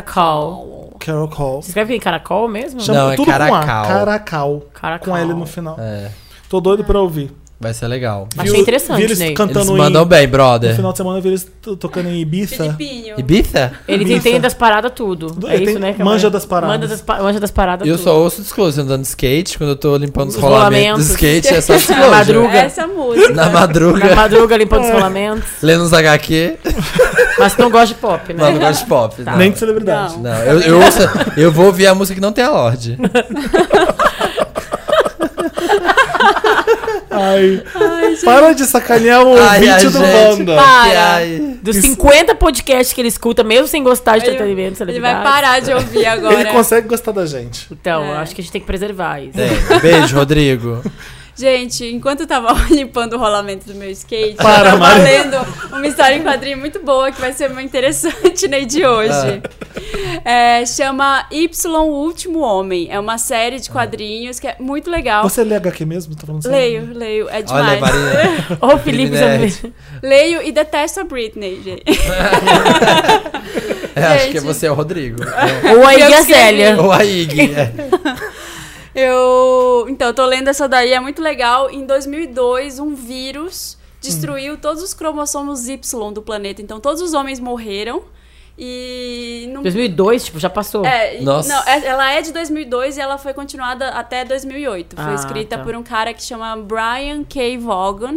S2: Caracol.
S1: Carol Call.
S2: Você escreve em caracol mesmo?
S1: Chama
S4: Não, é
S1: tudo com A.
S4: Caracal.
S1: Caracal.
S2: Caracol.
S1: Com L no final.
S4: É,
S1: Tô doido pra ouvir.
S4: vai ser legal.
S2: Achei
S1: Vi o-
S2: interessante,
S1: vi eles
S2: Ney.
S4: Eles
S1: cantando
S4: mandam
S1: em,
S4: bem,
S1: no
S4: brother.
S1: final de semana, eu vi eles to- tocando em Ibiza.
S5: Filipinho.
S4: Ibiza?
S2: Ele
S1: Missa.
S2: entende das paradas tudo.
S1: Do-
S2: É
S1: ele
S2: isso,
S1: tem-
S2: né? que
S1: manja
S2: é-
S1: das paradas.
S2: Manda das, pa- manja das paradas
S4: Eu
S2: tudo.
S4: só ouço Disclosure andando de skate, quando eu tô limpando os
S2: Os
S4: rolamentos
S2: rolamentos.
S4: do skate, é só
S2: Na
S4: Disclosure. É.
S2: madruga.
S5: Essa música.
S4: Na
S2: Na
S4: madruga,
S2: madruga limpando os
S4: É.
S2: rolamentos.
S4: lendo os HQ.
S2: Mas tu não gosta de pop, né?
S4: Não, não gosto de pop. Não.
S1: Nem de celebridade.
S5: Não.
S4: Não, eu, eu, ouço, eu vou ouvir a música que não tem a Lorde.
S1: Ai. Para de sacanear o
S4: Ai, a
S1: ouvinte do
S4: gente.
S1: banda.
S2: Para!
S4: Ai.
S2: Dos
S1: Isso-
S2: 50 podcasts que ele escuta, mesmo sem gostar de
S5: Ele-
S2: entretenimento,
S5: Ele vai
S2: celebridades.
S5: parar de ouvir agora.
S1: Ele consegue gostar da gente.
S2: Então,
S5: É.
S2: eu acho que a gente tem que preservar isso.
S4: Tem. É. Beijo, Rodrigo.
S5: Gente, enquanto eu tava limpando o rolamento do meu skate,
S1: Para,
S5: eu tava
S1: Mari.
S5: lendo uma história em quadrinho muito boa que vai ser muito interessante né, de hoje.
S1: Ah.
S5: É, chama Y O Último Homem. É uma série de quadrinhos que é muito legal.
S1: Você lê HQ mesmo? Tô falando sério?
S5: Leio, leio, é
S4: Olha,
S5: demais.
S4: Marina.
S2: Ô, Felipe,
S4: Nerd.
S2: Zambe-
S5: leio e detesto a Britney, gente.
S4: É, acho que
S5: Gente.
S4: você é o Rodrigo.
S2: ou a
S5: Eu
S2: Iggy
S5: escrevi.
S2: Azélia.
S4: Ou a Ig. É.
S5: Eu. Então, eu tô lendo essa daí, é muito legal. Em 2002, um vírus destruiu todos os cromossomos Y do planeta. Então, todos os homens morreram. E não
S2: 2002, tipo, já passou.
S5: É, e-
S4: Nossa.
S5: não, é- ela é de 2002 e ela foi continuada até 2008. Foi
S2: Ah,
S5: escrita
S2: tá.
S5: por um cara que chama Brian K. Vaughan.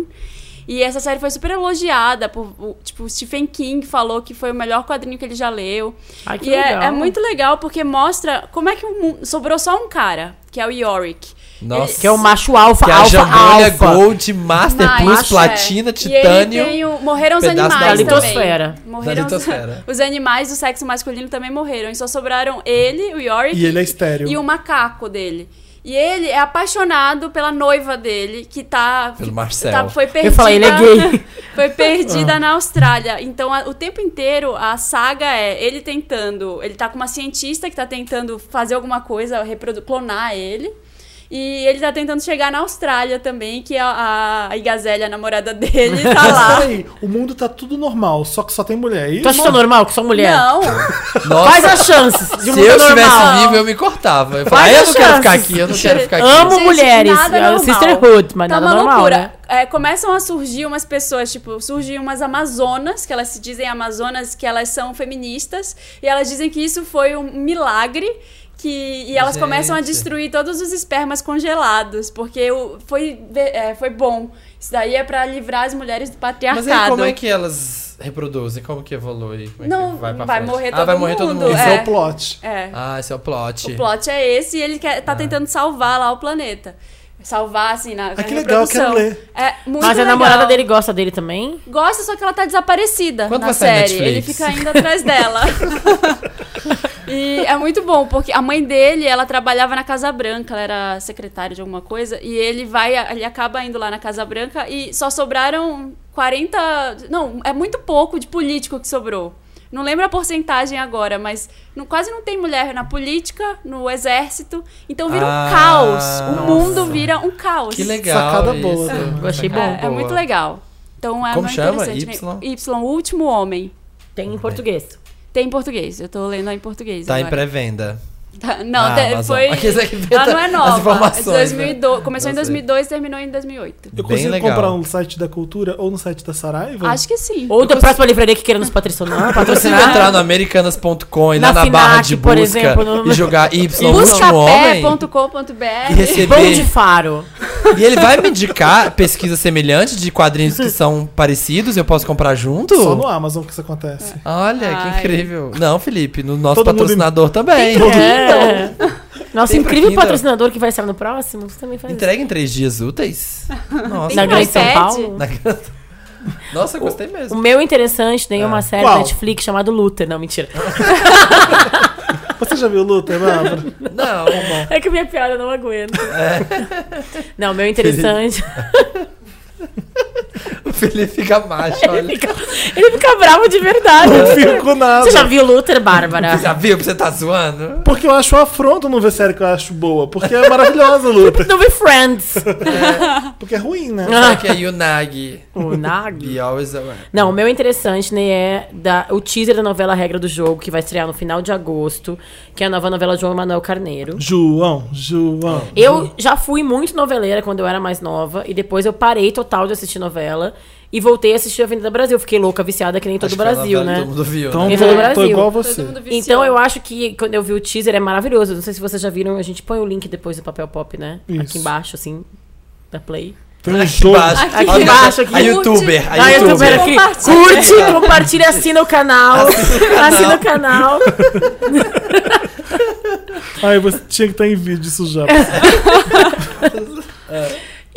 S5: E essa série foi super elogiada por, o- tipo, o Stephen King falou que foi o melhor quadrinho que ele já leu.
S2: Ai, que
S5: e é-
S2: legal.
S5: É, muito legal porque mostra como é que o mundo, sobrou só um cara, que é o Yorick.
S4: Nossa.
S2: Que é o macho alfa,
S4: Que a é
S2: alfa,
S4: Jamolha
S2: alfa.
S4: Gold, Master
S5: Mas-
S4: Plus,
S5: Macho,
S4: Platina,
S5: é. E ele
S4: Titânio.
S5: tem o- morreram os
S4: pedaço da
S5: animais
S4: lua.
S2: Litosfera.
S5: também. Morreram
S4: Da litosfera.
S5: Os, os animais do sexo masculino também morreram. E só sobraram ele, o Yorick.
S1: E ele é estéril.
S5: E o macaco dele. E ele é apaixonado pela noiva dele, que tá.
S4: Pelo
S5: que
S4: Marcel.
S5: tá- foi perdida.
S2: Eu falei, ele é gay.
S5: foi perdida na Austrália. Então, a- o tempo inteiro, a saga é ele tentando. Ele tá com uma cientista que tá tentando fazer alguma coisa, reprodu- clonar ele. E ele tá tentando chegar na Austrália também, que a, a Igazélia, a namorada dele, tá lá.
S1: Peraí, o mundo tá tudo normal, só que só tem mulher. É E
S2: Tu acha isso normal que sou mulher?
S5: Não,
S4: Nossa,
S2: Quais as chances de um
S4: se eu
S2: mundo
S4: estivesse
S2: normal?
S4: vivo, eu me cortava. Eu falava, "Ah, eu
S2: as
S4: não quero ficar
S2: chances.
S4: aqui, eu não quero ficar aqui.
S2: Amo
S5: Gente,
S2: mulheres.
S5: nada
S2: é
S5: normal.
S2: Sisterhood, mas
S5: tá
S2: nada
S5: uma
S2: normal,
S5: loucura.
S2: né?
S5: É, começam a surgir umas pessoas, tipo, surgem umas amazonas, que elas se dizem amazonas, que elas são feministas, e elas dizem que isso foi um milagre. Que, e elas
S4: Gente.
S5: começam a destruir todos os espermas congelados, porque o, foi, de- é, foi bom. Isso daí é pra livrar as mulheres do patriarcado.
S4: Mas aí, como é que elas reproduzem? Como que evolui? Como é que
S5: Não,
S4: pra
S5: vai
S4: frente?
S5: morrer
S4: ah,
S5: todo
S4: vai morrer todo
S5: mundo,
S4: mundo.
S1: Esse é.
S5: é.
S1: o plot.
S5: É.
S4: Ah, esse é o plot.
S5: O plot é esse e ele quer, tá tentando salvar lá o planeta. Salvar, assim, na. na
S1: que legal, eu quero
S5: reprodução.
S1: ler.
S5: É muito
S2: Mas a
S5: legal.
S2: namorada dele gosta dele também?
S5: Gosta, só que ela tá desaparecida
S4: Quando
S5: na
S4: vai sair
S5: série. Ele
S4: Netflix?
S5: fica indo atrás dela. e é muito bom, porque a mãe dele, ela trabalhava na Casa Branca, ela era secretária de alguma coisa, e ele vai, ele acaba indo lá na Casa Branca e só sobraram 40. Não, é muito pouco de político que sobrou. Não lembro a porcentagem agora, mas não- quase não tem mulher na política, no exército. Então vira
S4: Ah,
S5: um caos. O
S4: nossa.
S5: mundo vira um caos.
S4: Que legal.
S1: Sacada
S4: isso.
S1: boa, né?
S2: Eu achei
S4: Sacada
S5: É, é
S4: boa.
S5: muito legal. Então é
S4: Como
S5: muito
S4: chama?
S5: interessante.
S4: Y?
S5: né? Y, o último homem.
S2: Tem em português.
S5: Tem em português. Eu tô lendo em português.
S4: Tá em
S5: agora.
S4: pré-venda.
S5: Tá- Não,
S4: Ah,
S5: te-
S4: Amazon.
S5: foi.
S4: Aqueles que
S5: Ela não é
S4: as
S5: nova.
S4: informações, né?
S5: 2002, começou em
S4: Eu sei.
S5: 2002 e terminou em 2008.
S1: Eu
S4: Bem
S1: consigo
S4: legal.
S1: comprar no site da Cultura ou no site da Saraiva?
S5: Acho que sim.
S2: Ou da próxima livraria que queira nos patrocinar.
S4: Se
S2: patrocinar.
S4: entrar no americanas.com e lá
S2: Na
S4: na barra
S2: Fnac,
S4: de
S2: por
S4: busca
S2: exemplo, no-
S4: e jogar Y no último homem e
S5: Buscapé.com.br.
S2: Pão de
S4: receber.
S2: faro.
S4: E ele vai me indicar pesquisa semelhante de quadrinhos que são parecidos, eu posso comprar junto?
S1: Só no Amazon que isso acontece.
S2: É.
S4: Olha, que
S5: Ai.
S4: incrível. Não, Felipe, no nosso
S1: Todo mundo-
S4: patrocinador também.
S2: É. Nosso
S4: Tem pra Então,
S2: incrível
S4: Kindle.
S2: patrocinador que vai sair no próximo, você também faz isso.
S4: Entrega em três dias úteis? Nossa.
S5: Tem
S2: Na
S5: um
S2: Grande São
S5: iPad?
S2: Paulo?
S4: Na- Nossa, eu gostei
S2: O
S4: mesmo.
S2: meu interessante tem uma série
S1: Qual?
S2: da Netflix chamada Luther. Não, mentira.
S1: Você já viu Luta, Bárbara?
S4: Não, bom.
S2: É que minha piada não aguenta. Não, meu interessante.
S4: O Felipe fica macho, olha.
S2: Ele fica bravo de verdade.
S1: Não fico nada.
S2: Você já viu Luther, Bárbara?
S4: Já viu que você tá zoando?
S1: Porque eu acho um afronto não ver série que eu acho boa. Porque é maravilhosa a luta.
S2: Não vi Friends.
S1: Porque é ruim, né?
S2: Ah.
S4: Será que é Yunagi?
S2: O Nag.
S4: Be always aware.
S2: Não, o meu interessante, né, é da, o teaser da novela Regra do Jogo, que vai estrear no final de agosto, que é a nova novela de João Manuel Carneiro.
S1: João, João.
S2: Eu já fui muito noveleira quando eu era mais nova, e depois eu parei total de assistir novela e voltei a assistir Avenida Brasil. Fiquei louca, viciada que nem todo
S4: Acho
S2: o
S4: que foi a
S2: Brasil,
S4: novela que
S2: né?
S4: Todo mundo viu,
S1: Então
S4: né?
S2: Ele
S1: tô,
S2: é do
S1: tô
S2: Brasil.
S1: igual você.
S5: Todo mundo viciou.
S2: Então eu acho que quando eu vi o teaser é maravilhoso. Não sei se vocês já viram, a gente põe o link depois do papel pop, né?
S1: Isso.
S2: Aqui embaixo, assim, da Play.
S1: Tem um
S4: Aqui
S1: jogo.
S4: embaixo.
S5: Aqui
S4: Olha,
S2: embaixo, aqui.
S4: A youtuber.
S2: Ah,
S4: A
S2: eu tô
S4: youtuber.
S2: vendo aqui.
S5: Compartilha.
S2: Curte, compartilha, assina o canal. Assina o canal.
S1: Ai, você tinha que estar em vídeo isso já.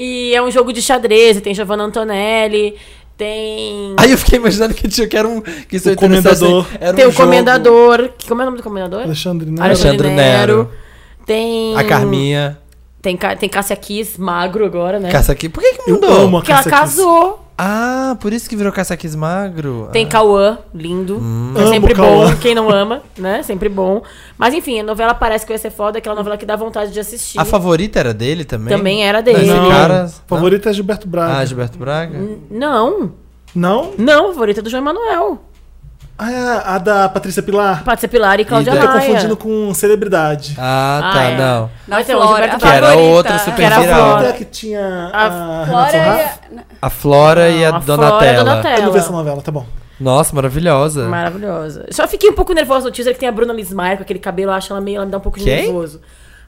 S2: E é um jogo de xadrez, e tem Giovanna Antonelli, tem.
S4: Aí eu fiquei imaginando que tinha que era um. Que isso
S1: O
S4: é interessante,
S1: comendador.
S4: assim, Era um
S2: tem o
S4: jogo.
S2: Comendador. Que, como é o nome do Comendador?
S1: Alexandre, né?
S4: Alexandre. Nero.
S2: Tem.
S4: A Carminha.
S2: Tem, Ca- tem Cássia Kiss, magro agora, né?
S4: Caça aqui. Por que, que
S1: Eu
S4: mudou?
S1: amo a
S2: Porque ela
S1: Cássia Kiss.
S2: casou.
S4: Ah, por isso que virou caça aqui magro.
S2: Tem
S4: ah.
S2: Cauã, lindo. É
S1: Amo
S2: sempre
S1: Cauã.
S2: bom, quem não ama, né? Sempre bom. Mas enfim, a novela parece que vai ser foda, aquela novela que dá vontade de assistir.
S4: A favorita era dele também?
S2: Também é. era
S4: Não,
S2: dele.
S4: esse
S1: Não,
S4: cara-
S1: favorito é Gilberto Braga.
S4: Ah, Gilberto Braga?
S2: Uhum. Não,
S1: Não?
S2: não, a favorita é do João Emanuel.
S1: Ah, é a da Patrícia Pilar.
S2: Patrícia Pilar e Cláudia
S4: E
S1: Eu tô
S4: da-
S2: Maia.
S1: confundindo com celebridade.
S4: Ah, tá,
S2: Ah, é.
S4: não.
S5: Na
S2: Então,
S5: Flora,
S2: Gilberto
S5: a
S2: Que era
S5: favorita.
S4: outra super
S2: Que era a
S4: viral.
S2: Flora.
S1: Até é que tinha a,
S2: A é,
S1: Renata Sorra.
S4: A Flora e a
S2: Não, Flora e a
S4: Donatella.
S1: Eu não vi essa
S2: Donatella.
S1: novela, tá bom.
S4: Nossa, maravilhosa.
S2: Maravilhosa. Só fiquei um pouco nervosa no teaser que tem a Bruna Lismayer com aquele cabelo, eu acho ela meio, ela me dá um pouco de
S4: Quem?
S2: nervoso.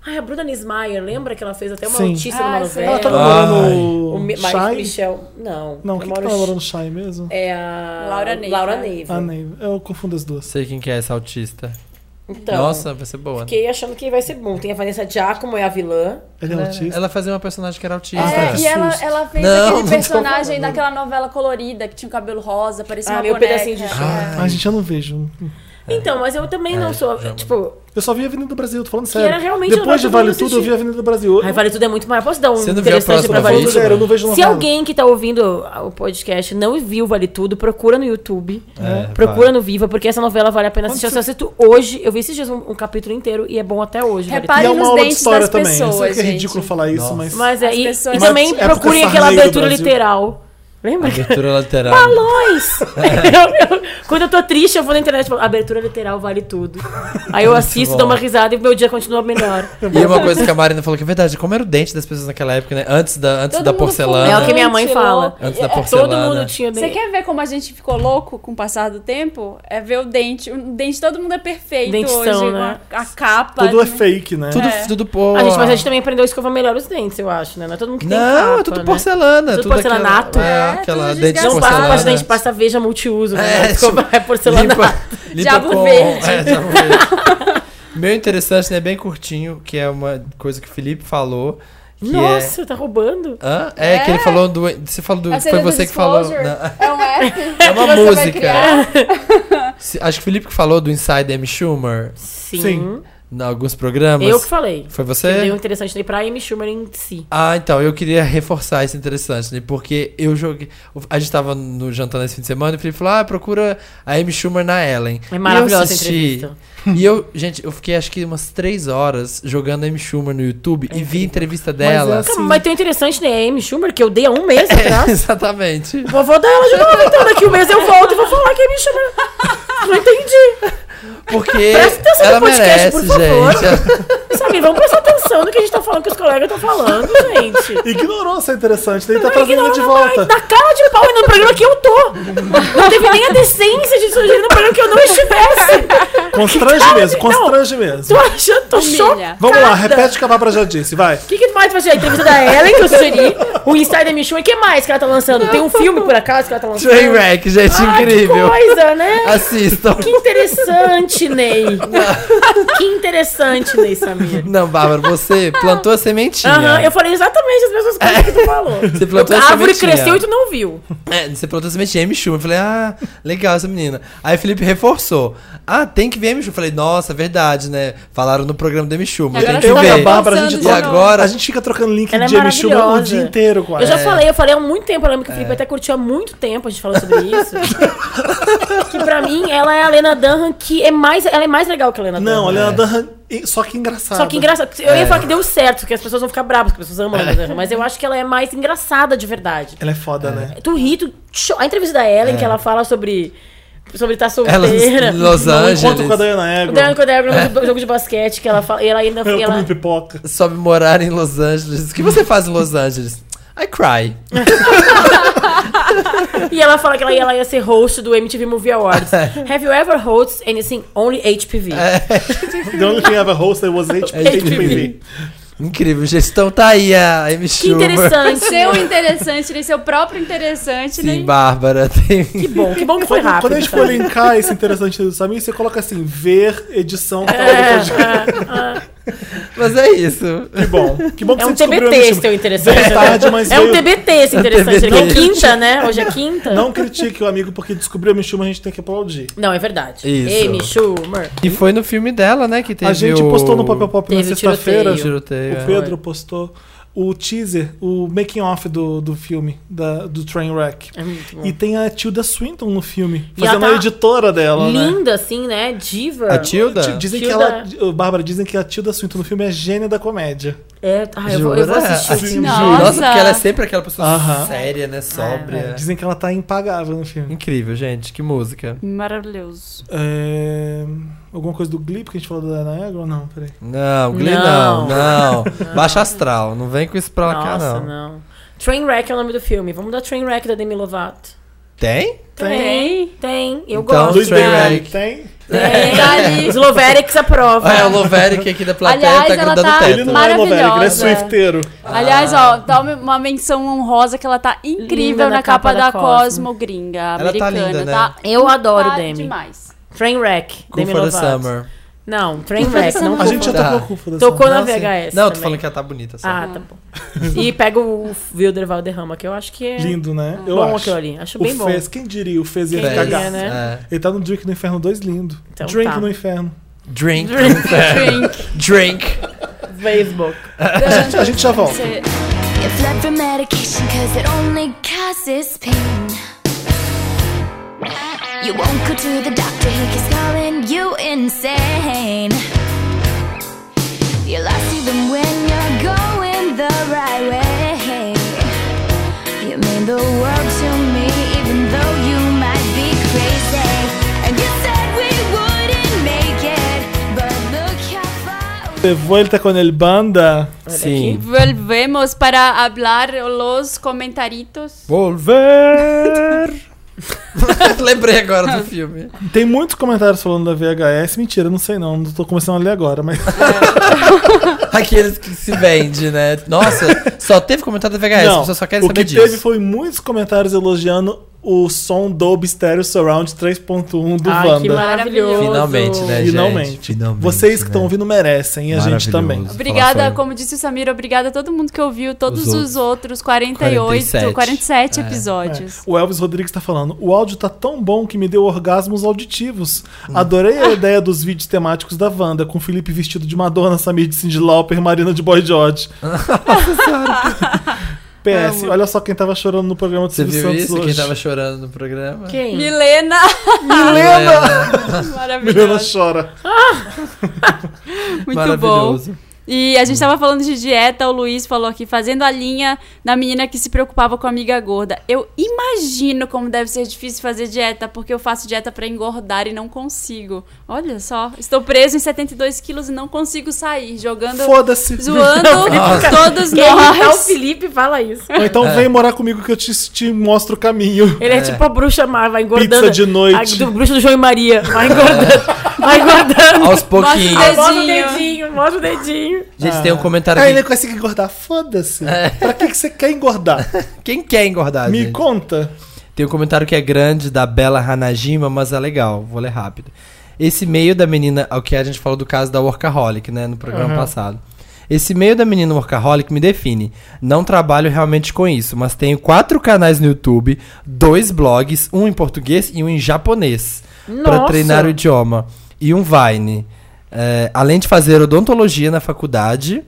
S2: Ai, a Bruna Lismayer, lembra que ela fez até uma
S1: Sim.
S2: notícia
S5: Ah,
S2: numa
S5: sei.
S2: novela?
S1: Ela tá
S4: Ah,
S1: namorando
S2: É. O Mi-
S1: o
S2: Maria
S1: Shai?
S2: Michel. Não,
S1: Não, quem que tá
S2: namora o
S1: namorando o Shai mesmo?
S2: É a
S5: Laura Neiva.
S2: Laura Neiva.
S1: Ah, nem. Eu confundo as duas.
S4: Sei quem que é essa autista.
S2: Então,
S4: Nossa, vai ser boa. né?
S2: fiquei achando que vai ser bom. Tem a Vanessa Giacomo, é a vilã.
S1: Ele é
S4: Ela,
S1: autista.
S4: ela fazia uma personagem que era autista.
S5: É,
S1: que
S5: e ela,
S1: susto.
S5: ela fez
S4: Não, não
S5: aquele
S4: tô
S5: personagem daquela novela colorida que tinha o cabelo rosa, parecia
S2: Ah,
S5: uma
S2: meu
S5: boneca.
S2: pedacinho de chão.
S5: É.
S1: Ai, gente, eu não vejo.
S2: Então, mas eu também
S4: É,
S2: não sou. Tipo,
S1: Eu só vi Avenida Brasil, tô falando sério.
S2: era realmente uma
S1: Depois de
S2: novela que eu
S1: Vale
S2: não
S1: Tudo, eu
S2: assisti.
S1: vi Avenida Brasil.
S2: ai, vale tudo é muito maior. Posso dar um
S4: Você não viu a
S2: interessante
S4: próxima
S2: pra
S1: eu,
S2: Vale
S1: falando
S4: vez?
S2: Tudo?
S1: sério, eu não vejo
S2: Se
S4: um
S1: novela.
S2: alguém que tá ouvindo o podcast não viu Vale Tudo, procura no YouTube. né?
S4: É,
S2: Procura
S4: vai.
S2: no Viva, porque essa novela vale a pena assistir. Eu assisto hoje, eu vi esses dias um, um capítulo inteiro e é bom até hoje. Vale
S5: Repare-
S1: E é
S5: nos
S1: uma aula de
S5: dentes
S1: história
S5: das
S1: também. eu sei
S5: pessoas,
S1: que é
S5: gente.
S1: ridículo falar isso,
S4: Nossa.
S1: mas.
S2: Tudo. Mas é,
S5: As
S2: e,
S5: pessoas-
S2: e também
S1: Mas é porque
S2: procurem
S1: eu
S2: aquela
S1: falei do
S2: abertura
S1: Brasil.
S2: literal. Lembra?
S4: Abertura lateral.
S2: Balões! Eu- eu- quando eu tô triste, eu vou na internet e falo, abertura literal vale tudo. Aí eu assisto,
S4: bom.
S2: dou uma risada e meu dia continua melhor.
S4: E uma coisa que a Marina falou que é verdade, como era o dente das pessoas naquela época, né? Antes da, antes
S5: Todo
S4: da
S5: mundo
S2: É o
S4: porcelana.
S2: que minha mãe
S5: Tirou.
S2: fala. É,
S4: Antes da
S2: Todo
S4: porcelana.
S2: mundo tinha
S5: Você
S2: dente.
S5: quer ver como a gente ficou louco com o passar do tempo? É ver o dente. O dente de todo mundo é perfeito
S2: Dentição,
S5: hoje.
S2: né?
S5: com A, a capa.
S1: Tudo é
S5: né?
S1: fake, né?
S4: Tudo,
S5: É.
S4: tudo pô.
S2: A Ah, gente, mas a gente também aprendeu a escovar melhor os dentes, eu acho, né? Não é todo mundo que tem
S4: Não,
S2: capa,
S4: é tudo
S2: né?
S4: porcelana.
S2: Tudo porcelanato.
S4: Aquela, é,
S5: É,
S4: aquela
S5: tudo
S4: dente de
S2: Não
S4: porcelana.
S2: passa pasta dente, né? passa veja multiuso, né?
S4: É,
S2: Escovar é porcelana.
S4: Limpa, limpa
S5: Diabo
S4: com-
S5: verde.
S4: é, diabo verde. Meu interessante, né? Bem curtinho, que é uma coisa que o Felipe falou. Que É...
S2: Nossa, tá roubando?
S4: Hã? É, que ele falou do. Você falou do.
S5: A
S4: Foi
S5: cena é do
S4: você que falou.
S5: Disclosure.
S4: Não,
S5: É um app.
S4: é uma
S5: você vai
S4: música.
S5: criar.
S4: Se- Acho que o Felipe que falou do Inside M. Schumer.
S2: Sim.
S1: Sim.
S4: em alguns programas.
S2: Eu que falei.
S4: Foi
S2: Que
S4: você?
S2: deu interessante né, pra Amy Schumer em si.
S4: Ah, então, eu queria reforçar isso interessante, né? Porque eu joguei. A gente tava no jantar nesse fim de semana e o Felipe falou: ah, procura a Amy Schumer na Ellen.
S2: É maravilhosa
S4: E eu
S2: essa entrevista.
S4: E eu, gente, eu fiquei acho que umas três hoas jogando a Amy Schumer no YouTube e vi a entrevista
S1: é
S4: dela.
S1: assim,
S2: Cara, mas tem um interessante, né? A Amy Schumer, que eu dei há um
S4: É.
S2: mês atrás.
S4: Exatamente.
S2: Vou voltar ela de novo, então daqui um mês eu volto e vou falar que a Amy Schumer. Não entendi.
S4: Porque
S2: Presta atenção no
S4: ela
S2: podcast,
S4: merece,
S2: por
S4: gente.
S2: Sabe, vamos prestar atenção no que a gente tá falando, que os colegas estão falando, gente.
S1: Ignorou ser interessante, daí tá
S2: Ai, que
S1: trazendo
S2: não,
S1: de
S2: não,
S1: volta.
S2: ai, Da cara de pau e no programa que eu tô. Não teve nem a decência de sugerir no programa que eu não estivesse.
S1: Constrange mesmo,
S2: não.
S1: constrange
S2: Tô
S1: mesmo.
S2: achando, tô
S5: Humilha.
S2: chocada.
S1: Vamos lá, repete o que a Bárbara já disse, vai.
S2: O que, que mais vai ser? A entrevista da Ellen, que eu sugeri. O Inside the Mission. E o que mais que ela tá lançando? Tem um filme, por acaso, que ela tá lançando?
S4: Trainwreck, gente,
S1: é
S2: Ai, que
S4: incrível.
S2: coisa, né?
S4: Assistam.
S2: Que interessante, Ney. que interessante, Ney Samir.
S4: Não, Bárbara, você plantou a sementinha.
S2: Aham, eu falei exatamente as mesmas coisas
S1: É.
S2: que tu falou.
S4: Você plantou
S2: a
S4: essa
S2: árvore
S4: sementinha.
S2: cresceu e tu não viu.
S4: É, você perguntou se metia Amy Schumer. Eu falei, ah, legal essa menina. Aí o Felipe reforçou. Ah, tem que ver Amy Schumer. Eu falei, nossa, verdade, né? Falaram no programa da Amy Schumer.
S5: Agora
S4: Tem que
S1: Eu e a
S5: você vai
S4: ver.
S5: acabar.
S1: Bárbara, a gente
S5: E
S1: troca-
S4: agora?
S1: A gente fica trocando link
S2: Ela é
S1: de Amy Schumer o
S2: maravilhosa.
S1: dia inteiro, quase.
S2: Eu já falei, eu falei há muito tempo, eu lembro que o
S1: É.
S2: Felipe até curtiu há muito tempo, a gente falou sobre isso. que pra mim, ela é a Lena Dunham, que é mais, ela é mais legal que a Lena
S1: Não, é
S2: Dunham.
S1: a Lena Dunham, e- só que engraçada.
S2: É. Só que engraçado, eu ia falar que deu certo, que as pessoas vão ficar bravas, que as pessoas amam a Lena Dunham, mas eu acho que ela é mais engraçada de verdade.
S1: Ela é foda, né?
S2: Tu ri, tu cho- A entrevista da Ellen, que ela fala sobre sobre estar
S4: Ela
S2: solteira.
S4: em Los
S1: Encontro com a
S4: Angeles.
S1: Diana
S2: é O
S1: Egro.
S2: Duncan Debra no jogo de basquete, que ela fala. E ela ainda.
S1: Eu
S2: e ela-
S1: comi pipoca.
S4: Sobe morar em Los Angeles. O que você faz em Los Angeles? I cry.
S2: E ela fala que ela, ela ia ser host do MTV Movie Awards. Have you ever host anything only HPV?
S1: The only thing I ever hosted was
S4: É tipo
S1: HPV.
S4: Incrível, gestão tá aí, a Amy
S2: Que
S4: Schumer.
S2: interessante.
S5: É,
S2: né?
S5: Seu interessante, nem seu próprio interessante,
S4: Sim,
S5: nem...
S4: Bárbara. Tem...
S2: Que bom, que bom que foi rápido. tá?
S1: Quando a gente for
S2: sabe?
S1: linkar esse interessante do Samir, você coloca assim, ver edição
S2: É.
S1: tal do podcast.
S2: ah,
S4: Mas é isso.
S1: Que bom. Que bom que
S2: É
S1: você
S2: um
S1: descobriu
S2: TBT
S1: Amy
S2: esse
S1: Schumer.
S2: teu interessante.
S1: Veio tarde, mas
S2: né? É um
S1: veio.
S2: TBT esse interessante.
S4: TBT.
S2: É quinta, né? Hoje é quinta.
S1: Não critique o amigo porque descobriu a Amy Schumer, a gente tem que aplaudir.
S2: Não, é verdade.
S4: Isso.
S2: Amy Schumer.
S4: E foi no filme dela, né? Que teve
S1: A gente
S4: o-
S1: postou no Papel Pop na
S2: Teve o
S1: sexta-feira.
S4: o tiroteio.
S1: O
S4: é.
S1: Pedro postou o teaser, o making off do, do filme, da, do Trainwreck.
S2: É muito bom.
S1: E tem a Tilda Swinton no filme,
S2: E ela
S1: fazendo
S2: tá
S1: a editora dela, né?
S2: Linda, assim, né? Diva.
S4: A Tilda?
S1: Dizem
S2: Tilda-
S1: que ela. Bárbara, dizem que a Tilda Swinton no filme é gênia da comédia.
S2: É, ah, eu, vou, eu vou
S4: Jura?
S2: assistir. esse filme.
S5: Nossa.
S4: Nossa, porque ela é sempre aquela pessoa
S1: Aham.
S4: séria, né?
S2: É.
S4: Sóbria.
S1: Dizem que ela tá impagável no filme.
S4: Incrível, gente. Que música.
S5: Maravilhoso.
S1: É, Alguma coisa do Glee, porque a gente falou da Niagara ou não? Peraí.
S4: Não, Glee
S2: Não.
S4: não, não. Baixa astral. Não vem com isso pra cá,
S2: Nossa,
S4: "Ah, não.
S2: não. Trainwreck é o nome do filme. Vamos dar Trainwreck da Demi Lovato.
S4: Tem?
S2: Tem. Tem. Eu
S4: Então,
S2: gosto.
S1: Luiz
S4: Trainwreck.
S1: Bernardo
S2: Trainwreck.
S1: tem.
S5: Tá ali.
S2: Os Loverics aprova.
S4: Olha, o Loveric aqui da plateia
S5: Aliás,
S4: tá
S5: ela
S4: grudando
S5: tá-
S4: o teto.
S1: Ele não é novela, ele é
S5: Maravilhosa.
S1: swifteiro.
S5: Aliás, ó, dá uma- uma menção honrosa que ela tá incrível
S2: Linda
S5: na, capa, da, Cosmo. gringa,
S4: Ela tá
S5: americana,
S4: linda, né?
S2: Eu adoro
S5: tá
S2: Demi.
S5: demais.
S2: Trainwreck.
S4: Cool
S2: Demi
S4: for the
S2: Lovato.
S4: Summer.
S2: Não, Trainwreck. Não
S1: A gente já
S4: Tá.
S1: tocou com o Fuda
S2: tocou na
S4: Não, sim.
S2: VHS.
S4: Não, eu tô
S2: também.
S4: falando que ela tá bonita. Só.
S2: Ah, tá bom. E pega o Wilder Valderrama, que eu acho que é
S1: Lindo, né? Eu
S2: bom
S1: acho.
S2: aquilo ali. Acho
S1: O
S2: bem bom.
S1: Fez, quem diria o Fez ia
S2: Quem
S1: ficar
S2: diria,
S1: gato?
S2: né?
S4: É.
S1: Ele tá no Drink no Inferno 2 lindo.
S2: Então
S1: Drink
S2: tá.
S1: no Inferno.
S4: Drink.
S5: Drink.
S4: Drink.
S2: Facebook.
S1: A gente, a gente já volta.
S5: Você-
S6: You're fled from medication cause it only causes pain. You won't go to the doctor, he keeps calling you insane. You're lost even when you're going the right way. You mean the world to me, even though you might be crazy. And you said we wouldn't make it, but look how far.
S1: De volta com el banda.
S4: Sim.
S5: Volvemos para hablar los comentaritos.
S4: Volver. Lembrei agora do filme.
S1: Tem muitos comentários falando da VHS. Mentira, não sei não. Não tô começando a ler agora, mas.
S4: Aqueles que se vende, né? Nossa, só teve comentário da VHS, as
S1: não,
S4: pessoas só querem
S1: o
S4: saber
S1: que
S4: disso.
S1: teve foi muitos comentários elogiando o som Dolby Stereo Surround 3.1 do
S2: Ai, que
S1: Wanda.
S2: maravilhoso.
S4: Finalmente, né, gente?
S1: Finalmente.
S4: Finalmente,
S1: Vocês que estão
S4: né?
S1: ouvindo merecem, e a gente
S4: Maravilhoso.
S1: também.
S4: Falar
S5: Obrigada,
S4: sobre-
S5: como disse o Samir, obrigada a todo mundo que ouviu todos
S4: Os
S5: os,
S4: outros.
S5: outros 48, 47,
S4: 47. É.
S5: episódios.
S1: O Elvis Rodrigues tá falando: o áudio tá tão bom que me deu orgasmos auditivos. Adorei a ideia dos vídeos temáticos da Wanda, com Felipe vestido de Madonna, Samir de Cyndi Lauper, Marina de Boy George. PS, olha só quem tava chorando no programa do
S4: Você
S1: Silvio
S4: viu
S1: Santos
S4: isso? Quem
S1: hoje.
S4: tava chorando no programa? é
S2: Quem?
S5: Milena!
S4: Helena!
S1: Milena
S5: Maravilhoso.
S1: chora.
S5: Muito bom. E a gente tava falando de dieta, o Luiz falou aqui, fazendo a linha da menina que se preocupava com a amiga gorda. Eu imagino como deve ser difícil fazer dieta, porque eu faço dieta pra engordar e não consigo. Olha só, estou preso em 72 quilos e não consigo sair, jogando,
S1: Foda-se.
S5: zoando todos
S2: Quem imitar o
S5: nós.
S2: Felipe fala isso.
S1: Ou então
S4: É.
S1: vem morar comigo que eu te, te mostro o caminho.
S2: Ele é, tipo a bruxa má, vai engordando.
S1: Pizza de noite.
S2: A, do bruxa do João e Maria. Vai engordando. vai engordando.
S4: Aos pouquinhos.
S5: Nossa,
S2: Mostra o
S5: Dedinho.
S2: dedinho, mostra o dedinho.
S4: Gente, tem um comentário
S1: Ah, ele
S4: aqui.
S1: não consegue engordar. Foda-se. Pra que, que você quer engordar?
S4: Quem quer engordar,
S1: Me
S4: É. gente?
S1: conta.
S4: Tem um comentário que é grande da Bela Hanajima, mas é legal. Vou ler rápido. Esse e-mail da menina, o que a gente falou do caso da workaholic, né, no programa passado. Esse e-mail da menina workaholic me define. Não trabalho realmente com isso, mas tenho quatro canais no YouTube, dois blogs, um em português e um em japonês, para
S2: Nossa!
S4: treinar o idioma e um Vine. É, além de fazer odontologia na faculdade,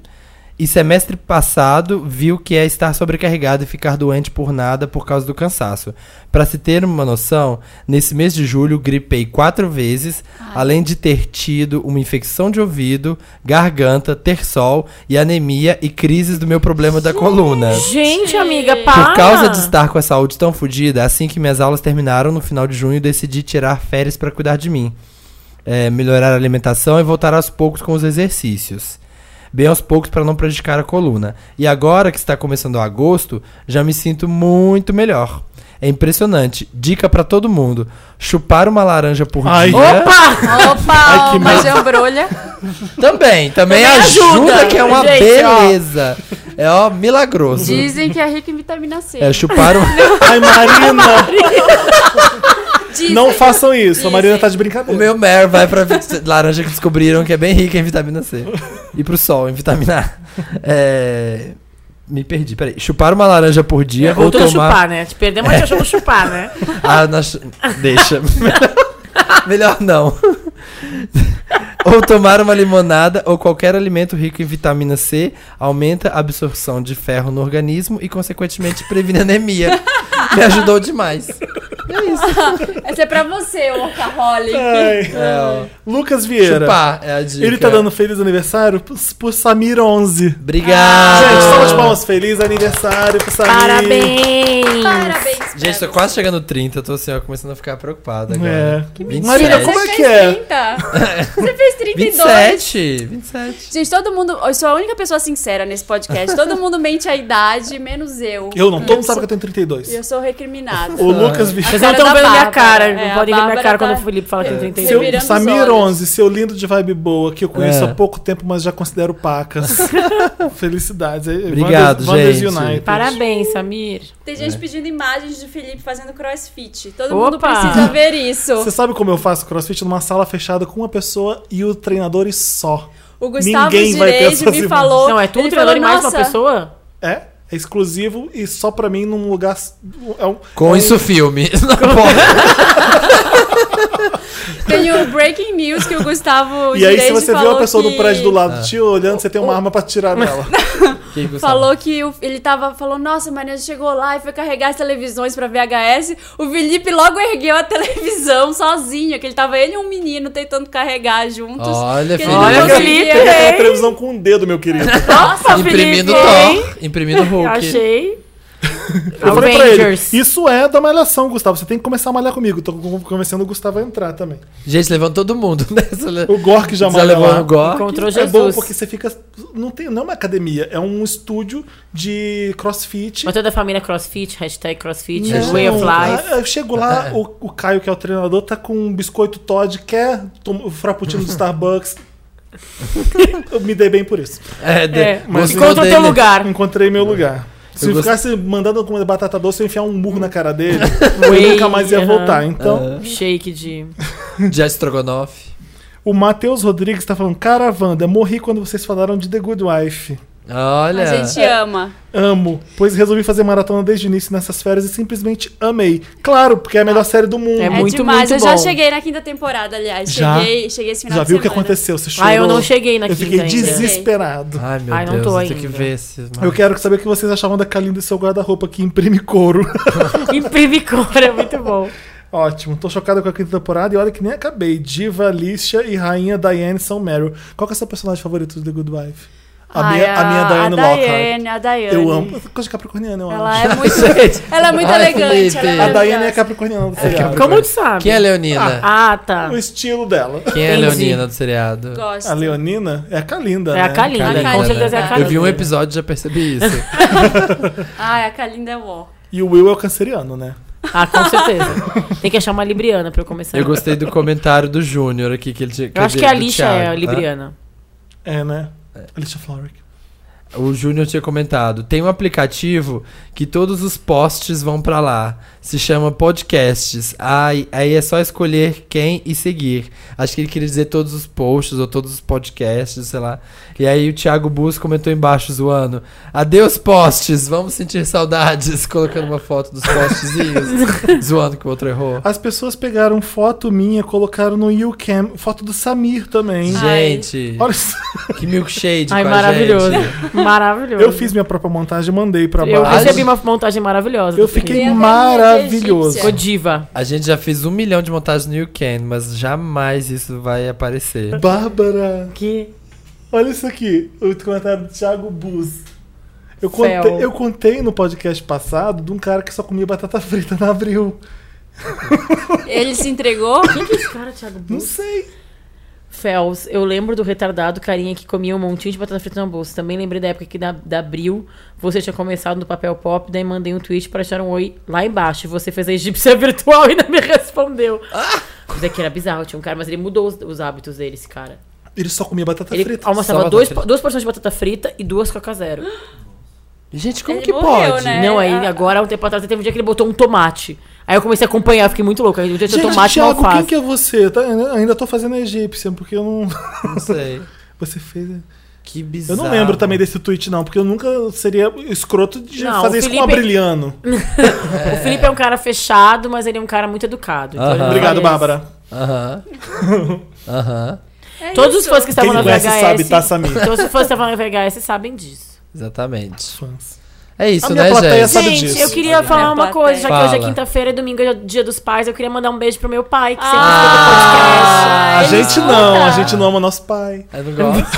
S4: e semestre passado viu que é estar sobrecarregado e ficar doente por nada por causa do cansaço. Pra se ter uma noção, nesse mês de julho gripei quatro vezes, além de ter tido uma infecção de ouvido, garganta, ter sol e anemia e crises do meu problema da coluna.
S2: Gente, amiga, para.
S4: Por causa de estar com a saúde tão fodida, assim que minhas aulas terminaram no final de junho, decidi tirar férias pra cuidar de mim. É, melhorar a alimentação e voltar aos poucos com os exercícios. Bem aos poucos pra não prejudicar a coluna. E agora que está começando agosto, já me sinto muito melhor. É impressionante. Dica pra todo mundo: chupar uma laranja por
S1: Ai.
S4: dia.
S1: Ai,
S5: Opa,
S1: que
S5: uma
S1: medo.
S5: jambrolha.
S4: Também, também, ajuda,
S2: ajuda,
S4: que é uma
S2: gente, ó.
S4: beleza. É ó, milagroso.
S5: Dizem que é rica em vitamina C.
S4: É chupar um.
S1: Ai, Marina.
S5: Dizem.
S1: não façam isso. A Marina tá de
S4: O
S1: brincadeira.
S4: meu Mare vai pra vit- laranja que descobriram que é bem rica em vitamina C. E pro sol, em vitamina A. É, Me perdi, peraí. Chupar uma laranja por dia ou
S2: Voltou a
S4: tomar.
S2: chupar, né? Te perdemos, mas te achamos chupar, né?
S4: Ah, nós... Deixa. Melhor não. ou tomar uma limonada ou qualquer alimento rico em vitamina C aumenta a absorção de ferro no organismo e, consequentemente, previne anemia. Me ajudou demais.
S5: Essa é pra você, workaholic.
S1: Ai.
S4: É, ó.
S1: Lucas Vieira.
S4: Chupar é a dica.
S1: Ele tá dando feliz aniversário pro, pro Samir 11. Ah, Gente, tá
S4: Obrigado.
S1: salva de palmas. Feliz aniversário pro Samir.
S2: Parabéns.
S5: Parabéns.
S4: Gente,
S2: É.
S4: tô quase chegando no 30, eu tô assim, ó, começando a ficar preocupado agora.
S1: É.
S4: Que
S1: Marina, como
S5: Você
S1: é que
S5: fez
S1: é?
S5: 30. Você fez 32.
S4: 27, 27.
S5: Gente, todo mundo. Eu sou a única pessoa sincera nesse podcast. Todo mundo mente a idade, menos eu.
S1: Eu não, todo mundo
S5: sou-
S1: sabe que eu tenho 32.
S5: E eu sou recriminada.
S1: O Lucas
S2: Vocês
S1: Vieira.
S5: cara
S2: não estão
S5: da
S2: vendo minha
S5: Bárbara.
S2: cara.
S5: É,
S2: Não
S5: a
S2: podem rir minha
S5: Bárbara
S2: cara quando
S5: tá-
S2: o Felipe fala que tem 32.
S5: Seu- Revirando os
S1: Samir
S5: olhos.
S1: 11, seu lindo de vibe boa, que eu
S4: É.
S1: conheço há pouco tempo, mas já considero pacas. Felicidades. É,
S4: Obrigado,
S1: Wanders-
S4: gente.
S1: Wanders United.
S2: Parabéns, Samir.
S5: Tem gente pedindo imagens de Felipe fazendo crossfit. Todo
S2: Opa!
S5: mundo precisa ver isso.
S1: Você sabe como eu faço crossfit numa sala fechada com uma pessoa e o treinador e só?
S5: O Gustavo
S1: Ninguém vai ter
S5: Direide
S1: essas
S5: me falou.
S2: Não, é tu,
S5: ele
S2: o treinador e
S5: falou,
S2: mais uma
S5: "Nossa,
S2: pessoa?
S1: É? É exclusivo e só pra mim num lugar. É um,
S4: Com
S1: é um-
S4: isso, filme. Não pode.
S5: Tem o Breaking News que o Gustavo
S1: E aí, se
S5: Direide
S1: você vê
S5: falou
S1: uma pessoa do
S5: que-
S1: prédio do lado
S4: Ah.
S1: do tio olhando, você tem uma arma pra tirar nela.
S4: Quem gostava?
S5: Falou que o- ele tava. Falou, nossa, a Marina chegou lá e foi carregar as televisões pra VHS. O Felipe logo ergueu a televisão sozinho, que ele tava ele e um menino tentando carregar juntos.
S4: Olha, Felipe.
S5: que ele não
S2: Olha,
S5: conseguia.
S1: Tem
S2: Felipe.
S1: aquela televisão com um dedo, meu querido.
S2: Nossa,
S4: Imprimindo Thor. Imprimindo Hulk.
S2: Achei.
S1: Eu falei pra ele,
S2: Avengers.
S1: isso é da malhação, Gustavo. Você tem que começar a malhar comigo. Tô com- convencendo o Gustavo a entrar também.
S4: Gente, levando todo mundo. Né? Você le-
S1: O Gork já
S4: você
S1: malha
S4: levou
S1: lá.
S4: o Gork.
S2: Encontrou
S1: É bom
S2: Jesus.
S1: porque você fica. Não, tem, não é uma academia, é um estúdio de crossfit.
S2: Mas toda a família crossfit, hashtag crossfit,
S4: Não.
S2: way of life.
S1: Ah, Eu chego lá, o, o Caio, que é o treinador, tá com um biscoito Todd, quer tom- o frappuccino do Starbucks. Eu me dei bem por isso.
S4: É, de...
S2: É,
S4: gostou
S1: É.
S2: encontra o teu
S4: dele.
S2: lugar.
S1: Encontrei meu lugar. Se
S4: Eu gost-
S1: ficasse mandando comer batata doce, eu ia enfiar um murro na cara dele, ele nunca mais ia
S2: aham.
S1: voltar. Então,
S4: É.
S2: Shake de.
S4: Já estrogonofe.
S1: o Matheus Rodrigues tá falando: Cara, Wanda, morri quando vocês falaram de The Good Wife.
S4: Olha.
S5: A gente ama.
S1: Amo, pois resolvi fazer maratona desde o início nessas férias e simplesmente amei. Claro, porque é a melhor série do mundo.
S2: É
S5: É
S2: muito,
S5: demais.
S2: muito
S5: eu já
S2: bom.
S5: cheguei na quinta temporada, aliás.
S1: Já?
S5: Cheguei, cheguei esse final
S1: Já
S5: de
S1: viu o que
S5: semana.
S1: aconteceu? Você chorou.
S2: Ah, eu não cheguei na
S1: Eu
S2: quinta
S1: fiquei
S2: ainda.
S1: desesperado.
S4: Ai, meu
S2: Ai, não
S4: Deus,
S2: tô
S4: eu tenho que
S2: ainda.
S4: ver esses.
S1: Eu quero saber o que vocês achavam da Kalinda e seu guarda-roupa que imprime couro.
S2: Imprime cor, é muito bom.
S1: Ótimo, tô chocada com a quinta temporada e olha que nem acabei. Diva, Alicia e Rainha Diane são Meryl. Qual que é o seu personagem favorito do The Good Wife? A
S5: Ai,
S1: minha, a minha Diane
S5: a
S1: Lockhart.
S5: Diane, a Diane.
S1: Eu amo. Coisa de capricorniana, eu amo.
S5: Ela é muito,
S4: Gente,
S5: ela é muito
S4: Ai,
S5: elegante.
S4: Felipe.
S5: Ela
S1: A Diane
S5: é
S1: é
S5: maravilhosa.
S1: capricorniana do seriado.
S4: capricorniana.
S2: Como tu sabe?
S4: Quem é a Leonina?
S2: Ah, tá.
S1: O estilo dela.
S4: Quem é a
S2: entendi.
S4: Leonina do seriado?
S5: Gosto.
S1: A Leonina é a Kalinda,
S2: É
S1: né?
S2: a Kalinda,
S5: Kalinda,
S2: com certeza é a
S5: né?
S2: Kalinda.
S4: Eu vi um episódio e já percebi isso.
S5: Ai, a Kalinda é ó.
S1: E o Will é o canceriano, né?
S2: Ah, com certeza. Tem que achar uma libriana pra eu começar.
S4: Eu gostei do comentário do Júnior aqui que ele tinha.
S2: Eu acho
S4: cadê?
S2: que a
S4: Do
S2: lixa é a
S4: Thiago. tá?
S2: libriana.
S1: É, né? Alicia Florrick.
S4: Hã? O Júnior tinha comentado. Tem um aplicativo que todos os posts vão pra lá. Se chama Podcasts. Ai, aí é só escolher quem e seguir. Acho que ele queria dizer todos os posts ou todos os podcasts, sei lá. E aí o Thiago Bus comentou embaixo zoando. Adeus posts, vamos sentir saudades. Colocando uma foto dos postezinhos. zoando que o outro errou.
S1: As pessoas pegaram foto minha, colocaram no YouCam, foto do Samir também.
S4: Gente,
S1: Olha isso.
S4: que milkshade
S2: Ai,
S4: com a
S2: maravilhoso.
S4: gente.
S2: maravilhoso.
S1: Eu fiz minha própria montagem e mandei pra
S2: Eu
S1: baixo.
S2: recebi uma montagem maravilhosa.
S1: Eu
S2: também.
S1: fiquei
S5: Tem até
S1: maravilhoso.
S5: minha
S2: Ficou diva.
S4: A gente já fez um milhão de montagens no You Can, mas jamais isso vai aparecer.
S1: Bárbara,
S2: Que...
S1: olha isso aqui. O comentário do Thiago Bus. Eu
S2: Céu.
S1: contei, eu contei no podcast passado de um cara que só comia batata frita na abril.
S5: Ele se entregou?
S2: Esse cara, Thiago
S1: Não
S2: Bus.
S1: sei.
S2: Fels, eu lembro do retardado carinha que comia um montinho de batata frita na bolsa. Também lembrei da época que da, da Abril você tinha começado no papel pop, daí mandei um tweet pra achar um oi lá embaixo. E você fez a egípcia virtual e não me respondeu.
S1: Ah!
S2: Isso aqui era bizarro, tinha um cara, mas ele mudou os, os hábitos dele, esse cara.
S1: Ele só comia batata
S2: Ele
S1: frita. Hum.
S4: Só
S2: almoçava
S4: batata
S2: dois,
S4: frita.
S2: duas porções de batata frita e duas coca zero.
S4: Gente, como
S5: Ele
S4: que
S5: morreu,
S4: pode?
S5: né?
S2: Não, aí
S5: a-
S2: agora, há um tempo atrás, teve um dia que ele botou um tomate. Aí eu comecei a acompanhar, fiquei muito louca. Aí um dia tinha tomate e uma
S1: Thiago, quem
S2: alface.
S1: que é você? Tá, ainda tô fazendo a egípcia, porque eu não...
S4: Não sei.
S1: Você fez...
S4: Que bizarro.
S1: Eu não lembro também desse tweet, não, porque eu nunca seria escroto de
S2: Não,
S1: fazer
S2: o
S1: isso com um
S2: Felipe-
S1: abrilhano.
S2: O Felipe é um cara fechado, mas ele é um cara muito educado. Então
S4: Aham.
S2: ele não
S1: Obrigado,
S2: parece.
S1: Bárbara.
S4: Aham. Aham.
S5: É
S2: Todos os
S5: isso.
S2: fãs que estavam
S1: Quem
S2: na
S1: conhece
S2: VHS.
S1: sabe, tá, Samir?
S2: Todos os fãs que estavam na VHS sabem disso.
S4: Exatamente.
S1: Fãs.
S4: É isso,
S1: A minha
S4: né,
S1: plateia
S4: gente?
S1: sabe
S2: Gente,
S1: disso.
S2: eu queria falar
S5: Minha
S2: uma
S5: plateia.
S2: coisa, já que hoje é
S4: Fala.
S2: quinta-feira e domingo é dia dos pais, eu queria mandar um beijo pro meu pai, que sempre
S1: Ah, a
S5: Ele
S1: gente não, a gente não ama nosso pai.
S4: Eu não gosto.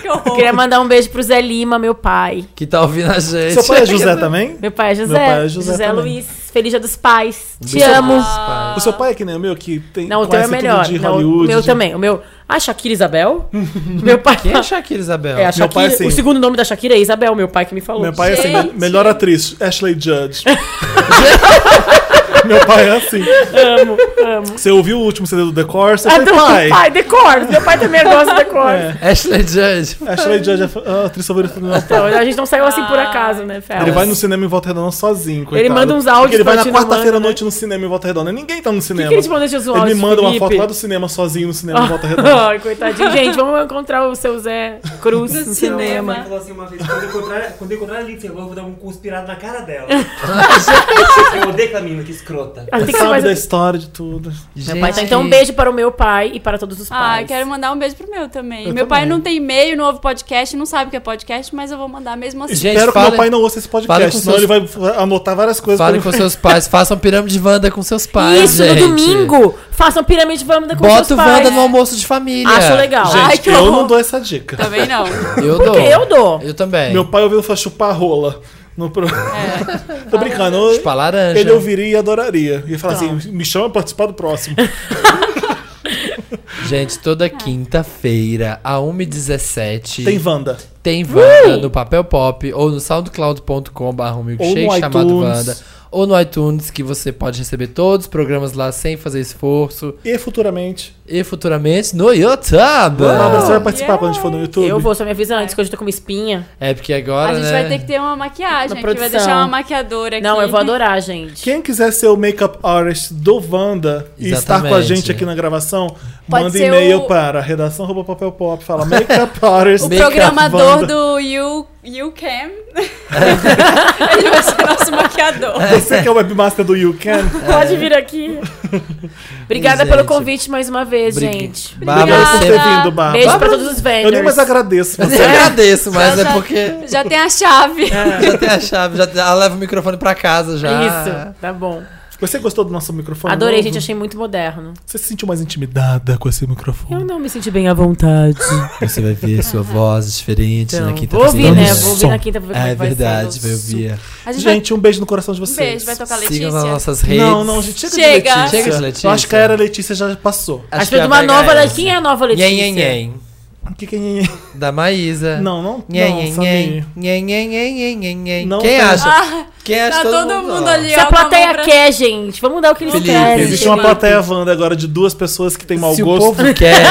S5: Que horror.
S2: Eu queria mandar um beijo pro Zé Lima, meu pai.
S4: que tá ouvindo a gente.
S1: Seu pai é José também?
S2: Meu pai é
S1: Meu
S2: José.
S1: pai é José também. Um
S2: Luiz. Feliz dia dos pais. Te
S4: Beijo.
S2: amo.
S5: Ah,
S4: Pai.
S1: O seu pai é que nem o meu, que tem
S2: Não, o teu é
S1: conhece tudo
S2: melhor.
S1: de
S2: Não,
S1: Hollywood.
S2: o meu
S1: de-
S2: também. O meu. Ah, Shakira Isabel? meu pai.
S4: Quem é Shakira Isabel?
S2: É, a
S1: Meu
S2: Shakira,
S1: pai, sim.
S2: O segundo nome da Shakira é Isabel, meu pai que me falou.
S1: Meu pai é assim,
S5: Gente.
S1: me- melhor atriz, Ashley Judge. meu pai é assim.
S2: Amo, amo.
S1: Você ouviu o último CD do The Course? Você
S2: Ah,
S1: foi
S2: do
S1: é pai.
S2: pai. pai, decor. Meu pai também gosta de decor.
S1: É.
S4: Ashley Judge.
S1: Ashley Judge é fa- a atriz favorita do meu pai.
S2: Então, a gente não saiu assim por acaso, né, Fel?
S1: Ele vai no cinema em Volta Redonda sozinho, coitado.
S2: manda uns
S1: Porque
S2: áudios
S1: ele vai na
S2: pra ti, não
S1: quarta-feira à
S2: manda, né?
S1: noite no cinema em Volta Redonda. Ninguém tá no
S2: que,
S1: cinema.
S2: que ele te mandou esses
S1: Ele
S2: áudios,
S1: me manda uma
S2: Felipe?
S1: foto lá do cinema sozinho no cinema em Volta Redonda.
S2: Ai, coitadinho. Gente, vamos encontrar o seu Zé Cruz no, cinema.
S8: Ela falou assim uma vez, quando eu encontrar, quando eu encontrar a Lindsay, eu vou dar um cuspirado na cara dela. eu odeio aquela menina, que escrota.
S2: Ah, tem
S1: Ele
S2: que ser
S1: sabe
S2: mais-
S1: da história de tudo.
S2: Meu pai tá- Então, um beijo para o meu pai e para todos os
S5: Ah,
S2: pais.
S5: eu quero mandar um beijo pro meu também.
S1: Eu
S5: meu pai
S1: também.
S5: não tem e-mail, não ouve podcast, não sabe o que é podcast, mas eu vou mandar mesmo assim.
S4: Gente,
S1: Espero que meu
S4: fala-
S1: pai não ouça esse
S4: fala com
S1: podcast, senão
S4: seus-
S1: ele vai anotar várias coisas.
S4: Falem
S1: pra
S4: com
S1: mim.
S4: seus pais, façam pirâmide Wanda com seus pais.
S2: Isso,
S4: gente.
S2: no domingo. Façam pirâmide Wanda com
S4: Bota
S2: seus
S4: o Wanda
S2: pais.
S4: no almoço de família.
S2: Acho legal.
S1: Gente,
S5: Ai, que
S1: eu
S5: horror.
S1: não dou essa
S4: Tá
S1: dica.
S5: Também não.
S4: Eu
S2: Porque
S4: dou.
S2: eu dou.
S4: Eu também.
S1: Meu pai ouviu falar chupar rola no programa.
S5: É.
S1: Tô brincando. eu-
S4: Chupar laranja.
S1: Ele ouviria e adoraria. Ia falar assim: me chama pra participar do próximo.
S4: Gente,
S2: É.
S4: toda quinta-feira, a 1h17,
S1: Tem Uh!
S4: tem,
S1: Wanda.
S4: Wanda no Papel Pop ou no soundcloud.com.br
S1: Ou no
S4: um milkshake chamado
S1: iTunes.
S4: Wanda. ou no iTunes, que você pode receber todos os programas lá sem fazer esforço.
S1: E futuramente.
S4: E futuramente no YouTube.
S1: Bárbara, você vai participar quando a gente for no YouTube?
S2: Eu vou, só me avisa antes que hoje eu tô com uma espinha.
S4: É porque agora,
S5: a gente
S4: né?
S5: vai ter que ter uma maquiagem
S2: Na
S5: aqui, vai
S2: produção.
S5: deixar uma maquiadora aqui.
S2: Não, eu vou adorar, gente.
S1: Quem quiser ser o makeup artist do Wanda e estar com a
S4: Exatamente.
S1: gente aqui na gravação,
S5: Pode
S1: manda
S5: ser
S1: e-mail
S5: o-
S1: para redação papel pop, fala makeup artist.
S5: O
S4: Make up,
S5: programador
S1: Wanda.
S5: do You, you Cam. Ele vai ser nosso maquiador.
S1: Você que é o webmaster do You Can.
S2: Pode vir aqui. Obrigada
S4: Gente.
S2: pelo convite mais uma vez,
S4: Obrigado.
S2: gente.
S5: Ah,
S1: Obrigado por
S4: Bárbara,
S1: ter
S4: você...
S1: vindo, Bárbara.
S2: Beijo pra todos os
S1: Ah,
S5: É
S1: Eu nem mais
S2: vendors.
S1: agradeço.
S4: Eu te agradeço, mas
S5: Já-
S4: é
S5: já-
S4: porque
S5: Já tem a chave. Um
S4: já tem a chave, já ela leva o microfone pra casa já.
S1: Ah.
S2: Isso, tá bom.
S1: Você gostou do nosso microfone?
S2: Adorei,
S1: novo?
S2: gente. Achei muito moderno.
S1: Você se sentiu mais intimidada com esse microfone?
S2: Eu não me senti bem à vontade.
S4: Você vai ver sua voz diferente
S2: Então,
S4: na quinta
S2: vou ouvir, né?
S1: Vamos
S2: Vou ouvir na
S1: som.
S2: quinta pra ver como
S4: É
S2: que vai
S4: verdade,
S2: ser.
S4: vai ouvir.
S5: A gente,
S1: Gente, um beijo no coração de
S5: vai... Um
S1: vocês.
S5: beijo, vai tocar Letícia.
S4: Sigam nas nossas redes.
S1: Não, não, gente. Chega,
S5: Chega.
S1: de Letícia.
S4: Chega de
S1: Eu
S4: Letícia.
S1: acho que a era Letícia já passou.
S2: Acho que é de uma nova Letícia. Quem é a nova Letícia?
S4: Nhen, nhen, nhen.
S1: Que que é?
S4: Da Maísa.
S1: Não, não.
S4: Nhen,
S1: não,
S4: nhen,
S1: Samir.
S4: nhen. Nhen, nhen, nhen, nhen, nhen, nhen.
S1: Não
S4: Quem
S1: tem-
S4: acha?
S5: Ah,
S4: Quem acha
S5: tá todo, mundo
S4: ó.
S5: ali,
S2: Se
S5: ó,
S2: a
S5: com mão
S2: plateia
S5: pra-
S2: quer, gente, vamos dar o que eles
S4: Felipe,
S5: É,
S2: querem.
S1: Existe uma plateia Wanda agora de duas pessoas que tem mau
S4: Se o
S1: gosto.
S4: povo quer.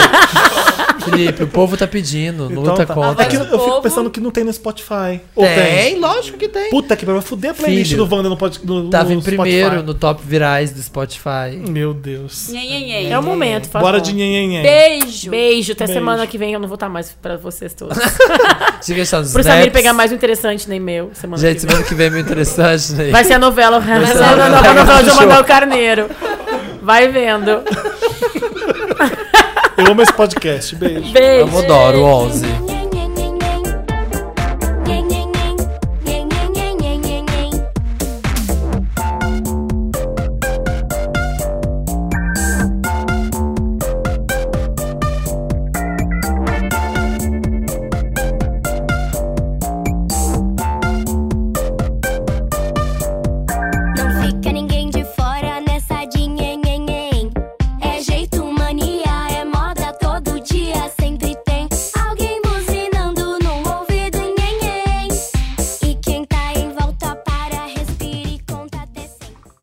S4: Felipe, o povo tá pedindo.
S1: Então
S4: luta
S1: tá.
S4: contra.
S1: É que eu
S5: Povo.
S1: fico pensando que não tem no Spotify. Ou tem?
S4: Tem, lógico que tem.
S1: Puta que pariu, vai fuder a playlist
S4: Filho,
S1: do Wanda no, pod, no,
S4: Tava
S1: no
S4: em
S1: Spotify.
S4: primeiro no top virais do Spotify.
S1: Meu Deus.
S5: Nhen, nhen, nhen.
S2: É o momento, fala.
S1: Bora de nhen, nhen, nhen.
S5: Beijo.
S2: Beijo, até
S1: Beijo.
S2: semana que vem eu não vou estar mais pra vocês todos.
S4: Diga isso nos
S2: Pro Samir
S4: snaps.
S2: pegar mais um interessante nem meu semana
S4: Gente,
S2: que vem.
S4: semana que vem é muito interessante, né?
S2: Vai ser a novela, vai
S4: ser
S2: ser
S4: a
S2: a
S4: novela.
S2: nova novela de João Manuel Carneiro. Vai vendo.
S1: Eu amo esse podcast. Beijo.
S2: Beijo.
S4: Pomodoro 11.
S7: É tá